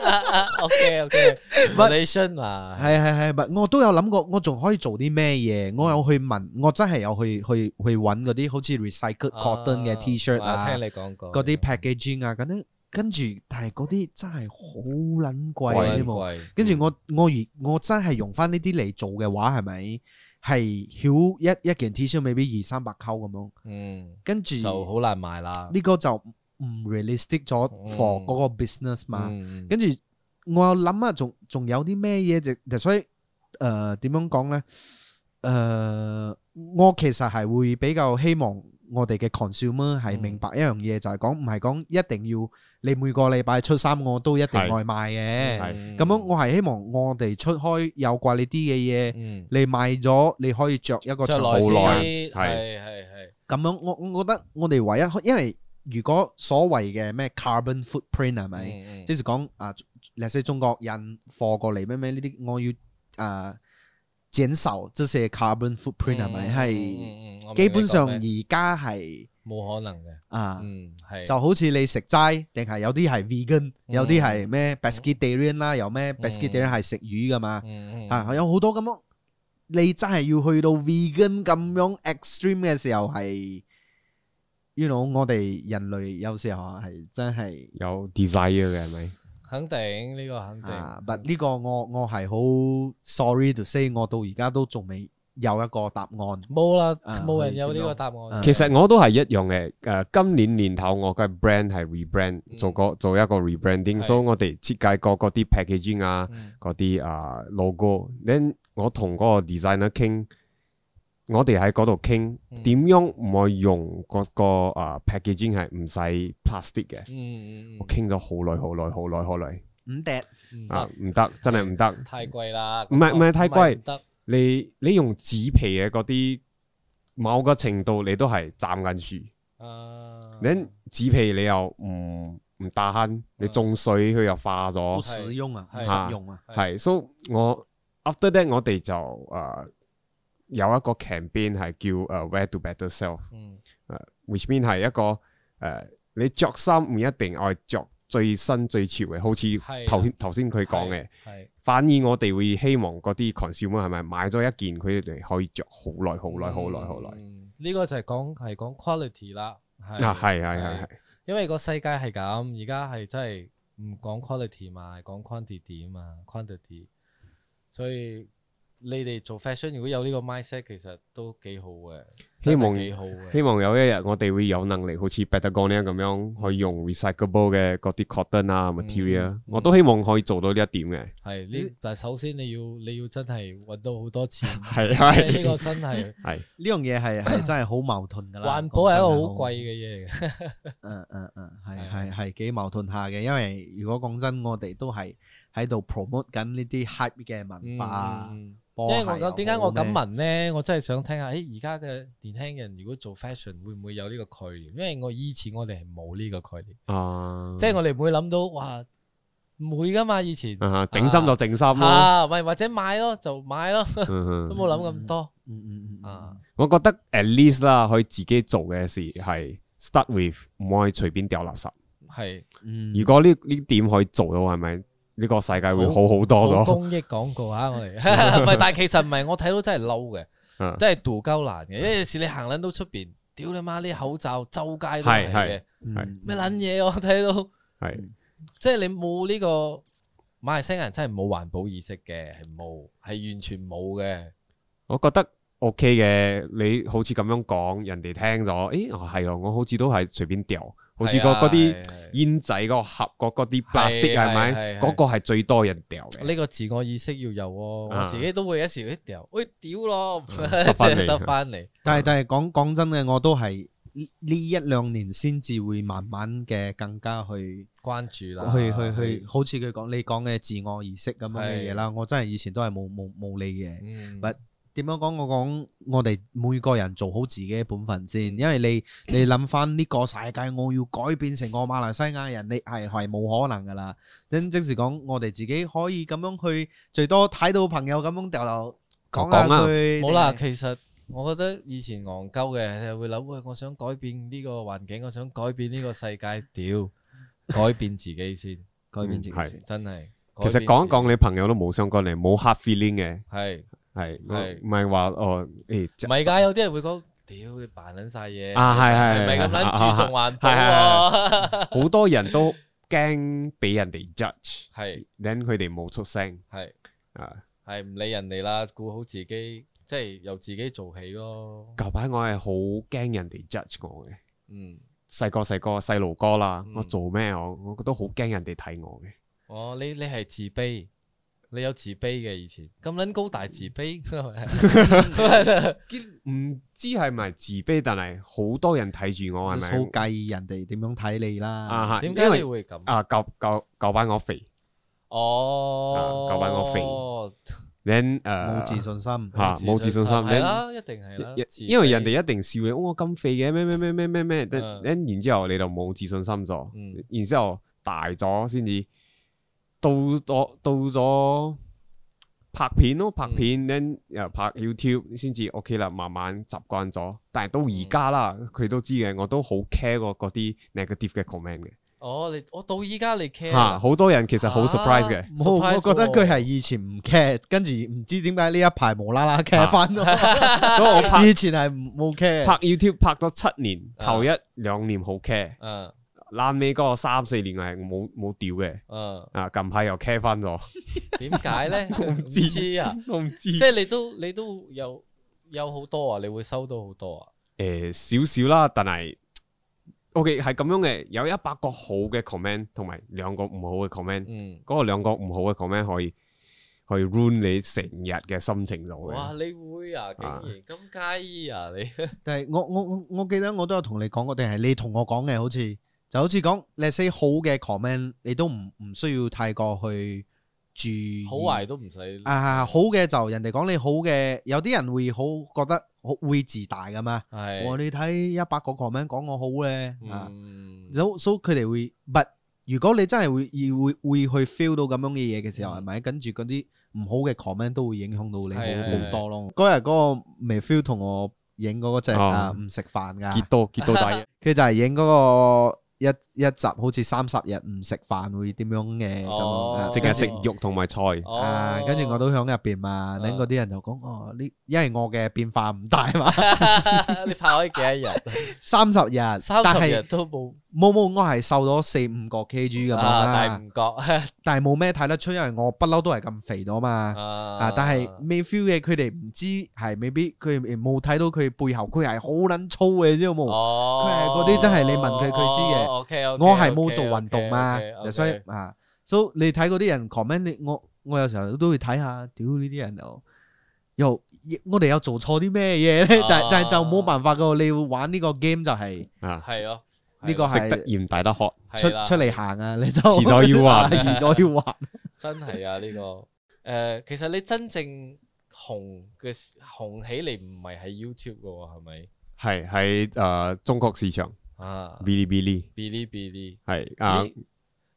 Speaker 2: O K O K，
Speaker 3: But-
Speaker 2: relation 啊，
Speaker 3: 係係係，唔係我都有諗過，我仲可以做啲咩嘢？
Speaker 2: 嗯
Speaker 3: 我有去問，我真係有去去去揾嗰啲好似 recycled cotton 嘅 T-shirt
Speaker 2: 啊我
Speaker 3: 啊
Speaker 2: 啊聽，你講過
Speaker 3: 嗰啲 packaging 啊，咁樣跟住，但係嗰啲真係好撚貴添喎。
Speaker 2: 貴，嗯
Speaker 3: 跟住我我而我真係用翻呢啲嚟做嘅話，係咪係曉一一件 T-shirt maybe 二三百溝咁樣？
Speaker 2: 嗯，
Speaker 3: 跟住
Speaker 2: 就好難賣啦。
Speaker 3: 呢個就唔 realistic 咗
Speaker 2: 嗯
Speaker 3: for 嗰個 business 嘛。
Speaker 2: 嗯，
Speaker 3: 跟住我又諗啊，仲仲有啲咩嘢就就所以誒點樣講咧？誒、我其實係會比較希望我哋嘅 consumer 係
Speaker 2: 嗯
Speaker 3: 明白一樣嘢，就係講唔係講一定要你每個禮拜出衫我都一定
Speaker 1: 係
Speaker 3: 外賣嘅。
Speaker 1: 係
Speaker 2: 嗯
Speaker 3: 咁樣我係希望我哋出開有貴你啲嘅嘢，
Speaker 2: 嗯，
Speaker 3: 你買咗你可以着一
Speaker 2: 着
Speaker 3: 個長
Speaker 2: 耐
Speaker 1: 好
Speaker 3: 時間
Speaker 1: 耐
Speaker 2: 啲，係
Speaker 1: 係
Speaker 2: 係係，
Speaker 3: 咁樣我我覺得我哋唯一，因為如果所謂嘅咩 carbon footprint 係咪？
Speaker 2: 咪
Speaker 3: 即是講啊，那些中國人貨過嚟咩咩呢啲，我要啊減少這些 carbon
Speaker 2: 嗯
Speaker 3: footprint 係咪？係
Speaker 2: 係
Speaker 3: 基本上而家係
Speaker 2: 冇可能嘅，
Speaker 3: 啊，
Speaker 2: 嗯係
Speaker 3: 就好似你食齋，定係有啲係
Speaker 2: 嗯
Speaker 3: vegan，有啲係咩 pescatarian 啦，有咩 pescatarian 係食魚噶嘛，
Speaker 2: 嗯嗯
Speaker 3: 啊有好多咁樣，你真係要去到 vegan 咁樣 extreme 嘅時候係，you know 我哋人類有時候啊係真係。
Speaker 1: 有 desire 嘅係咪？
Speaker 2: 肯定呢個肯定
Speaker 3: 啊，but 呢個我我係好 sorry to say，我到而家都仲未有一個答案。
Speaker 2: 冇啦，
Speaker 3: 啊
Speaker 2: 冇人
Speaker 3: 係
Speaker 2: 有呢
Speaker 3: 點
Speaker 2: 個
Speaker 3: 講
Speaker 2: 答案。
Speaker 1: 其實我都係一樣嘅。誒、今年年頭我嘅 brand 係 rebrand，
Speaker 2: 嗯
Speaker 1: 做個做一個
Speaker 2: 係
Speaker 1: rebranding，所以我哋設計過嗰啲 packaging 啊，
Speaker 2: 嗯
Speaker 1: 嗰啲啊 logo。then 我同嗰個 designer 傾，我哋喺嗰度傾
Speaker 2: 嗯
Speaker 1: 點樣唔可以用嗰、個啊 packaging 係唔使 plastic
Speaker 2: Ừ,
Speaker 1: 嘅。
Speaker 2: 嗯嗯
Speaker 1: 我傾咗好耐，好耐，好耐，好耐
Speaker 3: 五滴
Speaker 2: 嗯，唔
Speaker 1: 啊
Speaker 2: 得，！
Speaker 1: 唔得，真係唔得。
Speaker 2: 太貴啦，
Speaker 1: 唔係
Speaker 2: 咁
Speaker 1: 唔係太貴
Speaker 2: 唔得，
Speaker 1: 你你用紙皮嘅嗰啲，某個程度你都係斬緊樹。
Speaker 2: À. 啊，
Speaker 1: 你紙皮你又唔唔打慳，你種水佢又化
Speaker 3: 好
Speaker 1: 咗，
Speaker 3: 實用啊，唔
Speaker 2: 係
Speaker 3: 實用啊。
Speaker 2: 係
Speaker 1: 係，so 我 after that 我哋就誒有一個 campaign 係叫誒 Where to Better Self，which
Speaker 2: 嗯
Speaker 1: mean 係一個誒你着衫唔一定愛着最新最潮嘅，好
Speaker 2: 係啊
Speaker 1: 似頭先頭先佢講嘅，
Speaker 2: 係
Speaker 1: 反而我哋會希望嗰啲 consumer 係咪買咗一件佢哋可以着好耐好耐好耐好耐
Speaker 2: 嗯呢個就係講係講 quality 啦，嗯係
Speaker 1: 啊，係係係係，
Speaker 2: 因為個世界係咁，而家係真係唔講 ừ, quality 嘛，係講 quantity 啊嘛，quantity。所以你哋做 fashion 如果有呢個 mindset，其實都幾好嘅，
Speaker 1: 希望
Speaker 2: 真係幾好嘅。
Speaker 1: 希望有一日我哋會有能力好似 Patagonia 咁樣可以用 recyclable 嘅嗰啲 cotton 啊 material，啊
Speaker 2: 嗯
Speaker 1: 我都希望可以做到呢一點嘅。
Speaker 2: 係呢，但係首先你要你要真係揾到好多 錢，
Speaker 1: 係
Speaker 2: 因為呢
Speaker 1: 係
Speaker 2: 個真 係
Speaker 1: 係
Speaker 3: 呢樣嘢係係真係好矛 盾㗎啦。
Speaker 2: 環保係一個好貴
Speaker 3: 嘅。
Speaker 2: 嘅嘢嚟
Speaker 3: 嗯嗯嗯，
Speaker 2: 係
Speaker 3: 係係係幾矛盾下嘅，因為如果講真，我哋都係喺度 promote 緊呢啲 hype 嘅文
Speaker 2: 嘅。
Speaker 3: 化。
Speaker 2: 嗯
Speaker 3: 因
Speaker 2: 因為我咁點解我咁問呢？我真係想聽下，誒而家嘅年輕人如果做 fashion 會唔會有呢個概念？因為我以前我哋係冇呢個概念。
Speaker 1: 啊，
Speaker 2: 即係我哋唔會諗到，哇！唔會噶嘛，以前
Speaker 1: 啊哈整心就整心啦。
Speaker 2: 吓，咪或者買咯就買咯，
Speaker 1: 嗯
Speaker 2: 都
Speaker 1: 哼
Speaker 2: 冇諗啊咁多
Speaker 3: 嗯嗯
Speaker 2: 啊。
Speaker 1: 我覺得 at least 啦，佢自己做嘅事係 start with 唔可以隨便掉垃圾。
Speaker 2: 係
Speaker 3: 嗯
Speaker 1: 如果呢呢點可以做到，係咪呢個世界會好好多
Speaker 2: 冇
Speaker 1: 咗？
Speaker 2: 公益廣告啊，我哋 唔係，但係其實唔係，我睇到真係嬲
Speaker 1: 嗯
Speaker 2: 嘅，真係度鳩難嘅。因為有時你行撚到出邊，屌你媽！呢口罩周街都係
Speaker 1: 係
Speaker 2: 嘅
Speaker 1: 係，
Speaker 3: 嗯
Speaker 2: 咩撚嘢我睇到。
Speaker 1: 係
Speaker 2: 即係你冇呢個馬來西亞人真係冇環保意識嘅，係冇，係完全冇嘅。
Speaker 1: 我覺得 OK 嘅。你好似咁樣講，人哋聽咗，誒係咯，我好似都係隨便掉，好似
Speaker 2: 係
Speaker 1: 個
Speaker 2: 啊
Speaker 1: 嗰啲
Speaker 2: 係係
Speaker 1: 煙仔嗰個盒嗰嗰啲
Speaker 2: 係
Speaker 1: plastic 係
Speaker 2: 係係
Speaker 1: 咪？嗰個係最多人掉嘅。
Speaker 2: 呢個自我意識要有喎、
Speaker 1: 啊嗯
Speaker 2: 我自己都會有時一掉，喂屌咯，即
Speaker 1: 執返 嚟
Speaker 2: 係得翻嚟，
Speaker 3: 但係但係講講真嘅，我都係呢呢一兩年先至會慢慢嘅更加去
Speaker 2: 關注啦，
Speaker 3: 去去去，好似佢講你講嘅自我意識咁樣嘅嘢啦。我真係以前都係冇冇冇理嘅。
Speaker 2: 嗯，
Speaker 3: But- 點樣講？我講我哋每個人做好自己嘅本分先，因為你你諗翻呢個世界，我要改變成我馬來西亞人，你係係冇可能噶啦。即即時講，我哋自己可以咁樣去，最多睇到朋友咁樣掉流講下
Speaker 1: 就講啦
Speaker 3: 佢。
Speaker 2: 冇啦。其實我覺得以前戇鳩嘅會諗，喂，我想改變呢個環境，我想改變呢個世界，屌，改變自己先，
Speaker 3: 改變自己
Speaker 1: 嗯係
Speaker 3: 先。
Speaker 2: 真係。
Speaker 1: 其實講一講你朋友都冇相干，你冇 hard feeling 嘅，
Speaker 2: 係
Speaker 1: 係
Speaker 2: 係
Speaker 1: 唔係話哦誒
Speaker 2: 唔係㗎，有啲人會講，屌你扮撚晒嘢
Speaker 1: 啊係係
Speaker 2: 係咪咁撚注重環保
Speaker 1: 係
Speaker 2: 喎？
Speaker 1: 好多人都驚俾人哋 judge，
Speaker 2: 係
Speaker 1: 等佢哋冇出聲
Speaker 2: 係
Speaker 1: 啊！
Speaker 2: 係唔理人哋啦，顧好自己，即係由自己做起咯。
Speaker 1: 舊排我係好驚人哋 judge 我嘅，
Speaker 2: 嗯，
Speaker 1: 細個細個細路哥啦
Speaker 2: 嗯，
Speaker 1: 我做咩啊我我都好驚人哋睇我嘅，
Speaker 2: 哦，你你係自卑，你有自卑嘅以前，咁撚高大自卑，
Speaker 1: 唔知係咪自卑，但係好多人睇住我
Speaker 3: 好
Speaker 1: 係咪
Speaker 3: 計人哋點樣睇你啦。
Speaker 1: 啊？係
Speaker 2: 點
Speaker 1: 因
Speaker 2: 解你
Speaker 1: 為
Speaker 2: 會咁？
Speaker 1: 啊舊舊舊排我肥，
Speaker 2: 哦，
Speaker 1: 啊舊版我肥等誒
Speaker 3: 冇自信
Speaker 2: 啊
Speaker 3: 心。
Speaker 1: 嚇冇自信心
Speaker 2: 係啦，一定係啦
Speaker 1: 呃因，
Speaker 2: 自
Speaker 1: 因為人
Speaker 2: 卑
Speaker 1: 哋一定笑你，哦我咁肥嘅咩咩咩咩咩咩，
Speaker 2: 嗯
Speaker 1: 跟然之後你就冇自信心咗，
Speaker 2: 嗯
Speaker 1: 然之後大咗先至到咗到咗拍片
Speaker 2: 嗯
Speaker 1: 咯，拍片跟又拍 YouTube 先至 OK 啦，慢慢習慣咗，但係到而家啦，
Speaker 2: 嗯
Speaker 1: 佢都知嘅，我都好 care 過嗰啲 negative 嘅 comment 嘅，
Speaker 2: 哦，你我到依家你 care
Speaker 1: 嚇
Speaker 2: 啦
Speaker 1: 好多人其實好
Speaker 2: 啊
Speaker 1: surprise 嘅，
Speaker 3: 冇，我
Speaker 2: surprise
Speaker 3: 覺得佢係
Speaker 2: 喎
Speaker 3: 以前唔 care，跟住唔知點解呢一排無啦啦 care
Speaker 1: 啊
Speaker 3: 翻咯。
Speaker 1: 所以我拍
Speaker 3: 以前係冇 care。
Speaker 1: 拍 YouTube 拍咗七年，
Speaker 2: 啊
Speaker 1: 頭一兩年好 care，
Speaker 2: 嗯
Speaker 1: 爛尾嗰個三四年我係冇冇屌嘅。
Speaker 2: 嗯，
Speaker 1: 啊，近排又 care 翻咗，
Speaker 2: 點解 咧？唔
Speaker 1: 知
Speaker 2: 知啊。
Speaker 1: 我唔知
Speaker 2: 即係你都你都有有好多啊，你會收到好多啊。
Speaker 1: 诶呃少少啦，但係 OK 係咁樣嘅，有一百個好嘅 comment 同埋兩個唔好嘅 comment，
Speaker 2: 嗯，
Speaker 1: 嗰個兩個唔好嘅 comment 可以可以 ruin 你成日嘅心情度
Speaker 2: 哇，
Speaker 1: 嘅，
Speaker 2: 你會啊，竟然
Speaker 1: 啊
Speaker 2: 咁介意啊你？
Speaker 3: 但係我我我我記得我都有同你講過，定係你同我講嘅，好似就好似講 let's say 好嘅 comment，你都唔唔需要太過去注意。
Speaker 2: 好壞都唔使
Speaker 3: 啊，好嘅就人哋講你好嘅，有啲人會好覺得好會自大噶嘛。我
Speaker 2: 係
Speaker 3: 你睇一百個 comment 講我好咧啊。
Speaker 2: 嗯
Speaker 3: 所所以佢哋會，but 如果你真係會要會會去 feel 到咁樣嘅嘢嘅時候，
Speaker 2: 嗯
Speaker 3: 係咪、跟住嗰啲唔好嘅 comment 都會影響到你
Speaker 2: 係
Speaker 3: 好
Speaker 2: 係
Speaker 3: 好多咯。嗰日嗰個微 feel 同我影嗰嗰隻
Speaker 1: 哦
Speaker 3: 啊唔食飯噶，
Speaker 1: 結 到結到底，
Speaker 3: 佢就係影嗰個一一集好似三十日唔食飯會點樣嘅咁樣
Speaker 2: 哦
Speaker 3: 啊，
Speaker 1: 淨係
Speaker 3: 跟住
Speaker 1: 食肉同埋 菜，
Speaker 2: 哦啊
Speaker 3: 啊，跟住我都喺入邊嘛，等嗰啲人就講哦呢，因為我嘅變化唔大嘛，
Speaker 2: 你拍開幾多日？
Speaker 3: 三十日，
Speaker 2: 三
Speaker 3: 但
Speaker 2: 十日
Speaker 3: 係
Speaker 2: 都冇
Speaker 3: 冇冇，我係瘦咗四五個 kg 咁樣
Speaker 2: 啊，
Speaker 3: 啦
Speaker 2: 但係唔覺
Speaker 3: 但係冇咩睇得出，因為我不嬲都係咁肥咗嘛。
Speaker 2: 啊
Speaker 3: 啊！但係未 feel 嘅，佢哋唔知係未必，佢哋冇睇到佢背後，佢係好撚粗嘅，知道冇？
Speaker 2: 哦，
Speaker 3: 佢係嗰啲真係你問佢佢知嘅
Speaker 2: O K
Speaker 3: 我係冇做運動嘛，所以啊，所以你睇嗰啲人 comment，你我我有時候都會睇下，屌呢啲人又又我哋有做錯啲咩嘢咧
Speaker 2: 啊？
Speaker 3: 但但係就冇辦法噶，你要玩呢個 game 就係
Speaker 1: 啊，
Speaker 2: 係咯，
Speaker 3: 呢個
Speaker 1: 食得
Speaker 3: 係
Speaker 1: 鹽大得渴，
Speaker 3: 出
Speaker 2: 係啦
Speaker 3: 出嚟 行啊，你就
Speaker 1: 遲早要還
Speaker 3: 遲早要還。
Speaker 2: 真係啊！呢、個誒、其實你真正紅嘅時紅起嚟唔係喺 YouTube 嘅喎，係咪
Speaker 1: 係喺诶中國市場
Speaker 2: 啊
Speaker 1: 哔哩哔哩
Speaker 2: ？Bilibili
Speaker 1: 係啊
Speaker 2: 呢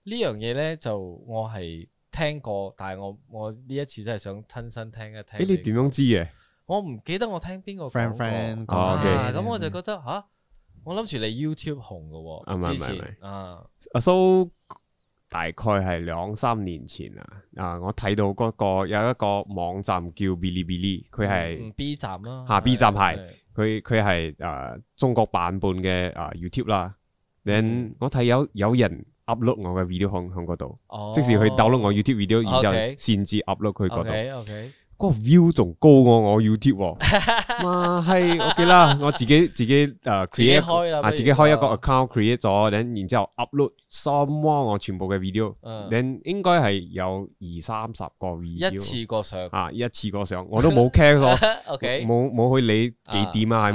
Speaker 2: 呢樣嘢咧就我係聽過，但係我我呢一次真係想親身聽一聽。
Speaker 1: 诶，你點樣知嘅？
Speaker 2: 我唔記得我聽邊個
Speaker 3: friend
Speaker 2: 講過
Speaker 3: friend
Speaker 1: 哦
Speaker 3: 講
Speaker 1: ，OK
Speaker 2: 啊
Speaker 3: 下
Speaker 2: 咁我就覺得吓，我諗住你 YouTube 紅嘅
Speaker 1: 啊唔係
Speaker 2: 喎，
Speaker 1: 唔
Speaker 2: 之
Speaker 1: 係
Speaker 2: 前啊，
Speaker 1: 阿蘇大概係兩三年前啊，啊，我睇到嗰個有一個網站叫 Bilibili，佢
Speaker 2: 嗯
Speaker 1: 係
Speaker 2: B 站啦，
Speaker 1: 啊 B 站係
Speaker 2: 係
Speaker 1: 佢佢係誒中國版本嘅誒 YouTube 啦。
Speaker 2: 嗯
Speaker 1: then 我睇有有人 upload 我嘅 video 響響嗰度，
Speaker 2: 哦
Speaker 1: 即時佢 download 我 YouTube video，然之後
Speaker 2: OK
Speaker 1: 擅自 upload 佢嗰度。
Speaker 2: OK OK，
Speaker 1: 嗰個 view 仲高過我 YouTube 喎， 嘛係 OK 啦，我自己自己誒
Speaker 2: 自己
Speaker 1: create
Speaker 2: 開啦，
Speaker 1: 啊，
Speaker 2: 不如哦
Speaker 1: 自己開一個
Speaker 2: 就
Speaker 1: account create 咗，然然之後 upload someone 我全部嘅 video，
Speaker 2: 嗯
Speaker 1: 然應該係有二三十個 video，
Speaker 2: 一次過上
Speaker 1: 啊一次過上，我都冇 care 咗，
Speaker 2: ，OK，
Speaker 1: 冇冇去理幾點啊係
Speaker 2: 係係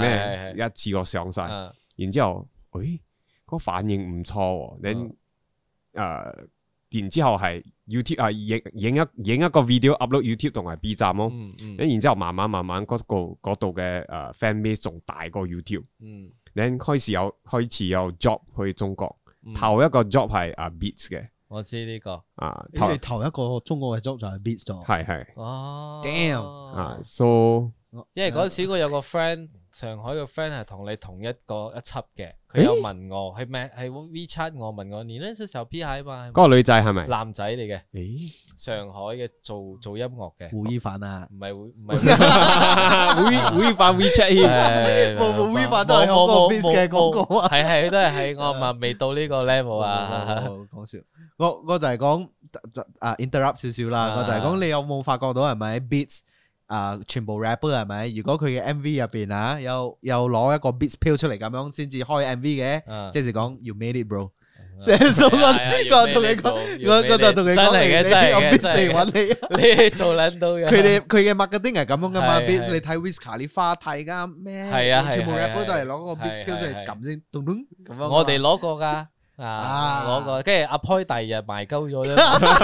Speaker 1: 咩，一次過上晒，
Speaker 2: 啊
Speaker 1: 然之後，誒個反應唔錯喎，
Speaker 2: 嗯
Speaker 1: 然誒然之後係 YouTube 啊影影一影一個 video upload YouTube 同埋 B 站咯。
Speaker 2: 嗯嗯
Speaker 1: 然之後慢慢慢慢嗰度嗰度嘅誒 fan base 仲大過 YouTube，
Speaker 2: 嗯
Speaker 1: 你開始有開始有 job 去中國，
Speaker 2: 嗯，
Speaker 1: 頭一個 job 係啊 Beats 嘅，
Speaker 2: 我知呢個
Speaker 1: 啊頭
Speaker 4: 咦 你頭一個中國嘅 job 就係 beat 咗，
Speaker 1: 係係
Speaker 2: 哦
Speaker 3: Damn
Speaker 1: 啊，so
Speaker 2: 因為嗰陣時我有個 friend，上海嘅 friend 係同你同一個一輯嘅，佢有問我，係咩？係 WeChat 我問我，你呢隻時候 P 蟹嘛？
Speaker 1: 嗰個女仔係咪？
Speaker 2: 男仔嚟嘅，
Speaker 1: 誒，
Speaker 2: 上海嘅做做音樂嘅，
Speaker 4: 胡依凡啊，
Speaker 2: 唔係會唔係
Speaker 1: 會會發 WeChat
Speaker 2: 誒
Speaker 4: 冇冇 WeChat 都
Speaker 2: 冇
Speaker 4: 係有
Speaker 2: 冇
Speaker 4: 個
Speaker 2: 冇
Speaker 4: Biz
Speaker 2: 冇
Speaker 4: 嘅廣告啊
Speaker 2: 冇係係都係係我嘛，未到呢個 level 啊，
Speaker 4: 冇冇冇講笑，我我就係講就啊 interrupt 少少啦，
Speaker 2: 啊
Speaker 4: 我就係講你有冇發覺到係咪 beat 啊全部 rapper 係咪？如果佢嘅 MV 入邊啊，有有攞一個 beat 票出嚟咁樣先至開 MV 嘅，
Speaker 2: 啊
Speaker 4: 即係講 you made it bro，即係我我同你講。我我就同你
Speaker 2: 真
Speaker 4: 講，
Speaker 2: 係嘅，
Speaker 4: 你
Speaker 2: 真
Speaker 4: 有
Speaker 2: 係嘅，
Speaker 4: Beats
Speaker 2: 真
Speaker 4: 嚟
Speaker 2: 係嘅，
Speaker 4: 揾你啊
Speaker 2: 你做撚到嘅，
Speaker 4: 佢哋佢嘅 marketing 係咁樣噶嘛
Speaker 2: 係
Speaker 4: ，Beats
Speaker 2: 係
Speaker 4: 你睇 Whisker 啲花睇噶咩？
Speaker 2: 係啊係啊
Speaker 4: 全部
Speaker 2: 係啊
Speaker 4: rapper 都係攞個
Speaker 2: 係
Speaker 4: Beats 飄出
Speaker 2: 係
Speaker 4: 嚟
Speaker 2: 係
Speaker 4: 撳先，咚咚咁樣㗎嘛。
Speaker 2: 我哋攞過㗎。啊！
Speaker 4: 啊
Speaker 2: 攞過，跟住阿 Poy 第二日賣鳩咗啫嘛，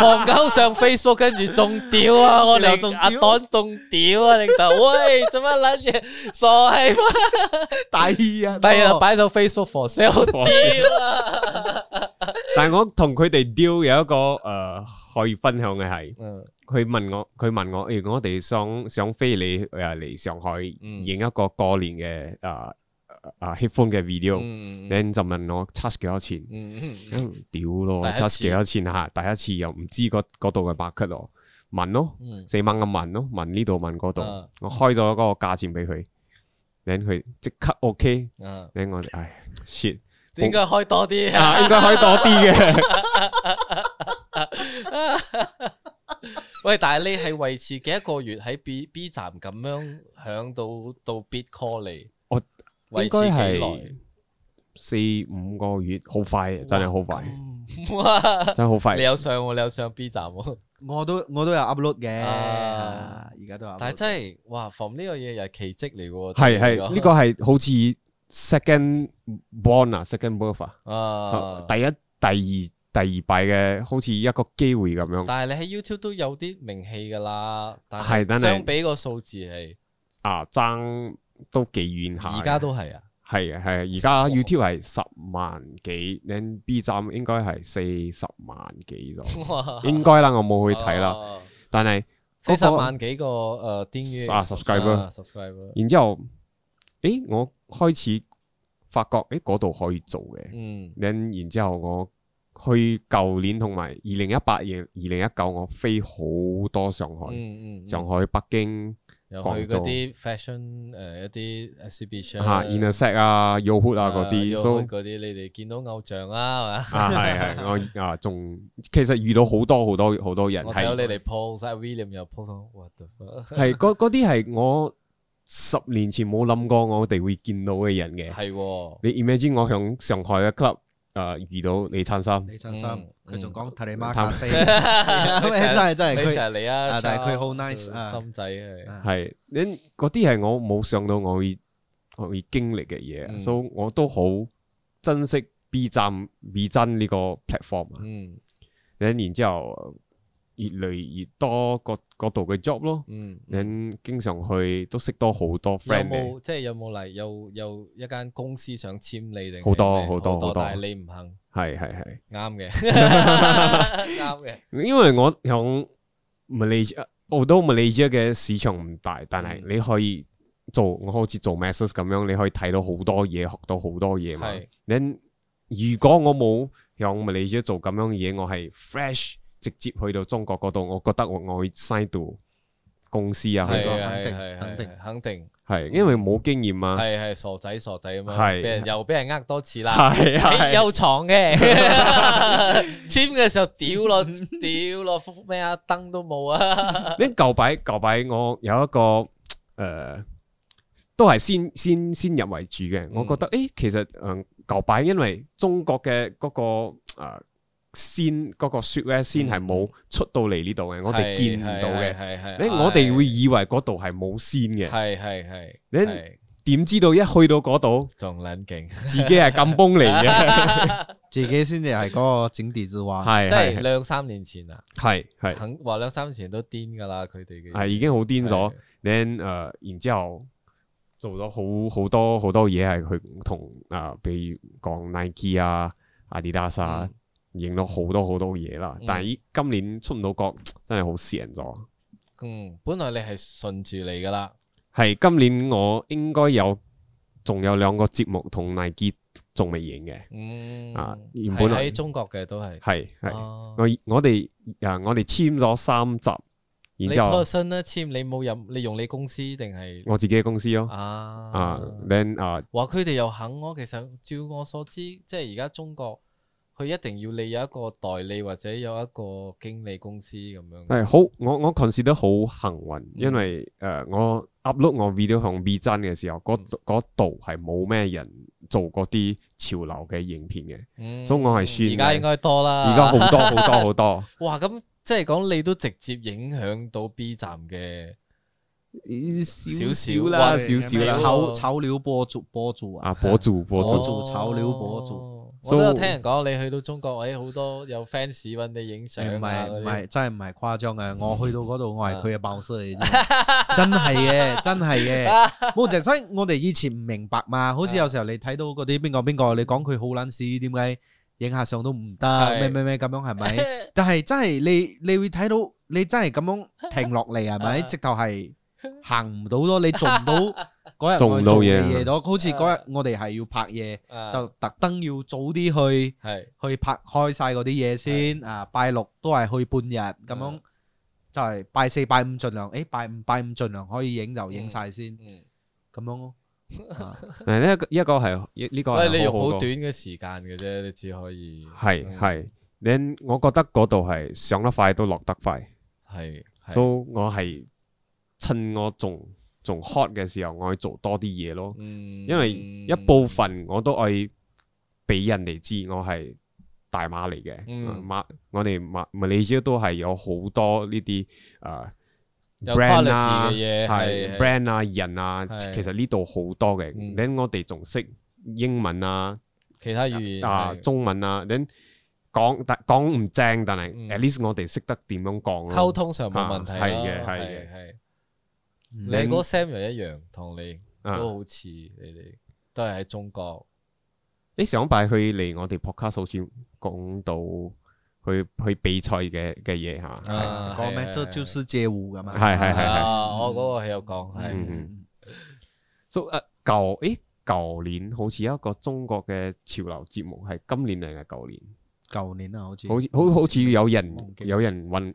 Speaker 2: 放鳩上 Facebook，跟住中屌啊！我
Speaker 4: 之後中
Speaker 2: 哋
Speaker 4: 屌
Speaker 2: 阿黨中屌啊！你就喂做乜撚嘢？傻閪！
Speaker 4: 第二日，
Speaker 2: 第二日擺到 Facebook for sale 屌啊！
Speaker 1: 但係我同佢哋 deal 有一個誒可以分享嘅係，
Speaker 2: 嗯
Speaker 1: 佢問我佢問我，誒我哋想想飛你誒呃嚟上海
Speaker 2: 嗯
Speaker 1: 影一個過年嘅誒啊 headphone 嘅 video。
Speaker 2: 嗯嗯
Speaker 1: 你就問我 charge 幾多錢？
Speaker 2: 嗯
Speaker 1: 嗯屌咯
Speaker 2: 第一次
Speaker 1: ，charge 幾多錢嚇？第一次又唔知嗰嗰度嘅 market 咯，問咯，
Speaker 2: 嗯
Speaker 1: 四蚊咁問咯，問呢度問嗰度
Speaker 2: 啊，
Speaker 1: 我開咗嗰個價錢俾佢，等佢即刻 OK，
Speaker 2: 嗯啊，
Speaker 1: 等我唉 shit
Speaker 2: 應該開多啲 啊！
Speaker 1: 啊，應該開多啲嘅，
Speaker 2: 喂，但係你係維持幾一個月喺 B B 站咁樣響到到 bit call 嚟？
Speaker 1: 我
Speaker 2: 維
Speaker 1: 應
Speaker 2: 持
Speaker 1: 該
Speaker 2: 幾耐
Speaker 1: 係？四五個月，好快嘅，真係好快，
Speaker 2: 哇！
Speaker 1: 真係好快
Speaker 2: 你。有上喎，你有上 B 站喎，
Speaker 4: 我都我都有 upload 嘅，
Speaker 2: 啊
Speaker 4: 而家都有 upload。
Speaker 2: 但係真係哇，from 呢個嘢又係奇蹟嚟嘅喎，
Speaker 1: 係係
Speaker 2: 真係
Speaker 1: 呢個係好似 second born 啊，second birth 啊，
Speaker 2: 啊，
Speaker 1: 第一第二第二幣嘅，好似一個機會咁樣。
Speaker 2: 但係你喺 YouTube 都有啲名氣㗎啦，但
Speaker 1: 係但係
Speaker 2: 相比個數字係
Speaker 1: 啊，爭都幾遠下嘅。
Speaker 2: 而家都係啊，
Speaker 1: 係啊係啊，而家 YouTube 係十萬幾，你 B 站應該係四十萬幾咗，
Speaker 2: 哇
Speaker 1: 應該啦，我冇去睇啦。
Speaker 2: 哦
Speaker 1: 但係
Speaker 2: 四
Speaker 1: 嗰
Speaker 2: 十
Speaker 1: 個
Speaker 2: 萬幾個誒訂閱
Speaker 1: 啊 À, subscriber Dạ.
Speaker 2: 啊 À, subscriber，
Speaker 1: 然之後，誒我開始發覺誒嗰度可以做嘅，
Speaker 2: 嗯
Speaker 1: 你然之後我去舊年同埋二零一八、二零一九，我飛好多上海、
Speaker 2: 嗯嗯，
Speaker 1: 上海、北京
Speaker 2: 又去
Speaker 1: 廣
Speaker 2: 嗰
Speaker 1: 州
Speaker 2: 啲 fashion 誒一啲 exhibition ờ,
Speaker 1: 嚇、Intersect 啊、Yoho 啊嗰啲
Speaker 2: 嗯啊
Speaker 1: ，so
Speaker 2: 嗰啲你哋見到偶像啦，係嘛？
Speaker 1: 啊，係係，我啊仲其實遇到好多好多好多人，
Speaker 2: 我睇到你
Speaker 1: 係
Speaker 2: 哋 post，阿 William 又 post 咗，what the fuck？
Speaker 1: 係嗰嗰啲係我十年前冇諗過我哋會見到嘅人嘅。
Speaker 2: 係 喎，
Speaker 1: 你 imagine 我響上海嘅 club 啊遇到李燦森，
Speaker 4: 你真心
Speaker 2: 嗯，
Speaker 4: 佢仲
Speaker 2: 嗯
Speaker 4: 講提你媽架
Speaker 1: 探
Speaker 4: 死，真係真係
Speaker 2: 你
Speaker 4: 佢
Speaker 2: 成日嚟啊
Speaker 4: 啊，但係佢好
Speaker 2: Charles，
Speaker 4: nice，啊
Speaker 2: 心仔係
Speaker 3: À.
Speaker 4: 啊
Speaker 1: 係你嗰啲係我冇想到我會我會經歷嘅
Speaker 2: 嗯
Speaker 1: 嘢，啊所以我都好珍惜 B 站 B 站呢個 platform 啊。
Speaker 2: 嗯
Speaker 1: 你然之後越嚟越多嗰嗰度嘅 job 咯，
Speaker 2: 嗯。
Speaker 1: 你經常去都識多好多
Speaker 2: 有
Speaker 1: friend 嘅。
Speaker 2: 冇即係有冇嚟有有一間公司想簽你定係
Speaker 1: 好多
Speaker 2: 咩
Speaker 1: 好多好多
Speaker 2: 但係你唔肯，
Speaker 1: 係係係，
Speaker 2: 啱嘅， 啱嘅，
Speaker 1: 因為我響 Malaysia，澳洲 Malaysia 嘅市場唔大，但
Speaker 2: 嗯
Speaker 1: 係你可以做，我好似做 masters 咁樣，你可以睇到好多嘢，學到好多嘢嘛。
Speaker 2: 係
Speaker 1: 你如果我冇響 Malaysia 做咁樣嘢，我係 fresh 直接去到中國嗰度，我覺得我我會 sign 到公司啊，去
Speaker 2: 係
Speaker 1: 到
Speaker 4: 啊
Speaker 2: 係
Speaker 4: 定肯
Speaker 2: 係係
Speaker 4: 定
Speaker 2: 肯定
Speaker 1: 係因為冇經驗啊，
Speaker 2: 係係傻仔傻仔咁樣，
Speaker 1: 係
Speaker 2: 俾人又俾人呃多次 啦。
Speaker 1: 係
Speaker 2: 你
Speaker 1: 係
Speaker 2: 有床嘅， 簽嘅時候屌 咯，屌咯，覆咩啊，燈都冇啊，
Speaker 1: 呢舊擺舊擺，我有一個誒、呃都係先先先入為主嘅。我覺得誒、欸其實誒、呃、舊擺，因為中國嘅嗰、個呃先嗰、個 s h o e 先係冇出到嚟呢度嘅，我哋見唔到嘅。
Speaker 2: 係係
Speaker 1: 你我哋會以為嗰度係冇先嘅，
Speaker 2: 係係係，
Speaker 1: 你
Speaker 2: 係
Speaker 1: 點知道一去到嗰度，
Speaker 2: 仲撚勁，
Speaker 1: 自己係咁崩嚟嘅，
Speaker 4: 自己先至係嗰個整地之蛙。
Speaker 1: 係
Speaker 2: 即係
Speaker 1: 係
Speaker 2: 兩三年前啊，
Speaker 1: 係係
Speaker 2: 肯話兩三年前都癲㗎啦，佢哋嘅
Speaker 1: 係已經好癲咗。then 誒、呃然之後做咗好好多好多嘢係去同啊，比如講 Nike 啊、Adidas 啊，影咗好多好多嘢啦。
Speaker 2: 嗯
Speaker 1: 但係依今年出唔到國，真係好蝕人咗。
Speaker 2: 嗯，本來你係順住嚟㗎啦，
Speaker 1: 係今年我應該有仲有兩個節目同 Nike 仲未影嘅，
Speaker 2: 嗯，
Speaker 1: 啊原
Speaker 2: 係
Speaker 1: 本
Speaker 2: 喺中國嘅都係，
Speaker 1: 係係
Speaker 2: 哦
Speaker 1: 我我哋啊，我哋簽咗三集，
Speaker 2: 你
Speaker 1: 然之後
Speaker 2: person 咧簽，你冇任，你用你公司定係
Speaker 1: 我自己嘅公司咯
Speaker 2: 啊
Speaker 1: 啊，then 啊
Speaker 2: 話佢哋又肯我，其實照我所知，即係而家中國佢一定要你有一個代理或者有一個經理公司咁樣。
Speaker 1: 係好，我我 consider 好幸運，
Speaker 2: 嗯
Speaker 1: 因為誒、呃我 upload 我 video 向 B 站嘅時候，嗰
Speaker 2: 嗯
Speaker 1: 度嗰度係冇咩人做嗰啲潮流嘅影片嘅，
Speaker 2: 嗯
Speaker 1: 所以我係算
Speaker 2: 而家
Speaker 1: 嘅
Speaker 2: 應該多啦。
Speaker 1: 而家好 多好多好多，
Speaker 2: 哇，咁即係講你都直接影響到 B 站嘅，
Speaker 1: 少
Speaker 2: 少
Speaker 1: 啦，
Speaker 2: 哇
Speaker 1: 少少
Speaker 2: 少
Speaker 1: 啦，
Speaker 4: 炒炒料播主播主啊，
Speaker 1: 啊博主博
Speaker 4: 我
Speaker 1: 主，
Speaker 4: 做炒料我做
Speaker 2: 哦我
Speaker 1: So-
Speaker 2: 都有聽人講，你去到中國，誒好多有 fans 揾你影相
Speaker 4: 誒唔
Speaker 2: 啊
Speaker 4: 係
Speaker 2: 嗰
Speaker 4: 唔
Speaker 2: 啲
Speaker 4: 係真係唔係誇張嘅，我去到嗰度我係佢嘅爆師 嚟啫，真係嘅真係嘅，冇就係所以我哋以前唔明白嘛，好似有時候你睇到嗰啲邊個邊個，你講佢好撚屎，點解影下相都唔得
Speaker 2: 係
Speaker 4: 咩咩咩咁樣係 咪？但係真係你你會睇到你真係咁 樣停落嚟係咪？
Speaker 2: 啊
Speaker 4: 直頭係行唔到咯， 你做唔到嗰日
Speaker 1: 做唔到嘢
Speaker 4: 我哋做嘅嘢咯。好似嗰日
Speaker 2: 啊
Speaker 4: 我哋係要拍嘢，
Speaker 2: 啊
Speaker 4: 就特登要早啲去
Speaker 2: 係
Speaker 4: 去拍開晒嗰啲嘢先啊。拜六都係去半日咁樣
Speaker 2: 啊，
Speaker 4: 就係拜四拜五盡量，誒拜五拜五盡量可以影就影晒先
Speaker 2: 嗯
Speaker 4: 咁樣咯。啊
Speaker 1: 誒呢一個一個係一呢個係
Speaker 2: 喂，你
Speaker 1: 好
Speaker 2: 用
Speaker 1: 好
Speaker 2: 好
Speaker 1: 個
Speaker 2: 短嘅時間嘅啫，你只可以嗯
Speaker 1: 係係。then 我覺得嗰度係上得快都落得快，
Speaker 2: 係係
Speaker 1: 所以我係趁我仲仲 hot 嘅時候，我去做多啲嘢咯。
Speaker 2: 嗯
Speaker 1: 因為一部分我都係俾人哋知我係大馬嚟嘅，
Speaker 2: 嗯
Speaker 1: 馬我哋馬馬嚟西亞都係有好多呢啲誒
Speaker 2: 有
Speaker 1: brand
Speaker 2: quality
Speaker 1: 啊
Speaker 2: 嘅，嘢
Speaker 1: 係
Speaker 2: 係
Speaker 1: brand 啊人啊，
Speaker 2: 係
Speaker 1: 其實呢度好多嘅。
Speaker 2: 嗯
Speaker 1: 你我哋仲識英文啊
Speaker 2: 其他語言
Speaker 1: 啊
Speaker 2: 嗯係
Speaker 1: 中文啊，你講但講唔正，但係
Speaker 2: 嗯
Speaker 1: at least 我哋識得點樣講
Speaker 2: 溝
Speaker 1: 咯。
Speaker 2: 通上冇問題
Speaker 1: 啊
Speaker 2: 啦
Speaker 1: 係嘅係
Speaker 2: 係
Speaker 1: 嘅
Speaker 2: 係。
Speaker 4: 嗯
Speaker 2: 你嗰個 Sam 又一樣，同你
Speaker 1: 啊
Speaker 2: 都好似你哋都係喺中國，
Speaker 1: 你上排佢嚟我哋 podcast 好似講到去去比賽嘅嘅嘢嚇，係
Speaker 2: 啊
Speaker 4: 講咩？
Speaker 2: 係
Speaker 4: 這就是街舞咁嘛。
Speaker 1: 係係係係
Speaker 2: 啊，我嗰個係有講係
Speaker 1: 嗯所以誒舊誒舊年好似有一個中國嘅潮流節目係今年定係舊年，
Speaker 4: 舊年啊，好似
Speaker 1: 好似好好似有人
Speaker 4: 忘記
Speaker 1: 有人揾誒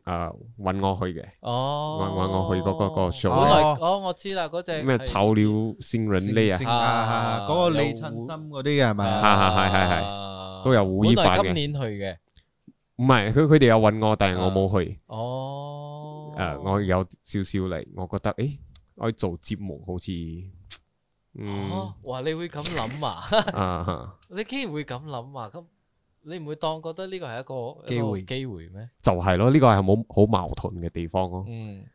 Speaker 1: 揾我去嘅，
Speaker 2: 哦，
Speaker 1: 我我我去過嗰個 show
Speaker 2: 本來哦，我知啦，嗰隻
Speaker 1: 咩
Speaker 2: 係
Speaker 1: 臭了仙人呢啊，
Speaker 3: À,
Speaker 4: 啊啊嗰個李
Speaker 2: 有
Speaker 4: 襯心嗰啲嘅係咪啊？
Speaker 1: 啊係係係
Speaker 2: 啊
Speaker 1: 都有胡一
Speaker 2: 本來
Speaker 1: 凡嘅
Speaker 2: 今年去嘅，
Speaker 1: 唔係佢佢哋有揾我，但係我冇去，
Speaker 2: 哦，
Speaker 1: 誒我有少少嚟，我覺得誒我做節目好似嗯
Speaker 2: 哦哇，你會咁諗啊？
Speaker 1: 啊嚇
Speaker 2: 你竟然會咁諗啊？咁你唔會當覺得呢個係一個
Speaker 4: 機會
Speaker 2: 一個機會咩？
Speaker 1: 就係咯，呢個係冇好矛盾嘅地方咯。
Speaker 2: 嗯，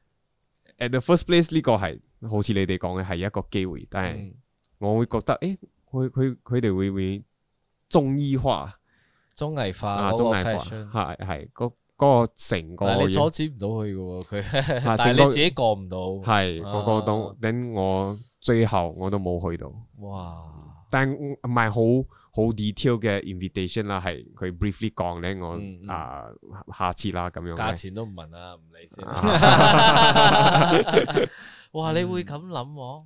Speaker 1: At the first place 呢個係好似你哋講嘅係一個機會，但係。
Speaker 2: 嗯
Speaker 1: 我會覺得，誒，佢佢佢哋會會中醫化
Speaker 2: 綜藝化
Speaker 1: 啊，
Speaker 2: 嗰
Speaker 1: 中
Speaker 2: 個
Speaker 1: 藝化
Speaker 2: fashion，
Speaker 1: 係係嗰嗰個成個
Speaker 2: 但係你阻
Speaker 1: 嘢，
Speaker 2: 止唔到佢嘅喎，佢
Speaker 1: 啊
Speaker 2: 但係
Speaker 1: 成個
Speaker 2: 你自己過唔到，
Speaker 1: 係
Speaker 2: 啊
Speaker 1: 嗰個都，等我最後我都冇去到，
Speaker 2: 哇！
Speaker 1: 但唔係好好 detail 嘅 invitation 啦，係佢 briefly 講咧，我
Speaker 2: 嗯嗯
Speaker 1: 啊下次啦咁樣
Speaker 2: 價
Speaker 1: 嘅。
Speaker 2: 錢都唔問啦，唔理先。
Speaker 1: 啊
Speaker 2: 哇！你會咁諗我？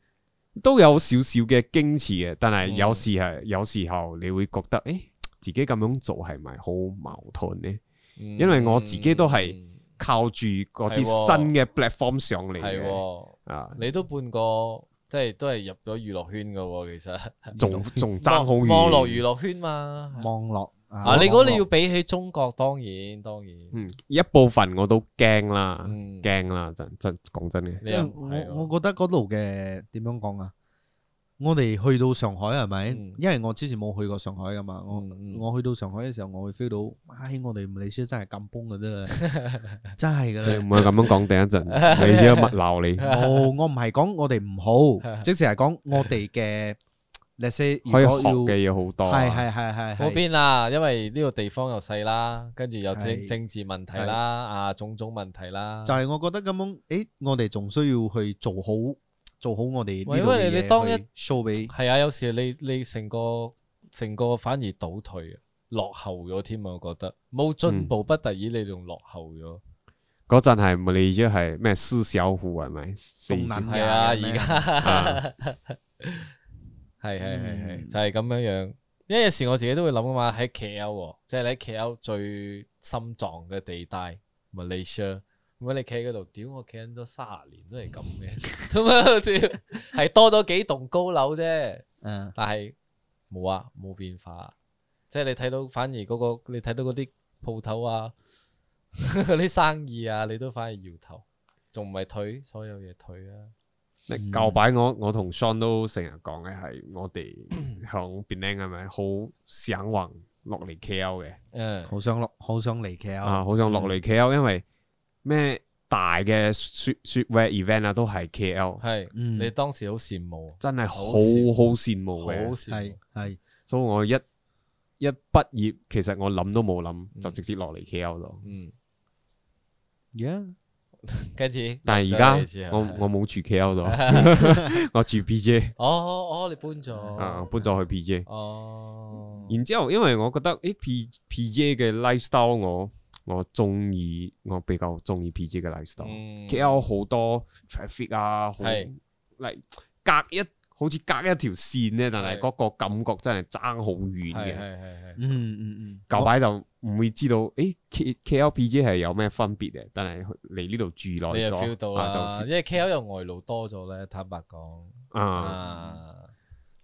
Speaker 1: 都有少少嘅矜持嘅，但係
Speaker 2: 嗯
Speaker 1: 有時係、有時候你會覺得，誒、自己咁樣做係咪好矛盾呢？因為我自己都係
Speaker 2: 嗯
Speaker 1: 靠住嗰啲
Speaker 2: 係喎
Speaker 1: 新嘅 platform 上嚟嘅，
Speaker 2: 係喎，
Speaker 1: 啊，
Speaker 2: 你都半個即係都係入咗娛樂圈噶喎，其實
Speaker 1: 仲仲爭好遠。
Speaker 2: 啊網絡娛樂圈嘛。
Speaker 3: 網絡
Speaker 2: 啊！你嗰你要比起中國，當然當然，
Speaker 1: 嗯，一部分我都驚啦，
Speaker 2: 嗯，
Speaker 1: 驚啦，真真講真嘅，
Speaker 2: 你
Speaker 3: 即
Speaker 2: 又
Speaker 3: 係
Speaker 2: 唔係喎
Speaker 3: 我我覺得嗰度嘅點樣講啊？我哋去到上海係咪
Speaker 2: 嗯？
Speaker 3: 因為我之前冇去過上海噶嘛，我
Speaker 2: 嗯嗯
Speaker 3: 我去到上海嘅時候，我會 feel 到，唉，我哋唔理真係咁崩嘅啫，真係㗎
Speaker 1: 你
Speaker 3: 啦。
Speaker 1: 唔好咁樣講，第一 陣你知乜鬧你，
Speaker 3: 冇，我唔係講我哋唔好，即使係講我哋嘅，你先
Speaker 1: 可以學嘅嘢好多啊。
Speaker 3: 係係係
Speaker 2: 嗰
Speaker 3: 係係
Speaker 2: 邊啦，因為呢個地方又細啦，跟住有政
Speaker 3: 係
Speaker 2: 政治問題啦，啊種種問題啦。
Speaker 3: 就係我覺得咁樣，誒，我哋仲需要去做好做好我哋呢度嘅
Speaker 2: 因為你
Speaker 3: 嘢
Speaker 2: 你當一
Speaker 3: 去 show 俾
Speaker 2: 係啊，有時你你成個成個反而倒退啊，落後咗添啊，我覺得冇進步不特已，你仲落後咗。
Speaker 1: 嗰陣係咪你即係咩私小虎係咪？四
Speaker 3: 東南
Speaker 1: 小
Speaker 3: 嗯
Speaker 2: 係啊，而
Speaker 3: 廿人
Speaker 2: 家
Speaker 1: 啊
Speaker 2: 係係係係，
Speaker 3: 嗯
Speaker 2: 就係咁樣樣。因為有時我自己都會諗噶嘛，喺 KL，喎即係你喺 KL 最心臟嘅地帶 Malaysia。咁你企喺嗰度，屌我企緊咗卅年都係咁嘅，咁啊屌，係多咗幾棟高樓啫。
Speaker 3: 嗯
Speaker 2: 但係冇啊，冇變化啊、即係你睇到反而嗰、個你睇到嗰啲鋪頭啊， 嗰啲生意啊，你都反而搖頭，仲唔係退，所有嘢退啊，
Speaker 1: 你舊擺我我同 Sean 都成日講嘅係我 哋響 Penang 係咪好想橫落嚟 KL 嘅
Speaker 2: 嗯，
Speaker 3: 好想落，好想嚟 KL。
Speaker 1: 啊，好想落嚟 KL，因為咩大嘅雪雪 wear event 啊都係 KL，
Speaker 2: 係，
Speaker 3: 嗯
Speaker 2: 你當時好羨慕啊，
Speaker 1: 真係好
Speaker 2: 好羨
Speaker 1: 好羨慕
Speaker 2: 好
Speaker 1: 嘅。
Speaker 2: 羨
Speaker 3: 係
Speaker 2: 慕，
Speaker 3: 係
Speaker 1: 所以我一一畢業，其實我諗都冇諗，就
Speaker 2: 嗯
Speaker 1: 直接落嚟 KL 度。
Speaker 2: 嗯，
Speaker 3: ，yeah，
Speaker 2: 跟住，
Speaker 1: 但係而
Speaker 2: 啊
Speaker 1: 家我我冇住 KL 度，我住 PJ
Speaker 2: 我，哦哦，你搬咗，
Speaker 1: 啊，嗯我搬咗去 PJ。
Speaker 2: 哦，
Speaker 1: 然之後，因為我覺得誒 P P J 嘅 lifestyle 我我中意，我比較中意 P J 嘅 lifestyle。
Speaker 2: 嗯
Speaker 1: K L 好多 traffic 啊，好
Speaker 2: 係
Speaker 1: 嚟隔一好似隔一條線咧，但係
Speaker 2: 係
Speaker 1: 嗰個感覺真係爭好遠
Speaker 2: 係係
Speaker 1: 嘅。
Speaker 2: 係係，
Speaker 3: 嗯嗯嗯，
Speaker 1: 舊擺就唔會知道誒 K K L P J 係有咩分別嘅，但係嚟呢度住
Speaker 2: 你
Speaker 1: 耐
Speaker 2: 又 feel 到
Speaker 1: 咗啊
Speaker 2: 啦，
Speaker 1: 就
Speaker 2: 因為 KL 又外勞多咗咧，坦白講
Speaker 1: 啊，
Speaker 2: 啊。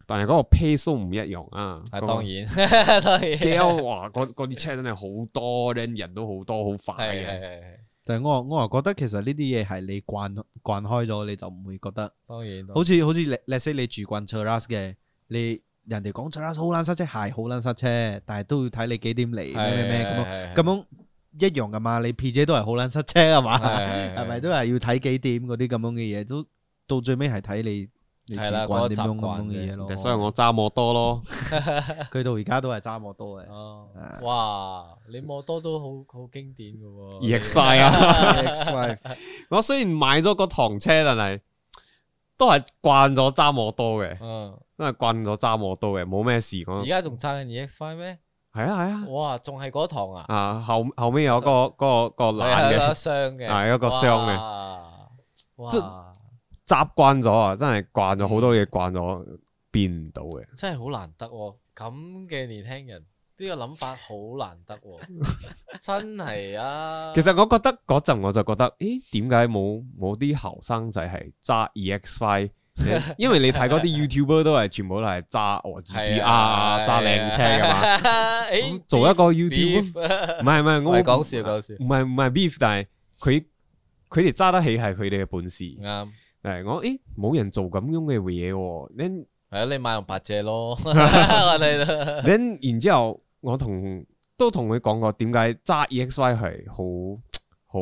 Speaker 1: 但係嗰個 pace 都唔一樣啊。
Speaker 2: 啊，
Speaker 1: 嗰個
Speaker 2: 當然，當然，
Speaker 1: K L 哇，嗰嗰啲車真係好多咧，人都好多，好快
Speaker 2: 係
Speaker 1: 嘅
Speaker 2: 係。係，
Speaker 3: 但係我我又覺得其實呢啲嘢係你慣慣開咗，你就唔會覺得
Speaker 2: 當然，
Speaker 3: 好似好似你你識你住慣 Cheras 嘅，你人哋講 Cheras 好撚塞車係好撚塞車，但係都要睇你幾點嚟咩咩咩咁樣啊
Speaker 2: 樣
Speaker 3: 咁樣一樣噶嘛。你 PJ 都係好撚塞車係嘛？
Speaker 2: 係
Speaker 3: 係咪都係要睇幾點嗰啲咁樣嘅嘢？都到最尾係睇你你住
Speaker 2: 係啦
Speaker 3: 慣
Speaker 2: 嗰個
Speaker 3: 點樣
Speaker 2: 習
Speaker 3: 咁
Speaker 2: 慣
Speaker 3: 樣嘅嘢咯。
Speaker 1: 所以我揸摩多咯，
Speaker 3: 佢到而家都係揸摩多嘅。
Speaker 2: 哦
Speaker 3: 啊？
Speaker 2: 哇！你摩多都好好經典嘅喎，
Speaker 1: EX 快 啊！
Speaker 3: X5
Speaker 1: 我雖然買咗個堂車，但係都係慣咗揸摩多嘅，
Speaker 2: 嗯，
Speaker 1: 都係慣咗揸摩多嘅，冇咩事
Speaker 2: 而
Speaker 1: 講。
Speaker 2: 家仲爭緊 EX Five 咩？
Speaker 1: 係啊係
Speaker 2: 哇！仲係嗰堂啊
Speaker 1: 啊，，啊後後尾有個嗰個個
Speaker 2: 係啊
Speaker 1: 懶
Speaker 2: 有
Speaker 1: 嘅
Speaker 2: 一箱嘅，
Speaker 1: 係有一個箱嘅
Speaker 2: 嘅
Speaker 1: 即
Speaker 2: 哇！
Speaker 1: 習慣咗啊，真係慣咗好多嘢慣咗變唔到嘅。
Speaker 2: 真係好難得喎、咁嘅年輕人呢、個諗法好難 得喎、真係啊！
Speaker 1: 其實我覺得嗰陣我就覺得，咦點解冇冇啲後生仔係揸 EX Five？因 為你睇嗰啲 YouTuber 都係全部都係揸我 GTR 啊，揸靚車㗎嘛。
Speaker 2: 嘛。誒
Speaker 1: 做一個
Speaker 2: 啊 beef-
Speaker 1: YouTuber。唔係唔係，我
Speaker 2: 唔係講笑講笑
Speaker 1: 唔係唔係 beef，但係佢佢哋揸得起係佢哋嘅本事。
Speaker 2: beef 啱。
Speaker 1: 誒，我誒冇人做咁樣嘅嘢喎。then
Speaker 2: 系啊，你買用白借咯，我哋 都
Speaker 1: then 然之後，我同都同佢講過點解揸 EXY 係好好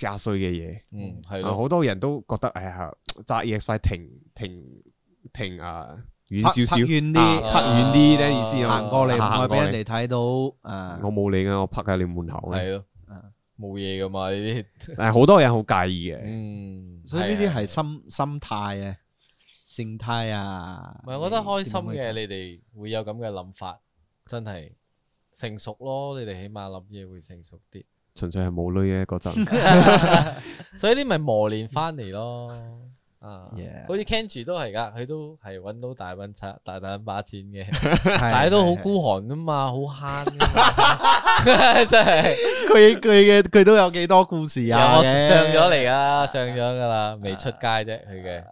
Speaker 1: 廿歲嘅
Speaker 2: 嗯係
Speaker 1: 嘢。啊
Speaker 2: 咯，
Speaker 1: 好多人都覺得哎呀揸 EXY 停停停啊遠
Speaker 3: 拍
Speaker 1: 少少，
Speaker 3: 拍遠啲
Speaker 1: 啊拍遠啲咧
Speaker 2: 啊
Speaker 1: 意思啊
Speaker 3: 行過嚟唔
Speaker 1: 行
Speaker 3: 可
Speaker 1: 過
Speaker 3: 以俾
Speaker 1: 嚟
Speaker 3: 人哋睇到啊！
Speaker 1: 我冇理噶，我拍喺你門口嘅。
Speaker 2: 係咯
Speaker 3: 啊，
Speaker 2: 冇嘢噶嘛呢啲，
Speaker 1: 但係好多人好介意嘅。
Speaker 2: 嗯，
Speaker 3: 所以呢啲係
Speaker 2: 係啊
Speaker 3: 心心態嘅，性態啊。
Speaker 2: 唔係，我覺得開心
Speaker 3: 你
Speaker 2: 嘅，你哋會有咁嘅諗法，真係成熟
Speaker 3: 嗯
Speaker 2: 咯。你哋起碼諗嘢會成熟啲，
Speaker 1: 純粹係冇女嘅嗰陣。
Speaker 2: 所以呢咪磨練翻嚟咯。啊
Speaker 3: Yeah
Speaker 2: 好似 Kenji 都係㗎，佢都係揾到大揾差大把把錢嘅，
Speaker 3: 點樣
Speaker 2: 但係都好
Speaker 3: 係
Speaker 2: 孤寒㗎嘛，好慳 㗎嘛 真係。
Speaker 3: 佢佢嘅佢都有幾多故事
Speaker 2: 有
Speaker 3: 啊？
Speaker 2: 我
Speaker 3: 嘅
Speaker 2: 上咗嚟噶，上咗噶啦，未出街啫。佢嘅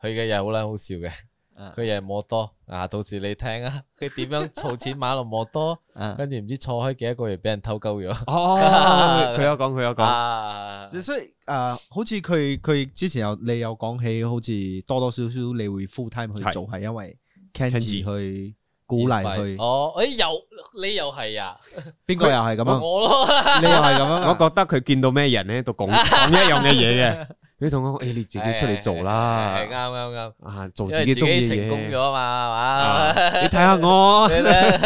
Speaker 2: 佢嘅又好撚好笑嘅，
Speaker 3: 啊
Speaker 2: 佢又係摸多啊，到時你聽啊，佢點樣儲錢買落摸多，
Speaker 3: 啊
Speaker 2: 跟住唔知坐開幾多個月俾人偷鳩咗
Speaker 1: 哦，佢有講，佢有講，
Speaker 2: 啊！
Speaker 3: 所以誒、呃好似佢佢之前有你有講起，好似多多少少你會 full time 去
Speaker 1: 係
Speaker 3: 做，係因為
Speaker 1: Kenji
Speaker 3: Kenji 去鼓勵佢，
Speaker 2: 哦，誒又你又係啊，
Speaker 3: 邊個又係咁樣，
Speaker 2: 我咯，
Speaker 3: 你又係咁樣
Speaker 1: 我
Speaker 3: 啊，
Speaker 1: 覺得佢見到咩人咧，都講講一樣嘅嘢嘅。佢同我講：，誒，哎你自己出嚟做
Speaker 2: 係係係
Speaker 1: 啦，
Speaker 2: 啱啱啱，
Speaker 1: 啊，做
Speaker 2: 因
Speaker 1: 自
Speaker 2: 為
Speaker 1: 己
Speaker 2: 自
Speaker 1: 中意嘅
Speaker 2: 己成功
Speaker 1: 嘢。
Speaker 2: 咗嘛，
Speaker 1: 啊
Speaker 2: 係嘛？
Speaker 1: 你睇下 我，
Speaker 2: 你咧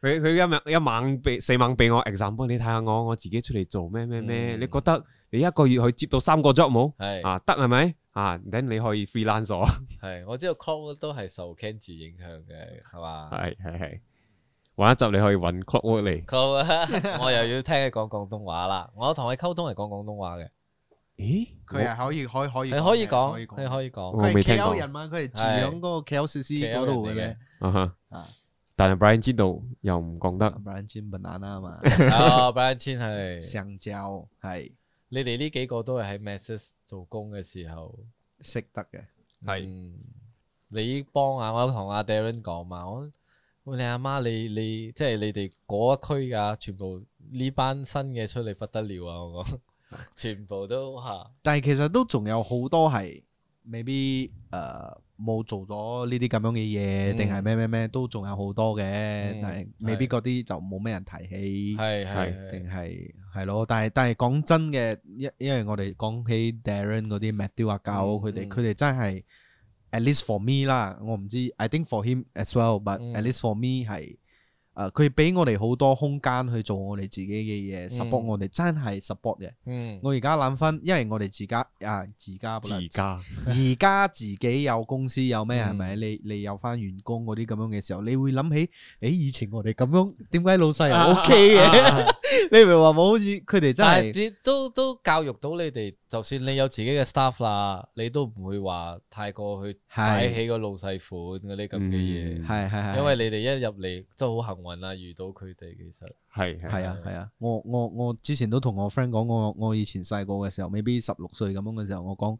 Speaker 1: 佢佢一猛一猛俾四猛俾我 example，你睇下我，我自己出嚟做咩咩咩？
Speaker 2: 嗯
Speaker 1: 你覺得你一個月去接到三個 job 冇？
Speaker 2: 係
Speaker 1: 啊，得係咪？啊，等你可以 freelance 咗，
Speaker 2: 係，我知道 Cloud 都係受 Kenji 影響嘅，係嘛？
Speaker 1: 係係係。玩一集你可以揾 clockwork 嚟。
Speaker 2: 佢啊， 我又要聽佢講廣東話啦。我同佢溝通係講廣東話嘅，
Speaker 1: 咦？
Speaker 3: 佢係可以可以可以
Speaker 2: 你可以講，你可以講
Speaker 1: 我
Speaker 3: 佢
Speaker 1: 未
Speaker 3: 係
Speaker 1: 聽
Speaker 3: KL
Speaker 1: 過
Speaker 3: 人嘛，佢係住喺嗰個 KLCC 嗰度嘅咧。
Speaker 1: 啊哈
Speaker 3: 啊！
Speaker 1: 但係 Brian 知道又唔講得，
Speaker 3: Brian Jim banana 啊嘛，
Speaker 2: 啊，Brian Chin 係
Speaker 3: 上晝係
Speaker 2: 你哋呢幾個都係喺 Masses 做工嘅時候，
Speaker 3: 識得嘅，
Speaker 1: 係
Speaker 2: 嗯你幫啊，我同阿 Darren 講嘛，我喂你阿媽，你你即係你哋嗰一區㗎，全部呢班新嘅出嚟不得了啊！我講 全部都嚇，
Speaker 3: 但係其實都仲有好多係未必誒冇做咗呢啲咁樣嘅嘢，
Speaker 2: 嗯
Speaker 3: 定係咩咩咩都仲有好多嘅，但係未必
Speaker 2: 係
Speaker 3: 嗰啲就冇咩人提起。
Speaker 2: 係係
Speaker 1: 係
Speaker 2: 係
Speaker 3: 定係係咯，但係但係講真嘅，因因為我哋講起 Darren 嗰啲 Matthew 啊教
Speaker 2: 嗯
Speaker 3: 佢哋，
Speaker 2: 嗯
Speaker 3: 佢哋真係 at least for me 啦，我唔知，I think for him as well，but
Speaker 2: 嗯
Speaker 3: at least for me 係誒佢俾我哋好多空間去做我哋自己嘅嘢，support
Speaker 2: 嗯
Speaker 3: 我哋真係 support 嘅。
Speaker 2: 嗯
Speaker 3: 我而家諗翻，因為我哋自家啊自家不啦
Speaker 1: 自家
Speaker 3: 而家自己有公司有咩
Speaker 2: 嗯
Speaker 3: 係咪？你你有翻員工嗰啲咁樣嘅時候，你會諗起，誒以前我哋咁樣，點解老細又 OK 嘅？ 你明話冇？好似佢哋真
Speaker 2: 但
Speaker 3: 係
Speaker 2: 係你都都教育到你哋，就算你有自己嘅 staff 啦，你都唔會話太過去擺
Speaker 3: 係
Speaker 2: 起個老細款嗰啲咁嘅
Speaker 1: 嗯
Speaker 3: 係係
Speaker 2: 嘢，
Speaker 3: 係，
Speaker 2: 因為你哋一入嚟都好幸運啦，遇到佢哋其實
Speaker 1: 係係
Speaker 3: 係啊係啊，我我我之前都同我 friend 講，我我以前細個嘅時候，未必十六歲咁樣嘅時候，我講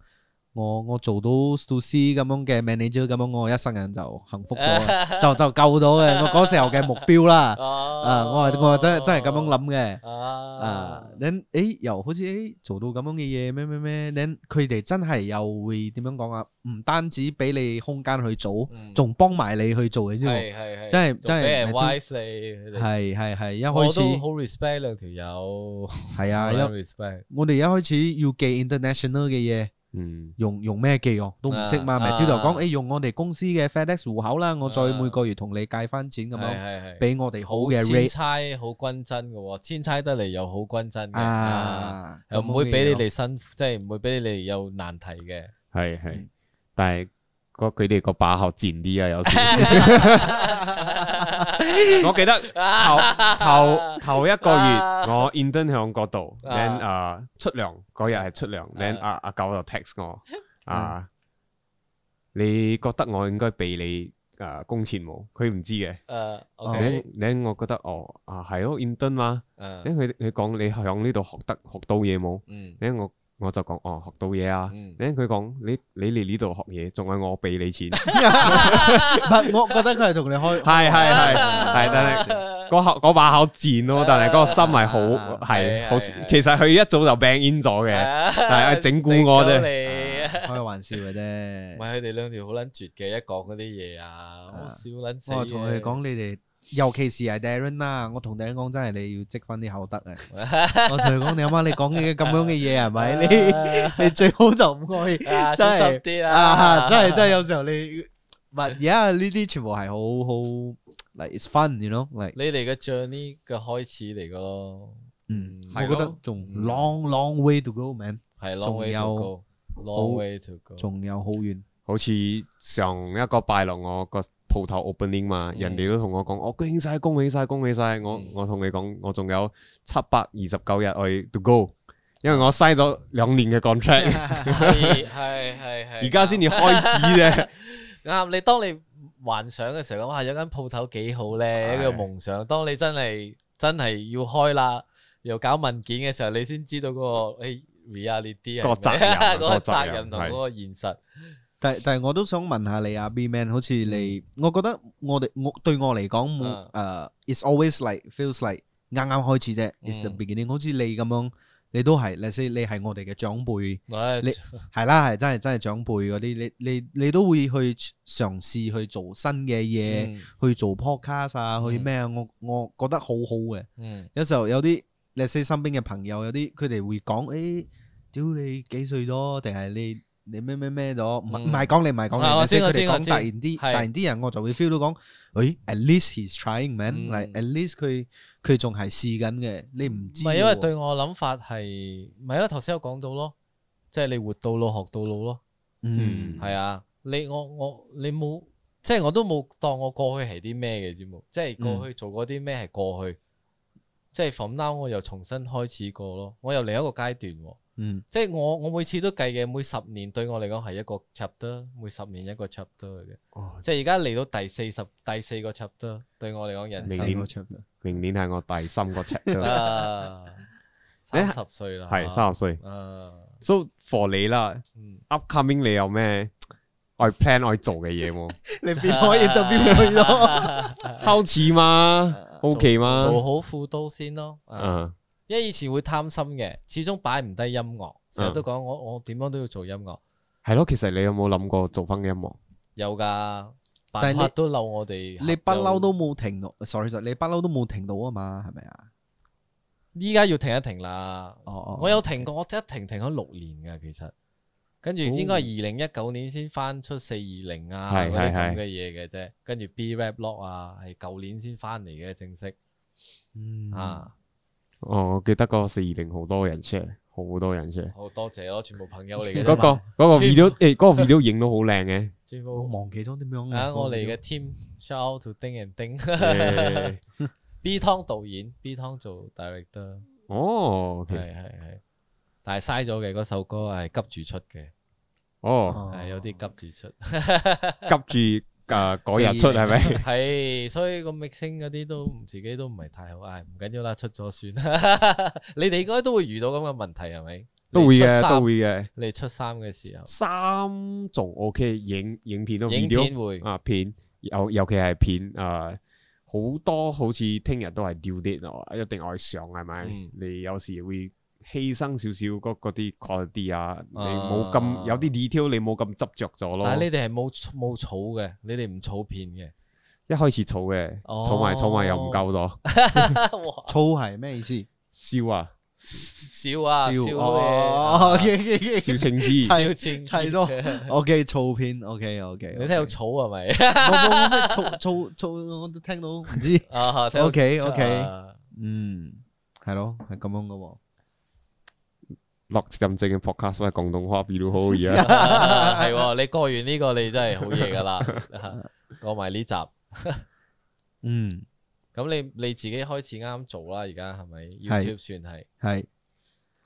Speaker 3: 我我做到 s C 咁樣嘅 manager 咁樣，我一生人就幸福 咗啊啦，就就夠到嘅，我嗰時候嘅目標啦。啊，我
Speaker 2: Ờ.
Speaker 3: 係我係真係真係咁樣諗嘅。
Speaker 2: 諗
Speaker 3: 啊
Speaker 2: 啊，
Speaker 3: then 誒又好似誒做到咁樣嘅嘢咩咩咩，then 佢哋真係又會點樣講啊？唔單止俾你空間去做，
Speaker 2: 嗯
Speaker 3: 仲幫埋你去做嘅啫喎。
Speaker 2: 係係係，
Speaker 3: 真係
Speaker 2: 仲俾人
Speaker 3: 真係
Speaker 2: wise 你佢哋，
Speaker 3: 係係係，一
Speaker 2: 我
Speaker 3: 開始
Speaker 2: 都好 respect 兩條友，
Speaker 3: 係啊，
Speaker 2: 我都
Speaker 3: 一
Speaker 2: respect
Speaker 3: 我哋一開始要記 international 嘅嘢，
Speaker 1: 嗯
Speaker 3: 用用咩記哦？都唔識嘛。
Speaker 2: 啊
Speaker 3: 咪朝頭
Speaker 2: 啊
Speaker 3: 講誒，用我哋公司嘅 FedEx 户口啦，我再
Speaker 2: 啊
Speaker 3: 每個月同你計翻錢咁
Speaker 2: 係
Speaker 3: 樣，
Speaker 2: 係係，
Speaker 3: 俾我哋好嘅
Speaker 2: 千
Speaker 3: rate
Speaker 2: 差好均真嘅喎，千差得嚟又好均真嘅。
Speaker 3: À,
Speaker 2: 啊
Speaker 3: 啊，
Speaker 2: 又
Speaker 3: 咁樣
Speaker 2: 唔會
Speaker 3: 嘅
Speaker 2: 俾你
Speaker 3: 嘢咯
Speaker 2: 哋辛苦，即係唔會俾你哋有難題嘅。
Speaker 1: 係係
Speaker 3: 嗯，
Speaker 1: 但係個佢哋個把口賤啲啊，有 時我記得頭頭頭一個月
Speaker 2: 啊
Speaker 1: 我 intern 響嗰度
Speaker 2: 啊
Speaker 1: ，then 啊出糧嗰日係出糧，then
Speaker 2: 啊嗯
Speaker 1: 阿阿狗就 text 我啊，你覺得我應該俾你誒工錢冇？佢唔知嘅
Speaker 2: 誒
Speaker 1: ，then
Speaker 2: ，OK，
Speaker 1: then 我覺得哦啊係咯 intern 嘛
Speaker 2: 誒，
Speaker 1: ，then 佢佢講你響呢度學得學到嘢冇？
Speaker 2: 嗯，
Speaker 1: 咧我我就講哦學到嘢啊
Speaker 2: 嗯，
Speaker 1: 咧佢講你你嚟呢度學嘢，仲係我俾你錢， 係
Speaker 3: 唔係，我覺得佢係同你開
Speaker 1: 係係係，但係嗰口嗰把口賤咯，但係嗰個心係好
Speaker 3: 啊
Speaker 1: 係
Speaker 2: 係
Speaker 1: 好，
Speaker 2: 係係
Speaker 1: 其實佢一早就 ban in 咗嘅，
Speaker 2: 係
Speaker 1: 係整蠱我啫
Speaker 2: 啫。
Speaker 3: 開玩笑嘅
Speaker 2: 唔
Speaker 3: 啫。
Speaker 2: 係佢哋兩條好撚絕嘅，一講嗰啲嘢啊，我笑撚死嘅。
Speaker 3: 我同佢 哋講，你哋尤其是係 Darren 啦，我同 Darren 講真係你要積翻啲口德啊！我同佢講你阿媽，你講嘅咁樣嘅嘢係咪？你你最好就唔可以
Speaker 2: 啊
Speaker 3: 真
Speaker 2: 小心
Speaker 3: 係
Speaker 2: 啲啦
Speaker 3: 啊！真係真係有時候你，唔而家呢啲全部係好好，like it's fun，you know，like
Speaker 2: 你哋嘅 journey 嘅開始嚟嘅咯。
Speaker 3: 嗯，我
Speaker 1: 係
Speaker 3: 覺
Speaker 1: 咯
Speaker 3: 得仲
Speaker 2: 嗯
Speaker 3: long long way to go man，
Speaker 2: 係 long
Speaker 3: 仲
Speaker 2: way
Speaker 3: 有
Speaker 2: to go，long way to go。
Speaker 3: 仲有好遠。
Speaker 1: 好似上一個拜六我個鋪頭 opening 嘛，
Speaker 2: 嗯
Speaker 1: 人哋都同我講，我恭喜晒，恭喜晒，恭喜晒！我
Speaker 2: 嗯
Speaker 1: 我同你講，我仲有七百二十九日我要 to go，因為我嘥咗兩年嘅 contract，
Speaker 2: 係係係 係，
Speaker 1: 而家先至開始 啫。
Speaker 2: 啱你當你幻想嘅時候，哇有間鋪頭幾好
Speaker 1: 係
Speaker 2: 咧，一個夢想。當你真係真係要開啦，又搞文件嘅時候，你先知道嗰個誒 reality 係咩
Speaker 1: 個責任
Speaker 3: 啊
Speaker 2: 嗰個
Speaker 1: 個
Speaker 2: 責
Speaker 1: 責
Speaker 2: 任
Speaker 1: 任
Speaker 2: 同嗰個現實。
Speaker 3: 但但係我都想問下你啊，B man，好似你，
Speaker 2: 嗯
Speaker 3: 我覺得我哋我對我嚟講
Speaker 2: 啊
Speaker 3: 冇誒，it's 呃 always like feels like 啱啱開始啫，it's the
Speaker 2: 嗯
Speaker 3: beginning。好似你咁樣，你都係，你先你係我哋嘅長輩，
Speaker 2: 唉
Speaker 3: 你係啦，係真係真係長輩嗰啲，你你你都會去嘗試去做新嘅嘢，
Speaker 2: 嗯
Speaker 3: 去做 podcast 啊，去
Speaker 2: 嗯
Speaker 3: 咩啊？我我覺得好好嘅。
Speaker 2: 嗯
Speaker 3: 有時候有啲你識身邊嘅朋友，有啲佢哋會講：，誒、屌你幾歲咗？定係你你咩咩咩咗？唔係
Speaker 2: 嗯
Speaker 3: 唔係講你，唔係
Speaker 2: 啊
Speaker 3: 講
Speaker 2: 我
Speaker 3: 你，即
Speaker 2: 知
Speaker 3: 係
Speaker 2: 我
Speaker 3: 佢
Speaker 2: 知
Speaker 3: 哋
Speaker 2: 我
Speaker 3: 講
Speaker 2: 知
Speaker 3: 突然啲，突
Speaker 2: 係
Speaker 3: 然啲人我就會 feel 到講：，誒，at least he's trying
Speaker 2: 嗯
Speaker 3: man，like at least 佢佢仲係試緊嘅，你唔
Speaker 2: 唔
Speaker 3: 知喎。
Speaker 2: 係因為對我諗法係，咪啦頭先有講到咯，即係你活到老學到老咯。
Speaker 3: 嗯
Speaker 2: 係啊，你我我你冇，即係我都冇當我過去係啲咩嘅啫冇，即係
Speaker 3: 嗯
Speaker 2: 過去做過啲咩係過去，即係 from now 我又重新開始過咯，我又另一個階段喎。
Speaker 3: 嗯
Speaker 2: 即係我我每次都計嘅，每十年對我嚟講係一個 chapter，每十年一個 chapter 嚟嘅。
Speaker 1: 哦
Speaker 2: 即係而家嚟到第四十第四個 chapter，對我嚟講人
Speaker 1: 明
Speaker 2: 生
Speaker 1: 年
Speaker 3: 生
Speaker 1: 明年係我第三個 check，
Speaker 2: 啊
Speaker 1: 你
Speaker 2: 三
Speaker 1: 係
Speaker 2: 十歲啦，
Speaker 1: 係三十歲。
Speaker 2: 啊，
Speaker 1: So for 你啦
Speaker 2: 嗯，
Speaker 1: ，upcoming 你有咩愛 plan 愛做嘅嘢冇？
Speaker 3: 你變開 interview 去咗。
Speaker 1: 好似嘛，OK
Speaker 2: 做做
Speaker 1: 嘛，
Speaker 2: 好副刀先咯。啊
Speaker 1: 嗯
Speaker 2: 因為以前會貪心嘅，始終擺唔低音
Speaker 1: 啊
Speaker 2: 樂，成日都講我我點樣都要做音樂，
Speaker 1: 係咯。其實你有冇諗過做翻音樂？
Speaker 2: 有㗎，
Speaker 3: 但
Speaker 2: 辦
Speaker 3: 係
Speaker 2: 法
Speaker 3: 你
Speaker 2: 都漏我哋。
Speaker 3: 你不嬲都冇停到，sorry sorry，你不嬲都冇停到啊嘛，係咪啊？
Speaker 2: 依家要停一停啦。
Speaker 3: 哦哦
Speaker 2: 我有停過，我一停停咗六年㗎，其實跟
Speaker 1: 哦
Speaker 2: 住應該係二零一九年先翻出四二零啊
Speaker 1: 係
Speaker 2: 嗰啲
Speaker 1: 係
Speaker 2: 咁
Speaker 1: 係
Speaker 2: 嘅嘢嘅啫，跟住 B rap lock 啊，係舊年先翻嚟嘅正式
Speaker 3: 嗯
Speaker 2: 啊，
Speaker 1: 哦，我記得個四二零好多人 share，好多人 share。
Speaker 2: 好多謝咯，全部朋友嚟嘅啫
Speaker 1: 嗰
Speaker 2: 嘛，
Speaker 1: 個嗰個
Speaker 2: 全
Speaker 1: video 誒，嗰個 video 影到好靚嘅。
Speaker 2: 全
Speaker 3: 我
Speaker 2: 部
Speaker 3: 忘記咗點樣
Speaker 2: 啊我哋嘅 team shout out to 丁人丁。
Speaker 1: 誒
Speaker 2: B 湯導演，B 湯做 director，
Speaker 1: 哦，OK，
Speaker 2: 係係係，但係嘥咗嘅嗰首歌係急住出嘅，
Speaker 1: 哦，
Speaker 2: 係有啲急住出，
Speaker 1: 急住誒嗰日出係 咪？
Speaker 2: 係所以個 mixing 嗰啲都唔自己都唔係太好，唉唔緊要啦，出咗算啦。 你哋應該都會遇到咁嘅問題係咪？
Speaker 1: 都會
Speaker 2: 你出
Speaker 1: 嘅，
Speaker 2: 衫
Speaker 1: 都會嘅。
Speaker 2: 你出衫嘅時候，
Speaker 1: 衫仲 OK，影影片都
Speaker 2: 影
Speaker 1: video
Speaker 2: 片會
Speaker 1: 啊片，尤尤其係片啊，好、多好似聽日都係 due date 咯，一定愛上係咪？
Speaker 2: 嗯
Speaker 1: 你有時會犧牲少少嗰嗰啲 quality 啊，你
Speaker 2: 啊
Speaker 1: 冇咁有啲 detail，你冇咁執着咗咯。
Speaker 2: 但係你哋係冇冇儲嘅，你哋唔儲片 嘅。
Speaker 1: 一開始儲嘅，
Speaker 2: 哦
Speaker 1: 儲埋儲埋又唔夠咗，
Speaker 2: 哇
Speaker 3: 粗係咩意思？
Speaker 1: 燒啊，
Speaker 2: 少啊，少
Speaker 3: 哦
Speaker 2: 嘢，啊
Speaker 3: ，OK OK
Speaker 1: 燒
Speaker 3: OK
Speaker 1: 青 枝，
Speaker 2: 少錢
Speaker 3: 太多 OK，粗片 OK OK。
Speaker 2: 你聽到儲係咪？
Speaker 3: 我冇咩粗粗粗，我都聽到唔知。
Speaker 2: 啊聽 到
Speaker 3: OK，OK
Speaker 2: 啊
Speaker 3: 嗯，係咯，係咁樣噶喎。
Speaker 1: 落咁正嘅 podcast 係廣東話 video 好嘢 啊，
Speaker 2: 系喎，你過完呢個你真係好嘢噶啦， 過埋呢集，
Speaker 3: 嗯，
Speaker 2: 咁你你自己開始啱做啦，而家係咪
Speaker 3: 係
Speaker 2: ？YouTube 算係
Speaker 3: 係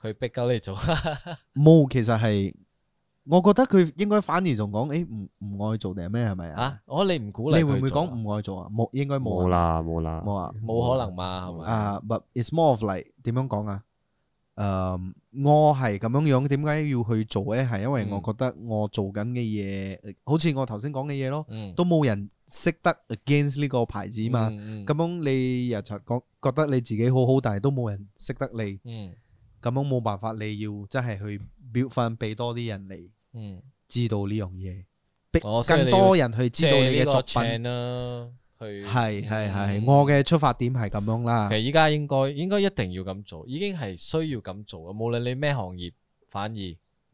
Speaker 2: 佢逼鳩你做，
Speaker 3: 冇，其實係，我覺得佢應該反而仲講，誒唔唔愛做定係咩係咪 啊
Speaker 2: 啊？，我你唔鼓勵
Speaker 3: 你會唔會
Speaker 2: 佢做
Speaker 3: 講
Speaker 2: 啊
Speaker 3: 唔愛做啊？冇，應該冇啊
Speaker 1: 冇，啦冇啦，
Speaker 3: 冇啊。
Speaker 2: 冇可能嘛？係咪？
Speaker 3: 啊，but À, it's more of like 點樣講啊？誒，我係咁樣樣，點解要去做咧？係因為我
Speaker 2: 嗯
Speaker 3: 覺得我做緊嘅嘢，呃好似我頭先講嘅嘢咯，
Speaker 2: 嗯，
Speaker 3: 都冇人識得 against 呢個牌子嘛。
Speaker 2: 嗯，
Speaker 3: 咁樣你日日講覺得你自己好好，但係都冇人識得你，
Speaker 2: 嗯
Speaker 3: 咁樣冇辦法，你要真係去 build 翻，俾多啲人嚟
Speaker 2: 嗯，
Speaker 3: 知道呢樣嘢，逼
Speaker 2: 哦所以
Speaker 3: 更
Speaker 2: 你要
Speaker 3: 多人去知道
Speaker 2: 借
Speaker 3: 你
Speaker 2: 呢
Speaker 3: 嘅
Speaker 2: 個
Speaker 3: 作品。
Speaker 2: channel 去
Speaker 3: 係係係，
Speaker 2: 嗯
Speaker 3: 我嘅出發點係咁樣啦
Speaker 2: 其。實依家應該應該一定要咁做，已經係需要咁做啊！無論你咩行業，反而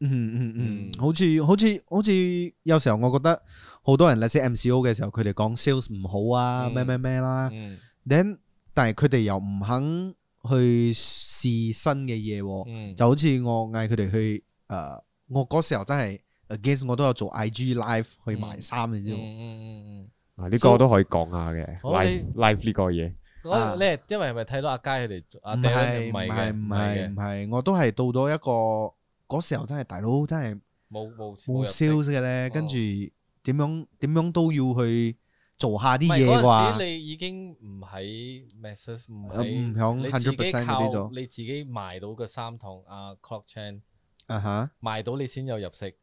Speaker 3: 嗯
Speaker 2: 嗯
Speaker 3: 嗯嗯，好似好似好似有時候我覺得好多人咧寫 MCO 嘅時候，佢哋講 sales 唔好啊，
Speaker 2: 嗯
Speaker 3: 咩咩咩啦
Speaker 2: 嗯
Speaker 3: ，then 但係佢哋又唔肯去試新嘅嘢喎，
Speaker 2: 嗯
Speaker 3: 呃就好似我嗌佢哋去誒，我嗰時候真係 against 我都有做 IG live 去賣衫，你知
Speaker 2: 嗯
Speaker 3: 冇？
Speaker 2: 嗯嗯
Speaker 1: 啊呢個都可以講下嘅
Speaker 2: 好
Speaker 1: live live 呢個嘢，
Speaker 2: 嗯，
Speaker 3: 啊
Speaker 2: 嗰你係因為係咪睇到阿佳佢哋做阿
Speaker 3: 唔
Speaker 2: 爹
Speaker 3: 係
Speaker 2: 咧？
Speaker 3: 唔
Speaker 2: 係
Speaker 3: 係
Speaker 2: 嘅，
Speaker 3: 唔
Speaker 2: 係
Speaker 3: 係唔
Speaker 2: 嘅，
Speaker 3: 係，我都係到咗一個嗰時候真係大佬真係
Speaker 2: 冇冇
Speaker 3: 冇
Speaker 2: 入哦職
Speaker 3: sales 嘅咧，跟住點樣點樣都要去做下啲
Speaker 2: 唔係
Speaker 3: 嘢
Speaker 2: 嗰陣時
Speaker 3: 啩？
Speaker 2: 你已經唔喺 m a s s 唔
Speaker 3: 呃
Speaker 2: 喺
Speaker 3: 唔響
Speaker 2: 你自己
Speaker 3: 100%嗰啲
Speaker 2: 靠
Speaker 3: 咗
Speaker 2: 你自己賣到個三桶啊 Clock Chain
Speaker 3: 啊哈！
Speaker 2: 賣到你先有入息。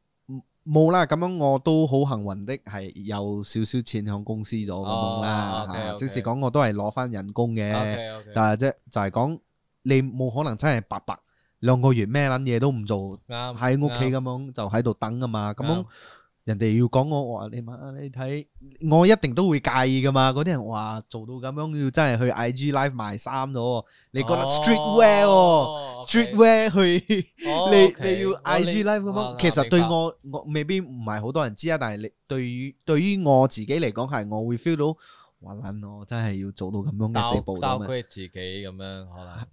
Speaker 3: 冇啦，咁樣我都好幸運的係有少少錢響公司咗咁樣啦
Speaker 2: 哦，
Speaker 3: 嚇
Speaker 2: OK，OK
Speaker 3: 即使講我都係攞翻人工嘅。
Speaker 2: OK OK，
Speaker 3: 但係啫，就係講你冇可能真係白白兩個月咩撚嘢都唔做，
Speaker 2: 啱
Speaker 3: 喺屋企
Speaker 2: 啱
Speaker 3: 咁樣就喺度等啊嘛。咁
Speaker 2: 啱
Speaker 3: 樣人哋要講我，我話你媽，你睇我一定都會介意噶嘛。嗰啲人話做到咁樣要真係去 IG Live 賣衫咯，你覺得 streetwear 喎
Speaker 2: 哦
Speaker 3: ，streetwear 去。
Speaker 2: 哦
Speaker 3: 你
Speaker 2: OK，
Speaker 3: 你要
Speaker 2: 哦
Speaker 3: IG live 咁
Speaker 2: 哇
Speaker 3: 樣，其實對
Speaker 2: 明白
Speaker 3: 我我未必唔係好多人知啊，但係你對於對於我自己嚟講係，我會 feel 到，哇撚我真係要做到咁樣嘅地步
Speaker 2: 包
Speaker 3: 㗎
Speaker 2: 包
Speaker 3: 嘛
Speaker 2: 括自己咁樣可能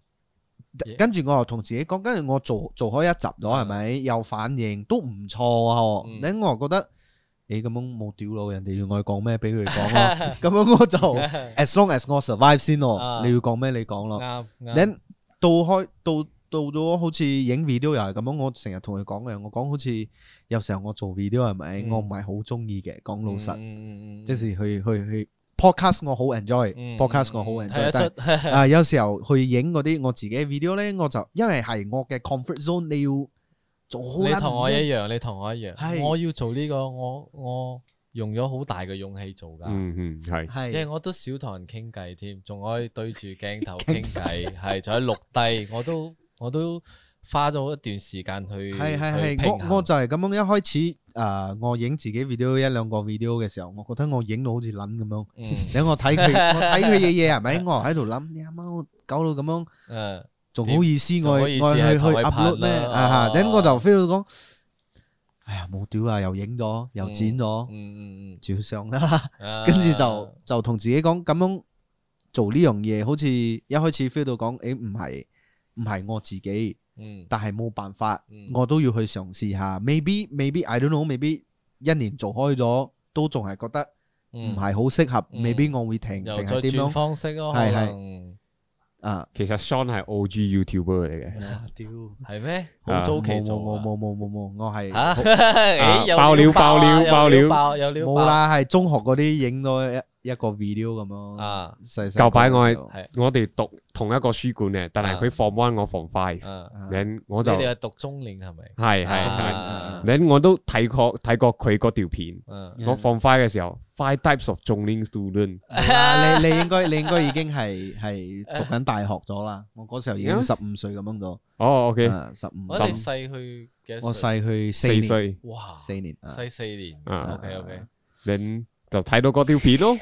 Speaker 2: 嘢
Speaker 3: 跟住我又同自己講，跟住我做做開一集咗，係咪有反應都唔錯喎？
Speaker 2: 嗯
Speaker 3: 咁我又覺得，你咁樣冇屌佬，人哋要我講咩，俾佢 講咯。 咁樣我就 as long as 我 survive 先咯
Speaker 2: 啊，
Speaker 3: 你要講咩你講 咯。
Speaker 2: 啱啱，
Speaker 3: 你到開到到咗好似影 video 又係咁樣，我成日同佢講嘅，我講好似有時候我做 video 係咪，
Speaker 2: 嗯
Speaker 3: 我唔係好中意嘅，講老
Speaker 2: Ừ.
Speaker 3: 實，
Speaker 2: 嗯，
Speaker 3: 即是去去去 podcast 我好 enjoy，podcast 我好
Speaker 2: 人
Speaker 3: enjoy，
Speaker 2: 睇得
Speaker 3: 但係
Speaker 2: 出，
Speaker 3: 啊有時候去影嗰啲我自己嘅 video 咧，我就因為係我嘅 comfort zone，你要做好
Speaker 2: 你
Speaker 3: 撚
Speaker 2: 同我一樣，你同我一樣，
Speaker 3: 係
Speaker 2: 我要做呢個，我我用咗好大嘅勇氣做㗎。
Speaker 1: 嗯嗯係
Speaker 2: 因為
Speaker 3: 係
Speaker 2: 我都少同人傾偈添，仲可以對住鏡 頭傾偈，係仲有錄低，我都我都花咗一段時間去
Speaker 3: 係係
Speaker 2: 去
Speaker 3: 係，
Speaker 2: 平
Speaker 3: 我我
Speaker 2: 衡
Speaker 3: 就係咁樣一開始誒、啊我影自己 video 一兩個 video 嘅時候，我覺得我影到好似撚咁樣。
Speaker 2: 嗯
Speaker 3: 你我睇佢，我睇佢嘅嘢係咪？我喺度諗，你阿媽搞到咁樣，
Speaker 2: 嗯
Speaker 3: 仲好意思我
Speaker 2: 仲
Speaker 3: 我
Speaker 2: 好
Speaker 3: 去
Speaker 2: 意
Speaker 3: 去
Speaker 2: 思係頭位
Speaker 3: upload
Speaker 2: 拍
Speaker 3: 咩？
Speaker 2: 啦
Speaker 3: 啊
Speaker 2: 哦
Speaker 3: 嚇！等我就 feel 到講，哎呀冇屌啦，又影咗，又剪咗，
Speaker 2: 嗯嗯
Speaker 3: 照相啦，
Speaker 2: 嗯，
Speaker 3: 跟住
Speaker 2: 啊
Speaker 3: 就就同自己講咁樣做呢樣嘢，好似一開始 feel 到講，誒唔係唔係我自己，
Speaker 2: 嗯
Speaker 3: 但係冇辦法，
Speaker 2: 嗯
Speaker 3: 我都要去嘗試下。Maybe maybe I don't know，maybe 一年做開咗，都仲係覺得唔
Speaker 2: 唔
Speaker 3: 係好適合
Speaker 2: 嗯
Speaker 3: ，maybe 我會停定
Speaker 2: 又再
Speaker 3: 係點
Speaker 2: 轉
Speaker 3: 樣？
Speaker 2: 方式咯，可
Speaker 3: 係
Speaker 2: 能
Speaker 3: 啊，
Speaker 1: 其實 Sean 係 O.G. YouTuber 嚟嘅，
Speaker 3: 屌！
Speaker 2: 係咩？
Speaker 1: 啊
Speaker 2: 好早期
Speaker 3: 冇冇
Speaker 2: 做啊
Speaker 3: 冇冇冇冇冇，我 係
Speaker 2: 嚇，
Speaker 1: 啊
Speaker 2: 誒有
Speaker 1: 爆料
Speaker 2: 爆啊
Speaker 1: 爆料
Speaker 2: 有
Speaker 1: 爆料
Speaker 2: 爆有料
Speaker 3: 冇啦，係中學嗰啲影咗一一個 video 咁
Speaker 2: 爆
Speaker 3: 樣，
Speaker 2: 啊，
Speaker 3: 細細
Speaker 1: 舊擺我係
Speaker 3: 個嘅時候
Speaker 2: 係
Speaker 1: 我哋讀同一個書館嘅，但係佢
Speaker 2: 啊
Speaker 1: form one 我 form five，
Speaker 2: 啊，
Speaker 3: 啊
Speaker 1: 然我
Speaker 2: 我
Speaker 1: 就
Speaker 2: 你
Speaker 1: 係
Speaker 2: 係讀中年係咪？
Speaker 1: 係係，
Speaker 2: 啊
Speaker 1: 然我都睇過睇過佢嗰條片，
Speaker 2: 嗯
Speaker 3: 嗯
Speaker 1: 我 form five 嘅時候，five types of 中 n student，
Speaker 3: 冇 啦你你應該你應該已經係係讀緊大學咗啦，我嗰時候已經十五歲咁樣咗，
Speaker 1: 哦 OK，
Speaker 3: 十五
Speaker 2: 我
Speaker 1: 十
Speaker 2: 哋
Speaker 1: 五
Speaker 2: 細去幾多
Speaker 3: 我
Speaker 2: 歲？
Speaker 3: 細去啊四
Speaker 1: 四
Speaker 3: 年，
Speaker 1: 歲，
Speaker 2: 哇，
Speaker 3: 四年啊，
Speaker 2: 細四年。
Speaker 1: 啊
Speaker 2: OK OK，
Speaker 1: 然就睇到嗰條片 咯，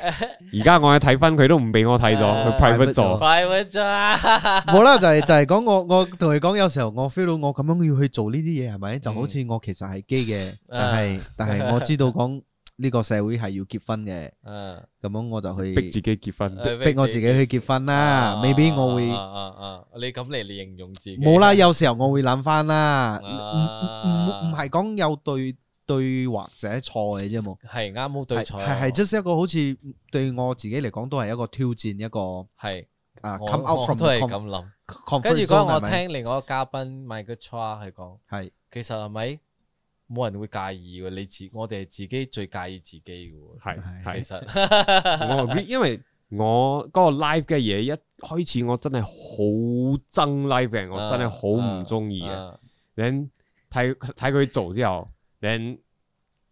Speaker 1: 而家我去睇翻佢都唔俾我睇咗，佢 private 咗。
Speaker 2: 快活咋？
Speaker 3: 冇啦，就係就係講我我同佢講，有時候我 feel 到我咁樣要去做呢啲嘢，係
Speaker 2: 嗯
Speaker 3: 咪就好似我其實係基
Speaker 2: 啊
Speaker 3: 嘅，但係但係我知道講呢個社會係要結婚嘅，
Speaker 2: 嗯，
Speaker 3: 咁樣我就去
Speaker 1: 逼自己結婚，
Speaker 2: 誒
Speaker 3: 逼我自己去結婚啦，未必我會
Speaker 2: 啊啊啊啊！你咁嚟形容自己
Speaker 3: 冇啦，有時候我會諗翻啦，唔
Speaker 2: 啊
Speaker 3: 唔係講有對對或者錯嘅啫嘛，
Speaker 2: 係啱好對
Speaker 3: 係
Speaker 2: 錯
Speaker 3: 係係 just 一個好似對我自己嚟講都係一個挑戰，一個
Speaker 2: 係
Speaker 3: 啊
Speaker 2: 我
Speaker 3: come out
Speaker 2: 我
Speaker 3: from
Speaker 2: 都係
Speaker 3: com-
Speaker 2: 咁諗。
Speaker 3: comfort
Speaker 2: 跟住
Speaker 3: zone，
Speaker 2: 嗰日我
Speaker 3: 係咪
Speaker 2: 聽另外一個嘉賓 Michael Chua 佢講，
Speaker 3: 係
Speaker 2: 其實係咪冇人會介意嘅？你自我哋係自己最介意自己嘅喎。
Speaker 1: 係
Speaker 3: 係
Speaker 1: 係
Speaker 2: 其。實
Speaker 1: 我 agree，因為我嗰個 live 嘅嘢一開始我真係好憎 live 嘅人，我真係好唔中意嘅。
Speaker 2: 啊
Speaker 1: 你睇睇佢做之後，你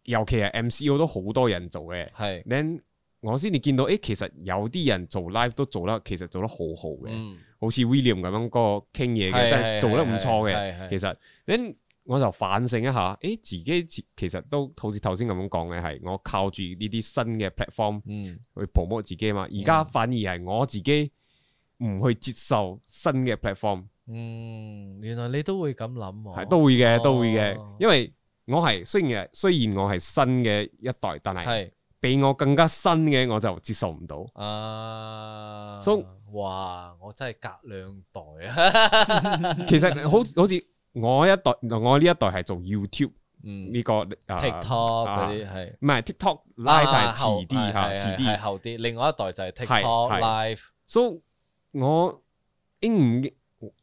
Speaker 1: 尤其係 MCO 都好多人做嘅，
Speaker 2: 係
Speaker 1: 你我先至見到，誒其實有啲人做 live 都做得其實做得好好嘅，
Speaker 2: 嗯
Speaker 1: 好似 William 咁樣嗰個傾嘢
Speaker 2: 係
Speaker 1: 嘅，真係
Speaker 2: 係
Speaker 1: 做得唔
Speaker 2: 係
Speaker 1: 錯嘅。
Speaker 2: 係係
Speaker 1: 其實你我就反省一下，誒自己其其實都好似頭先咁樣講嘅，係我靠住呢啲新嘅 platform。
Speaker 2: 嗯
Speaker 1: 去 promote 自己嘛。而家反而係我自己唔去接受新嘅 platform，
Speaker 2: 嗯，原來你都會咁諗喎，
Speaker 1: 係都會嘅，
Speaker 2: 哦
Speaker 1: 都會嘅。因為我係雖然係雖然我係新嘅一代，但係
Speaker 2: 係
Speaker 1: 比我更加新嘅我就接受唔 到。
Speaker 2: 啊，
Speaker 1: So-
Speaker 2: 哇，我真係隔兩代啊，
Speaker 1: 其實好好似我一代，我呢一代係做 YouTube
Speaker 2: 嗯
Speaker 1: 呢個啊
Speaker 2: ，TikTok
Speaker 1: 啊
Speaker 2: 嗰啲係啊
Speaker 1: 唔係 TikTok live 係
Speaker 2: 後
Speaker 1: 遲啲嚇，
Speaker 2: 係係
Speaker 1: 遲
Speaker 2: 係
Speaker 1: 啲。
Speaker 2: 後啲。另外一代就
Speaker 1: 係
Speaker 2: 係 TikTok
Speaker 1: 係
Speaker 2: Live，
Speaker 1: So 我應唔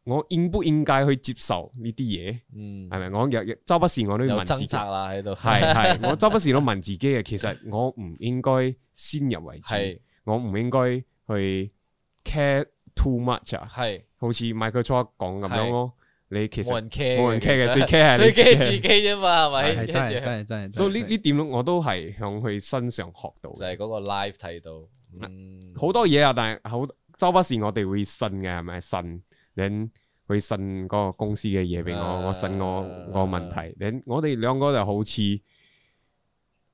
Speaker 1: 我應不應該去接受呢啲嘢？
Speaker 2: 嗯，
Speaker 1: 係咪？我有有周不時我都要
Speaker 2: 有
Speaker 1: 問自
Speaker 2: 掙
Speaker 1: 己，
Speaker 2: 扎啦喺度，
Speaker 1: 係係，我周不時都問自己嘅。其實我唔應該先入為主，
Speaker 2: 係
Speaker 1: 我唔應該去 care too much 啊。
Speaker 2: 係
Speaker 1: 好似 Michael Choi 講咁樣咯，你其
Speaker 2: 冇
Speaker 1: 實
Speaker 2: 人 care，
Speaker 1: 冇人 care 嘅，
Speaker 2: 其
Speaker 1: 最
Speaker 2: 實
Speaker 1: care 係
Speaker 2: 最
Speaker 1: 你自
Speaker 2: care
Speaker 1: 己
Speaker 2: 自己啫嘛，係咪？
Speaker 3: 係
Speaker 2: 一
Speaker 3: 真係
Speaker 2: 樣
Speaker 3: 真係真係。
Speaker 1: 所以呢
Speaker 3: 真係
Speaker 1: 呢點我都係向佢身上學到嘅
Speaker 2: 就係嗰個 live 睇到，嗯，
Speaker 1: 好多嘢啊，但係好周不時我哋會信嘅，係咪信？你會信嗰個公司嘅嘢俾
Speaker 2: 啊
Speaker 1: 我，我信我我問題。你我哋兩個就好似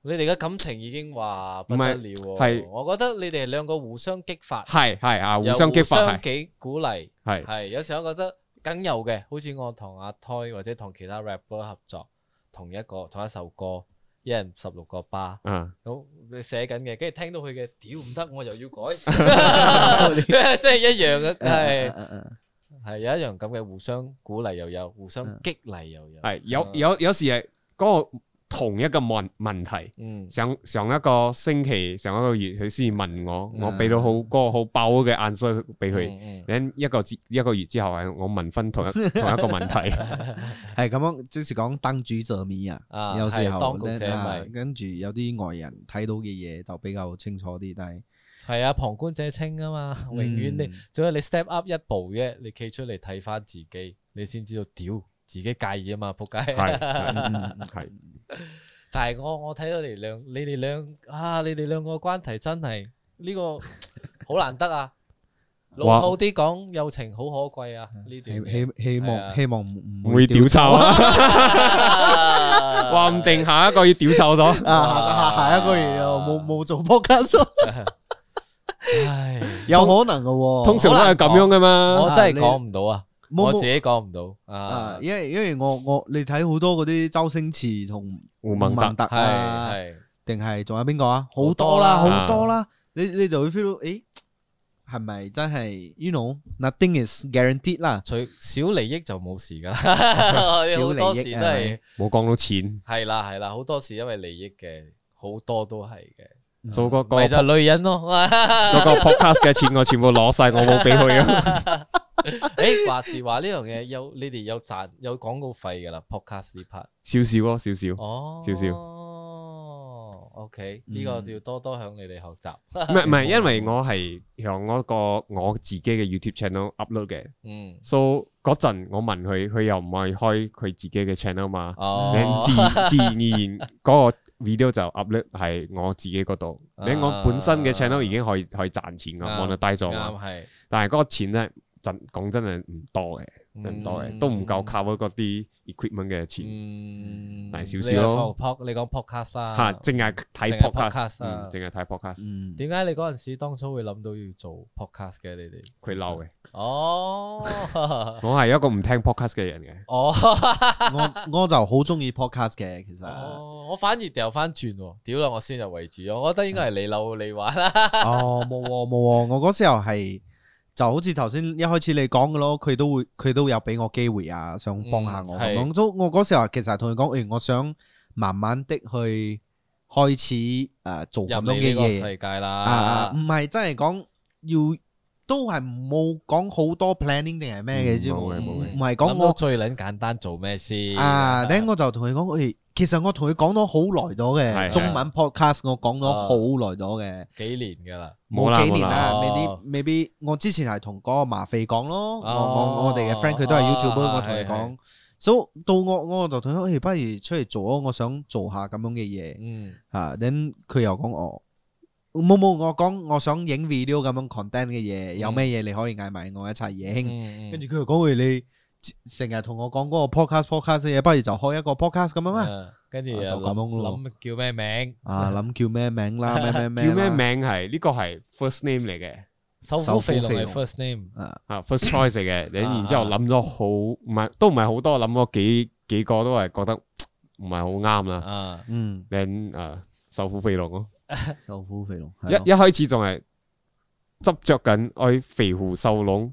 Speaker 2: 你哋嘅感情已經話不得了
Speaker 1: 唔係
Speaker 2: 喎，
Speaker 1: 係
Speaker 2: 我覺得你哋兩個互相激發，
Speaker 1: 係係啊，互
Speaker 2: 又
Speaker 1: 相激
Speaker 2: 互
Speaker 1: 發
Speaker 2: 相
Speaker 1: 係
Speaker 2: 幾鼓勵，
Speaker 1: 係
Speaker 2: 係有時候我覺得梗有嘅，好似我同阿 Toy 或者同其他 rapper 合作，同一個同一首歌，一人十六個巴。
Speaker 1: 啊，
Speaker 2: 好，你寫緊嘅，跟住聽到佢嘅，屌唔得，我 又要改， 即係一樣嘅， 係係有一樣咁嘅互相鼓勵又有，互相激勵又有，
Speaker 1: 嗯
Speaker 2: 啊
Speaker 1: 係有有有時係嗰個同一個問問題。
Speaker 2: 嗯
Speaker 1: 上上一個星期、上一個月，佢先問我，
Speaker 3: 嗯
Speaker 1: 我俾到好個好爆嘅 answer 俾佢。
Speaker 2: 嗯
Speaker 1: 等一個節一個月之後，啊我問翻同一同一個問 題。
Speaker 2: 嗯
Speaker 3: 係咁樣，即是講當局者迷啊。
Speaker 2: 啊
Speaker 3: 有時
Speaker 2: 係
Speaker 3: 候
Speaker 2: 當局者迷
Speaker 3: 啊跟住有啲外人睇到嘅嘢就比較清楚啲，但係
Speaker 2: 係啊，旁觀者清啊嘛，
Speaker 1: 嗯
Speaker 2: 永遠你總之你 step up 一步啫，你企出嚟睇翻自己，你先知道屌自己介意啊嘛，仆街。
Speaker 1: 係係係
Speaker 2: 但係我我睇到你哋兩，你哋兩啊，你哋兩個關係真係呢、 個好難得啊！老
Speaker 1: 哇
Speaker 2: 土啲講，友情好可貴啊！呢段
Speaker 3: 希
Speaker 2: 嘢
Speaker 3: 希希
Speaker 2: 係啊
Speaker 3: 望希望唔
Speaker 1: 唔會屌臭啊！ 話唔定下一個要屌臭咗。
Speaker 2: 哦
Speaker 3: 啊！下下一個月又冇冇做 podcast，
Speaker 2: 唉，
Speaker 3: 有可能嘅喎。
Speaker 1: 通常都係咁樣噶嘛。
Speaker 2: 我真係講唔到啊！
Speaker 3: 冇
Speaker 2: 我
Speaker 3: 冇
Speaker 2: 自己講唔到
Speaker 3: 啊
Speaker 2: 啊，！
Speaker 3: 因為因為我我你睇好多嗰啲周星馳同
Speaker 1: 胡
Speaker 3: 吳
Speaker 1: 孟
Speaker 3: 孟
Speaker 1: 達
Speaker 3: 達
Speaker 2: 係
Speaker 3: 啊，
Speaker 2: 係
Speaker 3: 定係仲有邊個啊？好
Speaker 2: 好
Speaker 3: 多
Speaker 2: 多
Speaker 3: 啦，
Speaker 2: 啦
Speaker 3: 好多啦，你你就會 feel 到，誒係咪真係？You know nothing is guaranteed 啦。
Speaker 2: 除少利益就冇事 㗎，好多時都
Speaker 3: 係
Speaker 2: 係
Speaker 3: 咪
Speaker 1: 冇講到錢，
Speaker 2: 係啦係啦，好多時因為利益嘅，好多都係嘅，
Speaker 1: 所以嗰個
Speaker 2: 咪就係女人咯。
Speaker 1: 嗰 個 podcast 嘅錢我全部攞晒，我冇俾佢啊。
Speaker 2: 诶，話時話呢樣嘢有你哋有賺有廣告費㗎啦，podcast 呢 part
Speaker 1: 少少咯，少少。
Speaker 2: 哦，
Speaker 1: 少少
Speaker 2: 哦，OK，呢個
Speaker 3: 嗯
Speaker 2: 要多多向你哋學習。
Speaker 1: 唔係唔係，因為我係向我個我自己嘅 YouTube channel upload 嘅。
Speaker 2: 嗯，
Speaker 1: so 嗰陣我問佢，佢又唔係開佢自己嘅 channel 嘛，
Speaker 2: 哦，
Speaker 1: 自自然而然嗰個 video 就 upload 係我自己嗰度，
Speaker 2: 啊
Speaker 1: 你我本身嘅 channel 已經可以可以賺錢噶，
Speaker 2: 啱
Speaker 1: 望到低咗嘛，
Speaker 2: 啱啊係，
Speaker 1: 但係嗰個錢咧真講真係唔多嘅，真係唔多嘅，都唔夠靠嗰啲 equipment 嘅錢，
Speaker 2: 嗯嗯，
Speaker 1: 大少少咯
Speaker 2: 你又放 pod- 你講 podcast 啦，
Speaker 1: 嚇，淨係睇
Speaker 2: 啊淨係
Speaker 1: podcast，
Speaker 2: podcast 啊
Speaker 1: 嗯淨係睇 podcast，
Speaker 3: 嗯，
Speaker 2: 點解你嗰陣時當初會諗到要做 podcast 嘅？你哋
Speaker 1: 佢嬲嘅，
Speaker 2: 哦，
Speaker 1: 我係一個唔聽 podcast 嘅人嘅，
Speaker 2: 哦，
Speaker 3: 我我就好中意 podcast 嘅，其實。
Speaker 2: 哦，我反而掉翻轉喎，屌啦，我先入為主，我覺得應該係你嬲你玩啦。
Speaker 3: 哦，冇喎冇喎，我嗰時候係就好似頭先一開始你講嘅咯，佢都會佢都有俾我機會啊，想幫下我
Speaker 2: 嗯
Speaker 3: 咁
Speaker 2: 係
Speaker 3: 樣。所以我嗰時候其實係同佢講，誒，我想慢慢的去開始誒、呃做咁
Speaker 2: 入
Speaker 3: 樣
Speaker 2: 你呢
Speaker 3: 嘅
Speaker 2: 個
Speaker 3: 嘢
Speaker 2: 世界
Speaker 3: 啊，
Speaker 2: 啦
Speaker 3: 唔，係真係講要都係冇講好多 planning 定係咩嘅
Speaker 1: 嗯
Speaker 3: 啫，
Speaker 1: 冇
Speaker 3: 唔
Speaker 1: 嘅冇嘅
Speaker 2: 嗯
Speaker 3: 係講
Speaker 2: 諗到
Speaker 3: 我
Speaker 2: 最撚簡單做咩先
Speaker 3: 啊，等我就同佢講，誒，其實我同佢講咗好耐咗
Speaker 1: 係
Speaker 3: 嘅中文 podcast，我講咗
Speaker 2: 啊
Speaker 3: 好耐咗嘅。
Speaker 2: 幾年㗎啦，
Speaker 1: 冇啦
Speaker 3: 冇幾年
Speaker 1: 冇啦
Speaker 3: 啦，未
Speaker 2: 哦
Speaker 3: 必未必。我之前係同嗰個麻肥講咯，我
Speaker 2: 哦
Speaker 3: 我我哋嘅 friend 佢都係
Speaker 2: 啊
Speaker 3: YouTube，我同
Speaker 2: 係
Speaker 3: 佢講，所以到我我就同佢講，誒，不如出嚟做啊，我想做下咁樣嘅嘢
Speaker 2: 嗯，
Speaker 3: 嚇。等佢又講我冇冇，我講我想影 video 咁樣 content 嘅嘢，有咩嘢你可以嗌埋我一齊影。
Speaker 2: 嗯
Speaker 3: 跟住佢又講，誒你成日同我講嗰個 podcast podcast 嘅嘢，不如就開一個 podcast 咁樣啦。
Speaker 2: 嗯跟住
Speaker 3: 啊
Speaker 2: 又
Speaker 3: 就咁樣咯
Speaker 2: 諗叫咩名，
Speaker 3: 啊，諗叫咩名啦，咩咩咩啊啦，
Speaker 1: 叫咩名係呢個係 first name 嚟嘅。
Speaker 2: 首富
Speaker 3: 首富
Speaker 2: 肥龍
Speaker 3: 肥
Speaker 2: 係
Speaker 3: 龍
Speaker 2: first name，
Speaker 3: 啊？
Speaker 1: 啊 first choice 嚟嘅，你
Speaker 2: 啊
Speaker 1: 然之後諗咗好，唔係都唔係好多，諗咗幾幾個都係覺得唔係好啱啦。
Speaker 2: 啊，
Speaker 3: 嗯，
Speaker 1: 你誒受苦肥龍咯，
Speaker 3: 瘦虎肥龍，
Speaker 1: 一
Speaker 3: 係咯
Speaker 1: 一開始仲係執着緊愛肥虎瘦龍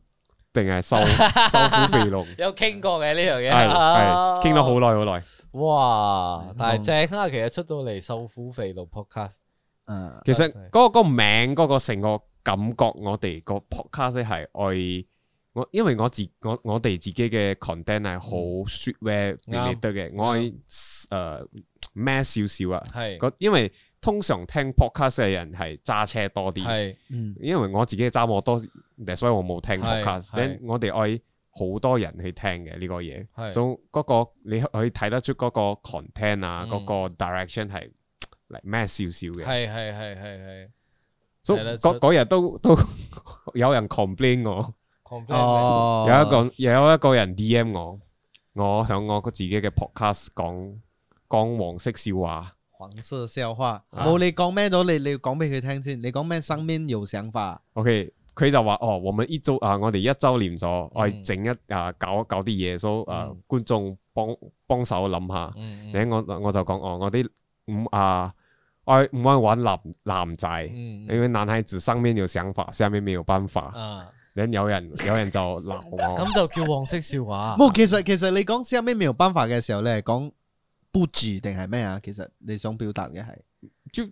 Speaker 1: 定係瘦瘦虎肥龍，
Speaker 2: 有傾過嘅呢樣嘢，
Speaker 1: 係係
Speaker 2: 哦
Speaker 1: 傾咗好耐好耐。
Speaker 2: 哇！但係正啊，其實出到嚟瘦虎肥六 podcast，
Speaker 5: 嗯，
Speaker 1: 其實嗰個名嗰個成個感覺，我哋個 podcast 咧係愛我，因為我自我我哋自己嘅 content 係好 sweet where
Speaker 2: 啱
Speaker 1: 得嘅，我係誒咩少少啊，
Speaker 2: 係
Speaker 1: 個因為通常聽 podcast 嘅人係揸車多啲，
Speaker 2: 係
Speaker 5: 嗯，
Speaker 1: 因為我自己揸摩多，所以我冇聽
Speaker 2: 係
Speaker 1: podcast。
Speaker 2: 係
Speaker 1: 但我哋愛好多人去聽嘅呢個嘢，
Speaker 2: 係
Speaker 1: 所以嗰個你可以睇得出嗰個 content 啊，
Speaker 2: 嗯
Speaker 1: 嗰個 direction 係嚟咩少少嘅。
Speaker 2: 係係係係係
Speaker 1: 所以
Speaker 2: 睇得出
Speaker 1: 嗰嗰日都都 有人 complain 我，
Speaker 2: complain
Speaker 5: 哦，
Speaker 1: 有一個有一個人 DM 我，我響我自己嘅 podcast 講講黃色笑話，
Speaker 3: 黃色笑話，
Speaker 1: 啊
Speaker 3: 冇你講咩咗，你你要講俾佢聽先。你講咩生面有想法？
Speaker 1: OK，佢就話哦，我們一周啊，我哋一周年咗，我哋整一啊搞搞啲嘢，所以啊
Speaker 2: 嗯
Speaker 1: 觀眾幫幫手諗下。
Speaker 2: 嗯嗯
Speaker 1: 你我我就講哦，我啲唔啊愛唔愛玩男男仔，
Speaker 2: 嗯
Speaker 1: 因為男孩子上面有想法，下面沒有辦法。
Speaker 2: 啊，
Speaker 1: 然後有人有人就鬧我，
Speaker 2: 咁就叫黃色笑
Speaker 1: 啊
Speaker 2: 話。
Speaker 3: 冇，其實其實你講生面沒有辦法嘅時候，你係講 b u g 定係咩啊？其實你想表達嘅係
Speaker 1: 就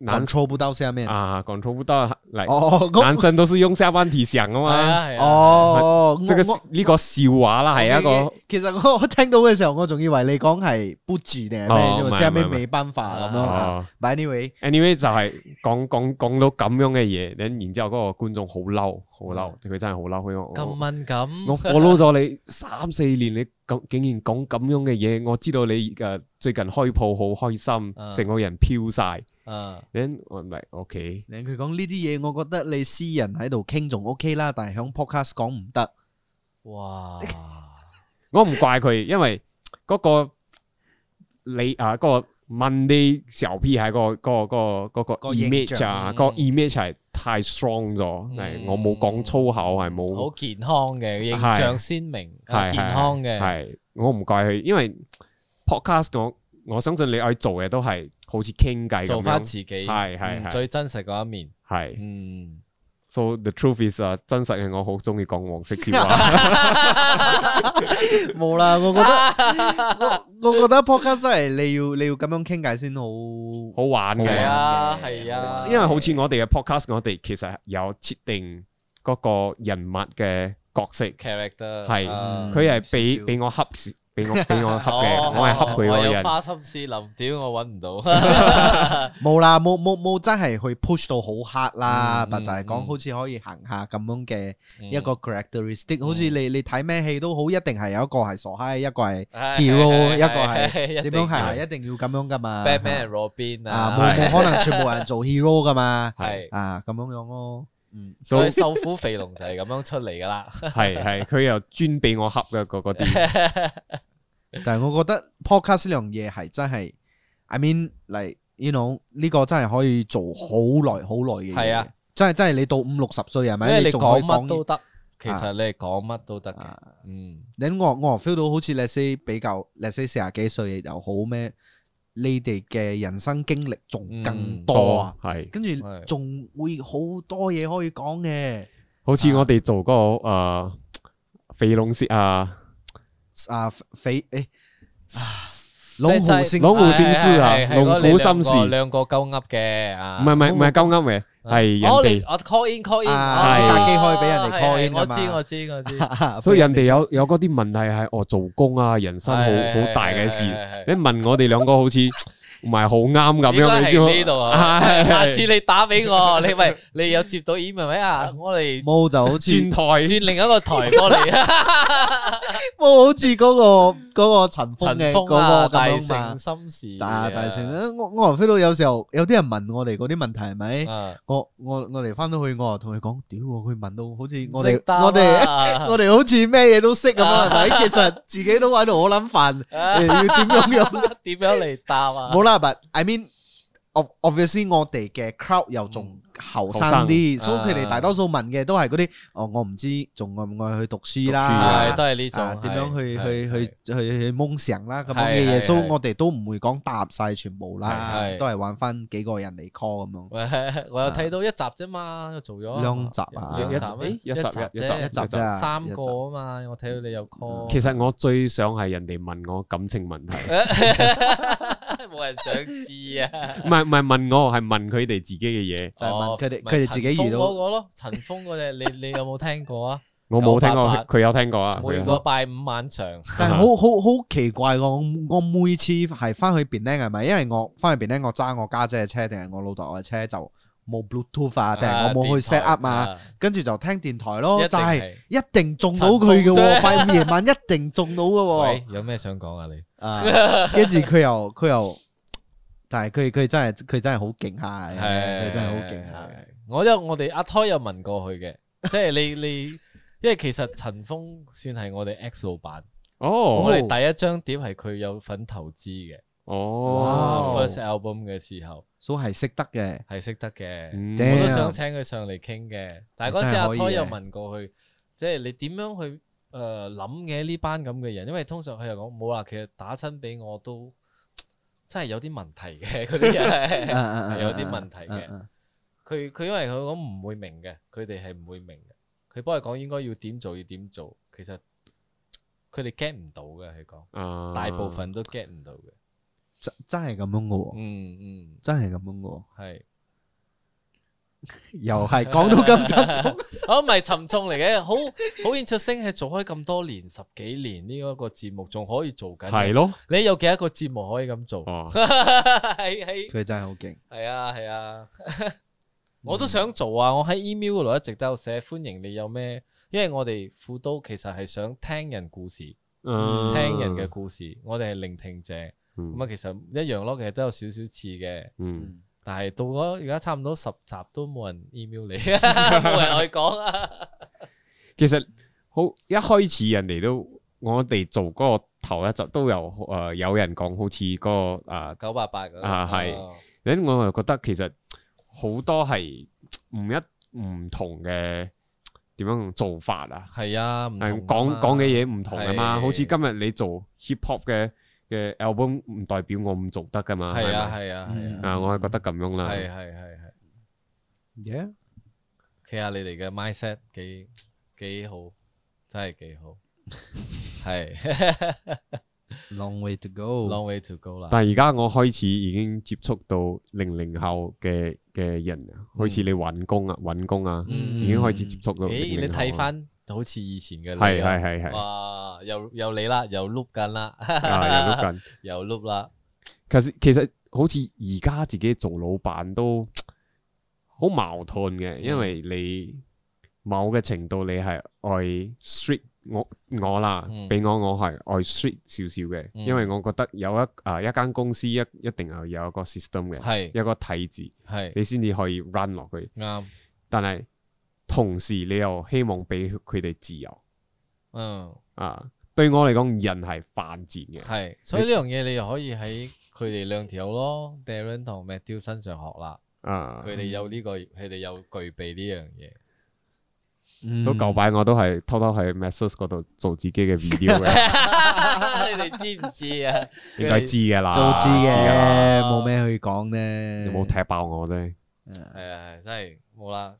Speaker 1: 男
Speaker 3: control 不到下面。
Speaker 1: 啊，control 不到嚟。
Speaker 3: 哦，
Speaker 1: 男生都是用下半體想啊
Speaker 2: 係
Speaker 1: 嘛，
Speaker 2: 啊哦係啊，
Speaker 3: 哦，我
Speaker 1: 即係
Speaker 3: 我
Speaker 1: 個呢個笑話啦，係一個
Speaker 3: OK，OK，其實我我聽到嘅時候，我仲以為你講係 b u g 定係
Speaker 1: 哦
Speaker 3: 咩，
Speaker 1: 唔係
Speaker 3: 因為下
Speaker 1: 唔
Speaker 3: 面
Speaker 1: 係
Speaker 3: 沒辦法咁
Speaker 2: 啊
Speaker 3: 樣。
Speaker 1: 哦。
Speaker 3: But anyway，
Speaker 1: anyway 就係講講講到咁樣嘅嘢，然然之後嗰個觀眾好嬲，好嬲，佢真係好嬲，佢話我
Speaker 2: 咁敏感，
Speaker 1: 我 follow 咗你三四年，你咁竟然講咁樣嘅嘢，我知道你誒最近開鋪好開心
Speaker 2: 啊，
Speaker 1: 成個人飄晒。
Speaker 2: 啊
Speaker 1: 然我咪 OK，
Speaker 3: 你佢講呢啲嘢，我覺得你私人喺度傾仲 OK 啦，但係響 podcast 講唔得。
Speaker 2: 哇，
Speaker 1: 我唔怪佢，因為嗰個你啊嗰個問你小 P 喺嗰個嗰個嗰個嗰個
Speaker 3: 個形
Speaker 1: image
Speaker 3: 象
Speaker 1: 啊，
Speaker 2: 嗯
Speaker 1: 嗰個 image 係太 strong 咗，係
Speaker 2: 嗯
Speaker 1: 我冇講粗口，係冇
Speaker 2: 好健康嘅形
Speaker 1: 係
Speaker 2: 象鮮明，啊
Speaker 1: 係
Speaker 2: 健康嘅，
Speaker 1: 係我唔怪佢，因為 podcast 我我相信你愛做嘅都係好似傾偈
Speaker 2: 做
Speaker 1: 咁
Speaker 2: 翻
Speaker 1: 樣，
Speaker 2: 自己，
Speaker 1: 係係
Speaker 2: 嗯
Speaker 1: 係
Speaker 2: 最真實嗰一面，
Speaker 1: 係。
Speaker 2: 嗯。
Speaker 1: So the truth is 啊，真實係我好中意講黃色笑 話，
Speaker 3: 冇啦，我覺得我我覺得 podcast 真係你要你要咁樣傾偈先好。
Speaker 1: 好玩
Speaker 2: 系
Speaker 1: 嘅。
Speaker 2: 啊，系啊，
Speaker 1: 因為好似我哋嘅 podcast，我哋其實有設定嗰個人物嘅角色，
Speaker 2: character
Speaker 1: 係
Speaker 2: 啊
Speaker 1: 佢係
Speaker 3: 少
Speaker 1: 俾
Speaker 3: 少
Speaker 1: 俾我恰，俾 我俾我恰
Speaker 2: 哦
Speaker 1: 嘅，我係恰佢嗰
Speaker 2: 我
Speaker 1: 個
Speaker 2: 有
Speaker 1: 人。
Speaker 2: 花心思諗，屌我搵唔到，
Speaker 3: 冇啦，冇冇冇真係去 push 到好 hard 啦，
Speaker 2: 嗯
Speaker 3: 但就係
Speaker 2: 嗯
Speaker 3: 講好似可以行下咁樣嘅一
Speaker 2: 一
Speaker 3: 個 characteristic，好似
Speaker 2: 嗯
Speaker 3: 你你睇咩戲都好，一定係有一個係傻閪，一個係 hero，
Speaker 2: hero
Speaker 3: 一個係
Speaker 2: 點
Speaker 3: 點樣係，一定要咁樣噶嘛。
Speaker 2: Batman and Robin à.
Speaker 3: 啊，
Speaker 2: 啊
Speaker 3: 冇，冇可能全部人做 hero 噶嘛，
Speaker 2: 係
Speaker 3: 啊咁樣樣咯。嗯，
Speaker 2: 所以瘦虎肥龍就係咁樣出嚟噶啦，
Speaker 1: 係係，佢又專俾我恰嘅嗰嗰啲。
Speaker 3: 但係我覺得 podcast 呢樣嘢係真係，I mean 嚟，you know 呢個真係可以做好耐好耐嘅嘢。
Speaker 2: 係啊，
Speaker 3: 真係真係你到五六十歲係
Speaker 2: 因
Speaker 3: 咪？
Speaker 2: 為你
Speaker 3: 仲可
Speaker 2: 講
Speaker 3: 以
Speaker 2: 乜
Speaker 3: 講
Speaker 2: 都得，其實你係講乜都得嘅，嗯，
Speaker 3: 你我我 feel 到好似 let's say 比較 let's say 四廿幾歲又好咩？你哋嘅人生經歷仲更多啊，
Speaker 1: 係，
Speaker 3: 跟住
Speaker 2: 嗯係
Speaker 3: 仲會好多嘢可以講嘅。
Speaker 1: 好似我哋做嗰個呃誒肥龍舌啊，
Speaker 3: 啊肥誒，老
Speaker 2: 即係
Speaker 3: 虎先
Speaker 1: 老虎先師啊
Speaker 2: 係係係
Speaker 1: 龍虎
Speaker 2: 你兩
Speaker 1: 心
Speaker 2: 個
Speaker 1: 事
Speaker 2: 兩個鳩噏嘅啊
Speaker 1: 唔係唔係唔係鳩噏嘅，係人
Speaker 2: 哦你
Speaker 1: 哋。
Speaker 2: 我 à, call in call in，À.
Speaker 3: 啊
Speaker 2: 哦
Speaker 1: 打
Speaker 3: 機可以俾人哋
Speaker 2: 係
Speaker 3: call in
Speaker 2: 我
Speaker 3: 㗎嘛
Speaker 2: 知我知 我知。
Speaker 1: 所以人哋有有嗰啲問題係哦做工啊，人生好好大嘅事。你問我哋兩個好似唔係好啱咁
Speaker 2: 咁
Speaker 1: 樣，
Speaker 2: 樣
Speaker 1: 你知冇
Speaker 2: 呢度啊！
Speaker 1: 係係
Speaker 2: 下次你打俾我，你喂，你有接到 email 未啊？我哋
Speaker 3: 冇就好似
Speaker 1: 轉台
Speaker 2: 轉另一個台過嚟，
Speaker 3: 冇好似嗰個嗰個陳
Speaker 2: 陳
Speaker 3: 峰嘅
Speaker 2: 峰
Speaker 3: 嗰
Speaker 2: 啊，
Speaker 3: 個
Speaker 2: 大
Speaker 3: 咁樣嘛
Speaker 2: 成。心事
Speaker 3: 大
Speaker 2: 啊，
Speaker 3: 大成啊，我我 feel 到有時候有啲人問我哋嗰啲問題係咪？
Speaker 2: 啊，
Speaker 3: 我我我哋翻到去我就同佢講，屌佢問到好似我
Speaker 2: 識
Speaker 3: 哋
Speaker 2: 答啊
Speaker 3: 我哋。 我哋好似咩嘢都識咁樣，係咪？其實自己都喺度好諗煩，誒要點樣用？
Speaker 2: 點樣嚟答啊？
Speaker 3: 冇啦，but I mean， ob- obviously 我哋嘅 crowd 又仲後生
Speaker 2: 後生
Speaker 3: 啲，所以佢
Speaker 2: 啊
Speaker 3: 哋大多數問嘅都係嗰啲，哦，我唔知仲愛唔愛去讀書
Speaker 1: 讀書啊
Speaker 3: 啦
Speaker 2: 係，都係呢種
Speaker 3: 啊點
Speaker 2: 係
Speaker 3: 樣去去
Speaker 2: 係
Speaker 3: 去去去蒙城啦咁樣
Speaker 2: 係
Speaker 3: 嘅
Speaker 2: 係
Speaker 3: 嘢，所以
Speaker 2: 係
Speaker 3: 我哋都唔會講答晒全部啦
Speaker 2: 係係，
Speaker 3: 都係玩翻幾個人嚟 call 咁樣。
Speaker 2: 係我有睇到一集啫嘛，做咗
Speaker 3: 兩集啊
Speaker 2: 兩
Speaker 1: 一
Speaker 2: 集
Speaker 1: 集
Speaker 2: 咩
Speaker 1: 誒一集
Speaker 2: 一
Speaker 1: 一
Speaker 2: 集
Speaker 1: 集
Speaker 2: 啫
Speaker 1: 一集
Speaker 3: 啫
Speaker 2: 三個啊嘛，我睇到你有 call，
Speaker 1: 其實我最想係人哋問我感情 問題，
Speaker 2: 冇人想知啊。
Speaker 1: 唔係唔係問我，係問佢哋自己嘅嘢。
Speaker 3: 就係問佢哋
Speaker 2: 哦
Speaker 3: 佢哋自己
Speaker 2: 咪
Speaker 3: 遇
Speaker 2: 陳峰
Speaker 3: 到
Speaker 2: 嗰個咯，陳峰嗰隻你你有冇聽過啊？
Speaker 1: 我冇聽過，
Speaker 2: 九八八
Speaker 1: 佢佢有聽過啊。佢
Speaker 2: 每
Speaker 1: 有
Speaker 2: 個拜五晚上，啊
Speaker 3: 但係好好好奇怪喎！我我每次係翻去便咧係咪？因為我翻去便咧，我揸我家姐嘅車定係我老豆嘅車就冇 Bluetooth 啊，定係我冇去 set up 啊，
Speaker 2: 啊，
Speaker 3: 跟住就聽電台
Speaker 2: 一
Speaker 3: 咯，
Speaker 2: 定
Speaker 3: 就係
Speaker 2: 係。
Speaker 3: 一定中到佢
Speaker 2: 陳風
Speaker 3: 嘅喎，快夜晚一定中到嘅
Speaker 2: 喂，有咩想講啊你？
Speaker 3: 喎， 啊跟住佢又佢又，但係佢佢真係佢真係好勁下，佢真係好勁啊下。
Speaker 2: 係我因為我哋阿胎有問過佢 嘅，即係你你，因為其實陳峰算係我哋 X 老闆，我
Speaker 1: 哦
Speaker 2: 哋第一張碟係佢有份投資嘅
Speaker 1: 哦，
Speaker 2: ，first album 嘅時候
Speaker 3: 所以係識得 嘅，
Speaker 2: 係識得嘅。
Speaker 1: 嗯
Speaker 3: 正
Speaker 2: 我都想請佢上嚟傾嘅，但係嗰陣時阿胎又問過佢，即係你點樣去誒諗嘅呢班咁嘅人？因為通常佢又講冇啦，其實打親俾我都真係有啲問題嘅 嗰啲
Speaker 3: 啊
Speaker 2: 人，
Speaker 3: 啊啊啊
Speaker 2: 有啲問題嘅
Speaker 3: 啊啊啊
Speaker 2: 佢佢因為佢講唔會明嘅，佢哋係唔會明嘅。佢幫佢講應該要點做要點做，其實佢哋 get 唔到嘅，佢講
Speaker 1: 啊
Speaker 2: 大部分都 get 唔到嘅。
Speaker 3: 真真係咁樣嘅喎，
Speaker 2: 嗯嗯，
Speaker 3: 真係咁樣嘅 喎，
Speaker 2: 係。
Speaker 3: 又係講到 咁沉重。
Speaker 2: 哦我唔係沉重嚟嘅，好好 interesting 係做開咁多年十幾年呢一個節目，仲可以做緊。
Speaker 1: 係，咯，
Speaker 2: 你有幾多個節目可以咁做？
Speaker 1: 哦，
Speaker 2: 係係
Speaker 3: 佢真係好勁。
Speaker 2: 係啊係啊，我都想做啊！我喺 email 嗰度一直都有寫，歡迎你有咩？因為我哋副都其實係想聽人故事，
Speaker 1: 嗯
Speaker 2: 聽人嘅，故事，我哋係聆聽者。咁
Speaker 1: 嗯
Speaker 2: 啊，其實一樣咯，其實都有少少似嘅。
Speaker 1: 嗯，
Speaker 2: 但係到咗而家差唔多十集都冇人 email 你， 冇人去講啊。
Speaker 1: 其實好一開始人哋都我哋做嗰個頭一集都有誒有人講好似嗰個啊
Speaker 2: 九八八嗰個
Speaker 1: 啊係
Speaker 2: 哦
Speaker 1: 咁我又覺得其實好多係唔一唔同嘅點樣用做法啊，
Speaker 2: 係啊，唔
Speaker 1: 係
Speaker 2: 同
Speaker 1: 講講嘅嘢唔同啊嘛，
Speaker 2: 係
Speaker 1: 好似今日你做 hip hop 嘅嘅 album 唔代表我唔做得噶嘛，
Speaker 2: 係啊
Speaker 1: 咪，
Speaker 2: 係啊係
Speaker 3: 嗯
Speaker 2: 啊，
Speaker 1: 啊我係覺得咁樣啦，
Speaker 2: 係啊係係係，
Speaker 3: Yeah，
Speaker 2: 睇下你哋嘅 mindset 幾幾好，真係幾好， 係
Speaker 3: long way to go。
Speaker 2: long way to go 啦。
Speaker 1: 但係而家我開始已經接觸到零零後嘅嘅人啊，開始你揾工啊，揾工啊，
Speaker 2: 嗯
Speaker 1: 已經開始接觸到零
Speaker 2: 咦，
Speaker 1: 零後啊
Speaker 2: 你睇翻好似以前嘅
Speaker 1: 係
Speaker 2: 你啊
Speaker 1: 係係係
Speaker 2: 哇，又又你啦，又 loop 緊啦，
Speaker 1: 啊，有緊。
Speaker 2: 又 loop 啦，
Speaker 1: 其實其實好似而家自己做老闆都好矛盾
Speaker 2: 嗯
Speaker 1: 嘅，因為你某嘅程度你係愛 strict 我我啦
Speaker 2: 嗯，
Speaker 1: 俾我我係愛 strict 少少嘅，
Speaker 2: 嗯
Speaker 1: 因為我覺得有一啊一間公司一一定係有一個 system 嘅，
Speaker 2: 係
Speaker 1: 一個體制，
Speaker 2: 係
Speaker 1: 你先至可以 run 落去。
Speaker 2: 啱，
Speaker 1: 但係同時你又希望俾佢哋自由
Speaker 2: 嗯
Speaker 1: 啊。對我嚟講，人係犯賤嘅，
Speaker 2: 係，所以呢樣嘢你又可以喺佢哋兩條友咯，Darren 同 Matthew 身上學啦。
Speaker 1: 啊，
Speaker 2: 佢哋有呢、個，佢哋有具備呢樣嘢。
Speaker 3: 嗯
Speaker 1: 所以舊擺我都係偷偷喺 Message 嗰度做自己嘅 video 嘅。
Speaker 2: 你哋知唔知啊？
Speaker 1: 應該知嘅啦，
Speaker 3: 都知嘅
Speaker 1: 㗎啦，，
Speaker 3: 冇咩去講呢。
Speaker 1: 你冇踢爆我啫。
Speaker 2: 係啊，係真係冇啦。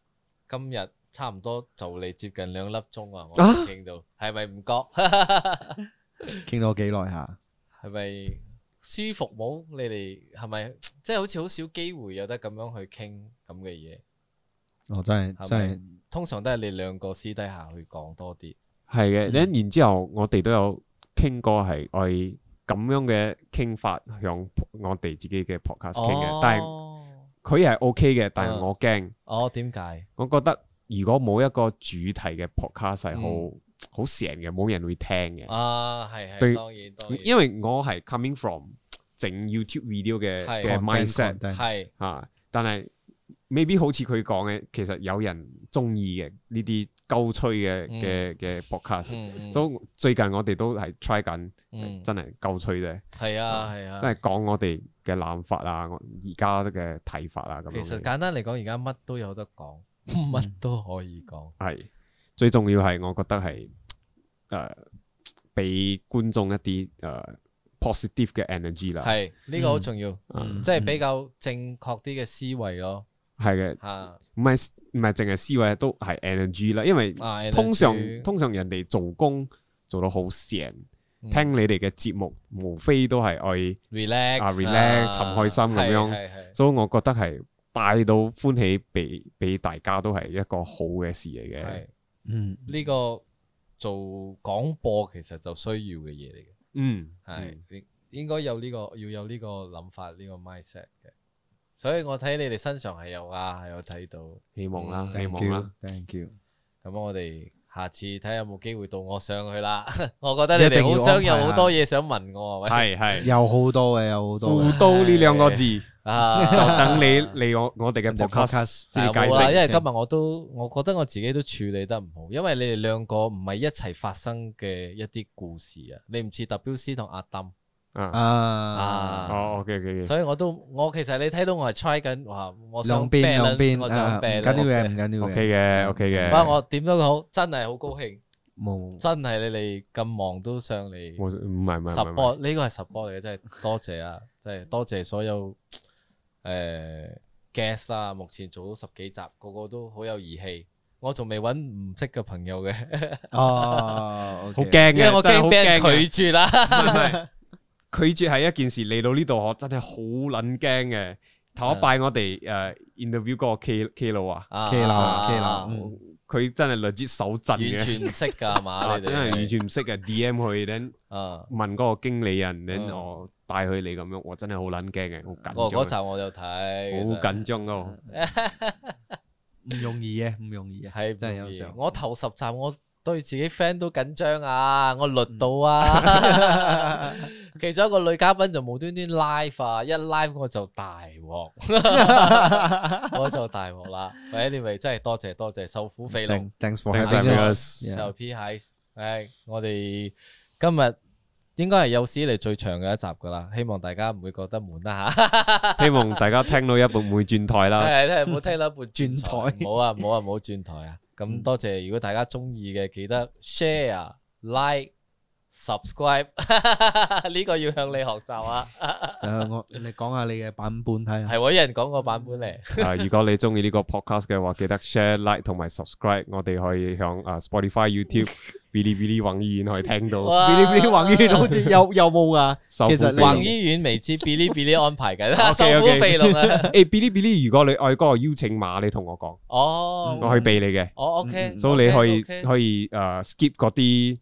Speaker 2: 今日差唔多就嚟接近兩粒鐘啊！我
Speaker 1: 啊
Speaker 2: 哋傾到係咪唔覺？
Speaker 3: 傾咗幾耐下？
Speaker 2: 係咪舒服冇？你哋係咪即係好似好少機會有得咁樣去傾咁嘅嘢？
Speaker 3: 我真係
Speaker 2: 係
Speaker 3: 真
Speaker 2: 咪？通常都係你兩個私底下去講多啲。
Speaker 1: 係
Speaker 2: 嗯
Speaker 1: 嘅，然然之後我哋都有傾過係我咁樣嘅傾法向我哋自己嘅 podcast 傾嘅，但係
Speaker 2: 哦，
Speaker 1: 佢係 OK 嘅，但係
Speaker 2: 嗯
Speaker 1: 我驚，
Speaker 2: 哦，點解？
Speaker 1: 我覺得如果冇一個主題嘅 podcast 係好
Speaker 2: 嗯
Speaker 1: 好成嘅，冇人會聽嘅，
Speaker 2: 啊，係係，
Speaker 1: 對
Speaker 2: 當然當然，
Speaker 1: 因為我係 coming from 整 YouTube video 嘅
Speaker 2: 係
Speaker 1: 嘅 mindset
Speaker 2: 係
Speaker 1: 啊，但係未必好似佢講嘅，其實有人中意嘅呢啲鳩吹嘅
Speaker 2: 嗯
Speaker 1: 嘅嘅 podcast。
Speaker 2: 嗯嗯
Speaker 1: 所以最近我哋都係 try 緊，
Speaker 2: 嗯
Speaker 1: 真係鳩吹啫，
Speaker 2: 係啊係啊
Speaker 1: 真。係講我哋嘅諗法啊，我而家嘅睇法啊，咁
Speaker 2: 其實
Speaker 1: 樣嘅嗯
Speaker 2: 簡單嚟講，而家乜都有得講，乜都可以講。
Speaker 1: 係最重要係，我覺得係誒俾觀眾一啲誒 positive 嘅 energy 啦，
Speaker 2: 係呢個好重要，
Speaker 1: 嗯
Speaker 2: 即係比較正確啲嘅思維咯。
Speaker 1: 係嘅，
Speaker 2: 吓啊
Speaker 1: 唔係唔係淨係思維都係 energy 啦，因為，通常
Speaker 2: energy
Speaker 1: 通常人哋做工做到好成，
Speaker 2: 嗯
Speaker 1: 聽你哋嘅節目，無非都係去。
Speaker 2: relax
Speaker 1: 啊，relax，
Speaker 2: 啊
Speaker 1: 尋開心咁
Speaker 2: 係
Speaker 1: 樣
Speaker 2: 係係
Speaker 1: 所以我覺得係帶到歡喜俾俾大家都係一個好嘅事嚟嘅。
Speaker 2: 係
Speaker 3: 嗯，
Speaker 2: 呢個做廣播其實就需要嘅嘢嚟嘅，
Speaker 1: 嗯，
Speaker 2: 係你應該有呢個要有呢個諗法呢個 mindset 嘅。所以我睇你哋身上係有啊，係有睇到。
Speaker 1: 希望啦，
Speaker 2: 嗯
Speaker 1: 希
Speaker 3: thank
Speaker 1: 望啦，
Speaker 3: you，thank you。
Speaker 2: 咁我哋下次睇下有冇機會到我上去啦。 我覺得你哋好
Speaker 3: 一
Speaker 2: 想
Speaker 3: 定要
Speaker 2: 有
Speaker 3: 安排
Speaker 2: 好多嘢想問我，啊係咪？
Speaker 1: 係係。
Speaker 3: 有好多嘅，有好多
Speaker 1: 副
Speaker 3: 嘅。
Speaker 1: 刀呢兩個字，
Speaker 2: 啊，
Speaker 1: 就等你嚟我我哋嘅
Speaker 3: 我哋
Speaker 1: podcast
Speaker 3: podcast
Speaker 1: 先至
Speaker 2: 啊
Speaker 1: 解
Speaker 2: 冇啦，因
Speaker 1: 釋。
Speaker 2: 為今日我都，我覺得我自己都處理得唔好，因為你哋兩個唔係一齊發生嘅一啲故事啊，你唔似 WC 同阿氹
Speaker 1: 啊，
Speaker 3: 啊，
Speaker 2: 啊，
Speaker 1: 哦，OK OK OK，
Speaker 2: 所以我都我其實你睇到我係 try 緊，哇，我
Speaker 3: 兩
Speaker 2: 想
Speaker 3: 邊兩
Speaker 2: balance，
Speaker 3: 邊
Speaker 2: 我
Speaker 3: 啊，
Speaker 2: 想
Speaker 3: 唔緊要嘅，唔
Speaker 2: balance，
Speaker 3: 緊要
Speaker 1: OK
Speaker 3: 嘅，
Speaker 1: 嘅 OK 嘅，
Speaker 2: 不過我點都好，真係好高興，
Speaker 3: 冇
Speaker 2: 真係你哋咁忙都上嚟。
Speaker 1: 我唔係唔係
Speaker 2: 十
Speaker 1: 唔
Speaker 2: 波
Speaker 1: 係，
Speaker 2: 呢個係十波嚟嘅，真係多謝啊！真係多謝所有誒 guest 啦，目前做到十幾集，個個都好有義氣。我仲未揾唔識嘅朋友嘅，
Speaker 3: 哦，
Speaker 1: 好
Speaker 3: OK
Speaker 1: 驚
Speaker 2: 因為
Speaker 1: 嘅，
Speaker 2: 我
Speaker 1: 真係好
Speaker 2: 驚俾人
Speaker 1: 驚嘅
Speaker 2: 拒絕啦。
Speaker 1: 唔係唔 係拒絕係一件事，嚟到呢度我真係好撚驚嘅。頭一拜我哋誒 interview 嗰個 K K 佬啊，
Speaker 3: ，K 啦，K
Speaker 2: 啊
Speaker 3: 啦，嗯
Speaker 1: 佢真係 legit 手震
Speaker 2: 完
Speaker 1: 嘅。
Speaker 2: 全唔識㗎係嘛？
Speaker 1: 啊！
Speaker 2: 你哋
Speaker 1: 真係完全唔識嘅，DM 佢，then
Speaker 2: 啊！
Speaker 1: 問嗰個經理人，then
Speaker 2: 嗯
Speaker 1: 我帶佢嚟咁樣，我真係好撚驚嘅，好
Speaker 2: 我哦嗰
Speaker 1: 緊
Speaker 2: 集
Speaker 1: 張，
Speaker 2: 我有睇，
Speaker 1: 好緊張嗰個
Speaker 3: 唔容易嘅，唔容易嘅，
Speaker 2: 係
Speaker 3: 真係
Speaker 2: 唔
Speaker 3: 有
Speaker 2: 易
Speaker 3: 時候
Speaker 2: 我頭十集我對自己 friend 都緊張啊，我律到啊。
Speaker 3: 嗯
Speaker 2: 其中一個女嘉賓就無端端 live 啊，一 live 我就大 鑊，我就大鑊啦。喂，你咪真係多謝多謝，受苦肥龍
Speaker 3: Thank-，thanks for
Speaker 1: Thanks
Speaker 3: having
Speaker 1: for having
Speaker 3: us，
Speaker 1: us
Speaker 3: Yeah
Speaker 2: 受 P 蟹。唉，我哋今日應該係有史以嚟最長嘅一集噶啦，希望大家唔會覺得悶啦吓。
Speaker 1: 希望大家聽到一半唔會轉 台 啦。
Speaker 2: 係真係冇聽到一半轉
Speaker 3: 台
Speaker 2: 冇啊冇啊冇轉台啊！咁多謝，如果大家中意嘅，記得 share、like、subscribe，呢個要向你學習啊！
Speaker 3: 誒我你講下你嘅版本睇下
Speaker 2: 係，喎，有人講個版本嚟，
Speaker 1: 啊，如果你中意呢個 podcast 嘅話，記得 share、like 同埋 subscribe，我哋可以響啊 Spotify、YouTube、Bilibili 網易雲可以聽到。
Speaker 2: 哇
Speaker 3: Bilibili 宏遠 好似有有冇噶？
Speaker 1: 手
Speaker 3: 其實
Speaker 1: 扶
Speaker 3: 你
Speaker 1: 肥
Speaker 2: 宏
Speaker 1: 龍
Speaker 2: 醫院未知 Bilibili 安排緊，
Speaker 1: OK，OK
Speaker 2: 受苦被動啊！
Speaker 1: 誒 Bilibili，如果你愛嗰個邀請碼，你同我講，
Speaker 2: 哦，
Speaker 1: 我可以俾你嘅，
Speaker 2: 哦，OK，
Speaker 1: 所以你可以
Speaker 2: OK，OK
Speaker 1: 可以誒 skip 嗰啲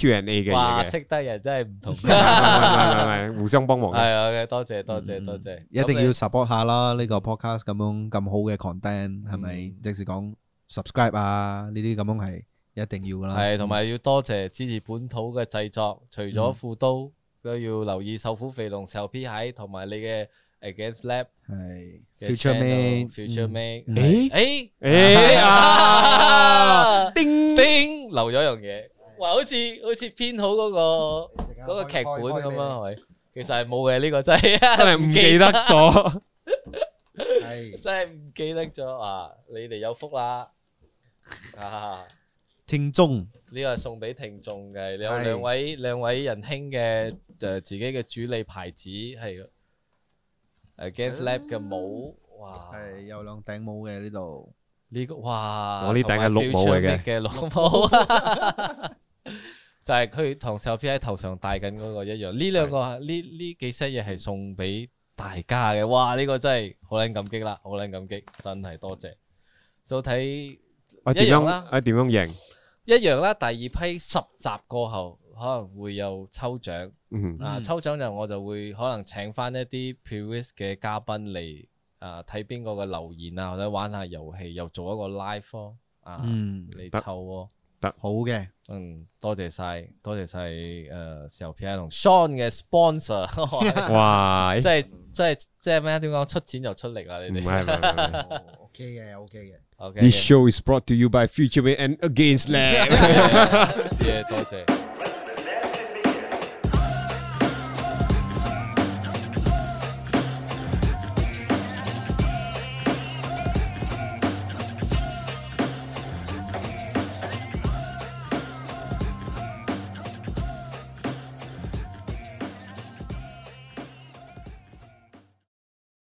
Speaker 1: Q&A 嘅
Speaker 2: 哇，
Speaker 1: 嘢嘅。
Speaker 2: 識得人真係唔 同，
Speaker 1: 唔係唔
Speaker 2: 係
Speaker 1: 係唔係唔係，互相幫忙嘅。
Speaker 2: OK，多謝多謝多謝，
Speaker 3: 一定
Speaker 2: 咁你
Speaker 3: 要 support 下啦！呢個 podcast 咁樣咁好嘅 content 係咪？即是講 subscribe 啊，呢啲咁樣係一定要噶啦。
Speaker 2: 系，同埋要多謝支持本土嘅製作，除咗副刀都要留意瘦虎肥龍、瘦 P 蟹，同埋你嘅 Against Lab
Speaker 3: 係
Speaker 2: 嘅
Speaker 3: future man
Speaker 2: Future Man，
Speaker 1: 嗯
Speaker 2: 诶
Speaker 1: 诶啊！叮
Speaker 2: 叮留咗樣嘢，哇，好似好似編好嗰個嗰個劇本咁啊樣係咪？其實係冇嘅呢個真係
Speaker 1: 真係唔記得咗。
Speaker 3: 係
Speaker 2: 真係唔記得咗啊！你哋有福啦啊！
Speaker 3: 聽眾
Speaker 2: 呢個係送俾聽眾嘅，你有
Speaker 3: 係
Speaker 2: 兩位兩位仁兄嘅誒、呃自己嘅主理牌子係誒 Gas Lab 嘅帽，哇！
Speaker 3: 係有兩頂帽嘅呢度。
Speaker 2: 呢、個哇，
Speaker 1: 我呢頂係綠帽嚟嘅
Speaker 2: 嘅綠帽，就係佢同小 P 喺頭上戴緊嗰個一樣。呢 兩個呢呢幾 set 嘢係送俾大家嘅，哇！呢、個真係好撚感激啦，好撚感激，真係多謝。就睇。
Speaker 1: 我點
Speaker 2: 一樣
Speaker 1: 樣
Speaker 2: 啦？
Speaker 1: 我點樣贏？
Speaker 2: 一樣啦，第二批十集過後可能會有抽獎，
Speaker 1: 嗯，
Speaker 2: 啊抽獎就我就會可能請翻一啲 previous 嘅嘉賓嚟啊睇邊個嘅留言啊，或者玩下遊戲，又做一個 live 咯啊，
Speaker 3: 嗯，
Speaker 2: 你
Speaker 1: 得
Speaker 2: 抽喎，
Speaker 3: 好嘅，
Speaker 2: 嗯，多謝晒，多謝晒呃誒時候 P I 同 Sean 嘅 sponsor，
Speaker 1: 哇！唔
Speaker 2: 即
Speaker 1: 係
Speaker 2: 係即係即係咩點講？出錢就出力啊！
Speaker 1: 唔
Speaker 2: 你
Speaker 1: 係唔係
Speaker 2: 哋
Speaker 1: 唔係
Speaker 3: ，OK 嘅，OK 嘅。
Speaker 2: 哦，OK，
Speaker 1: ，This show is brought to you by Future Man and Against Lab。
Speaker 2: 嘢多謝。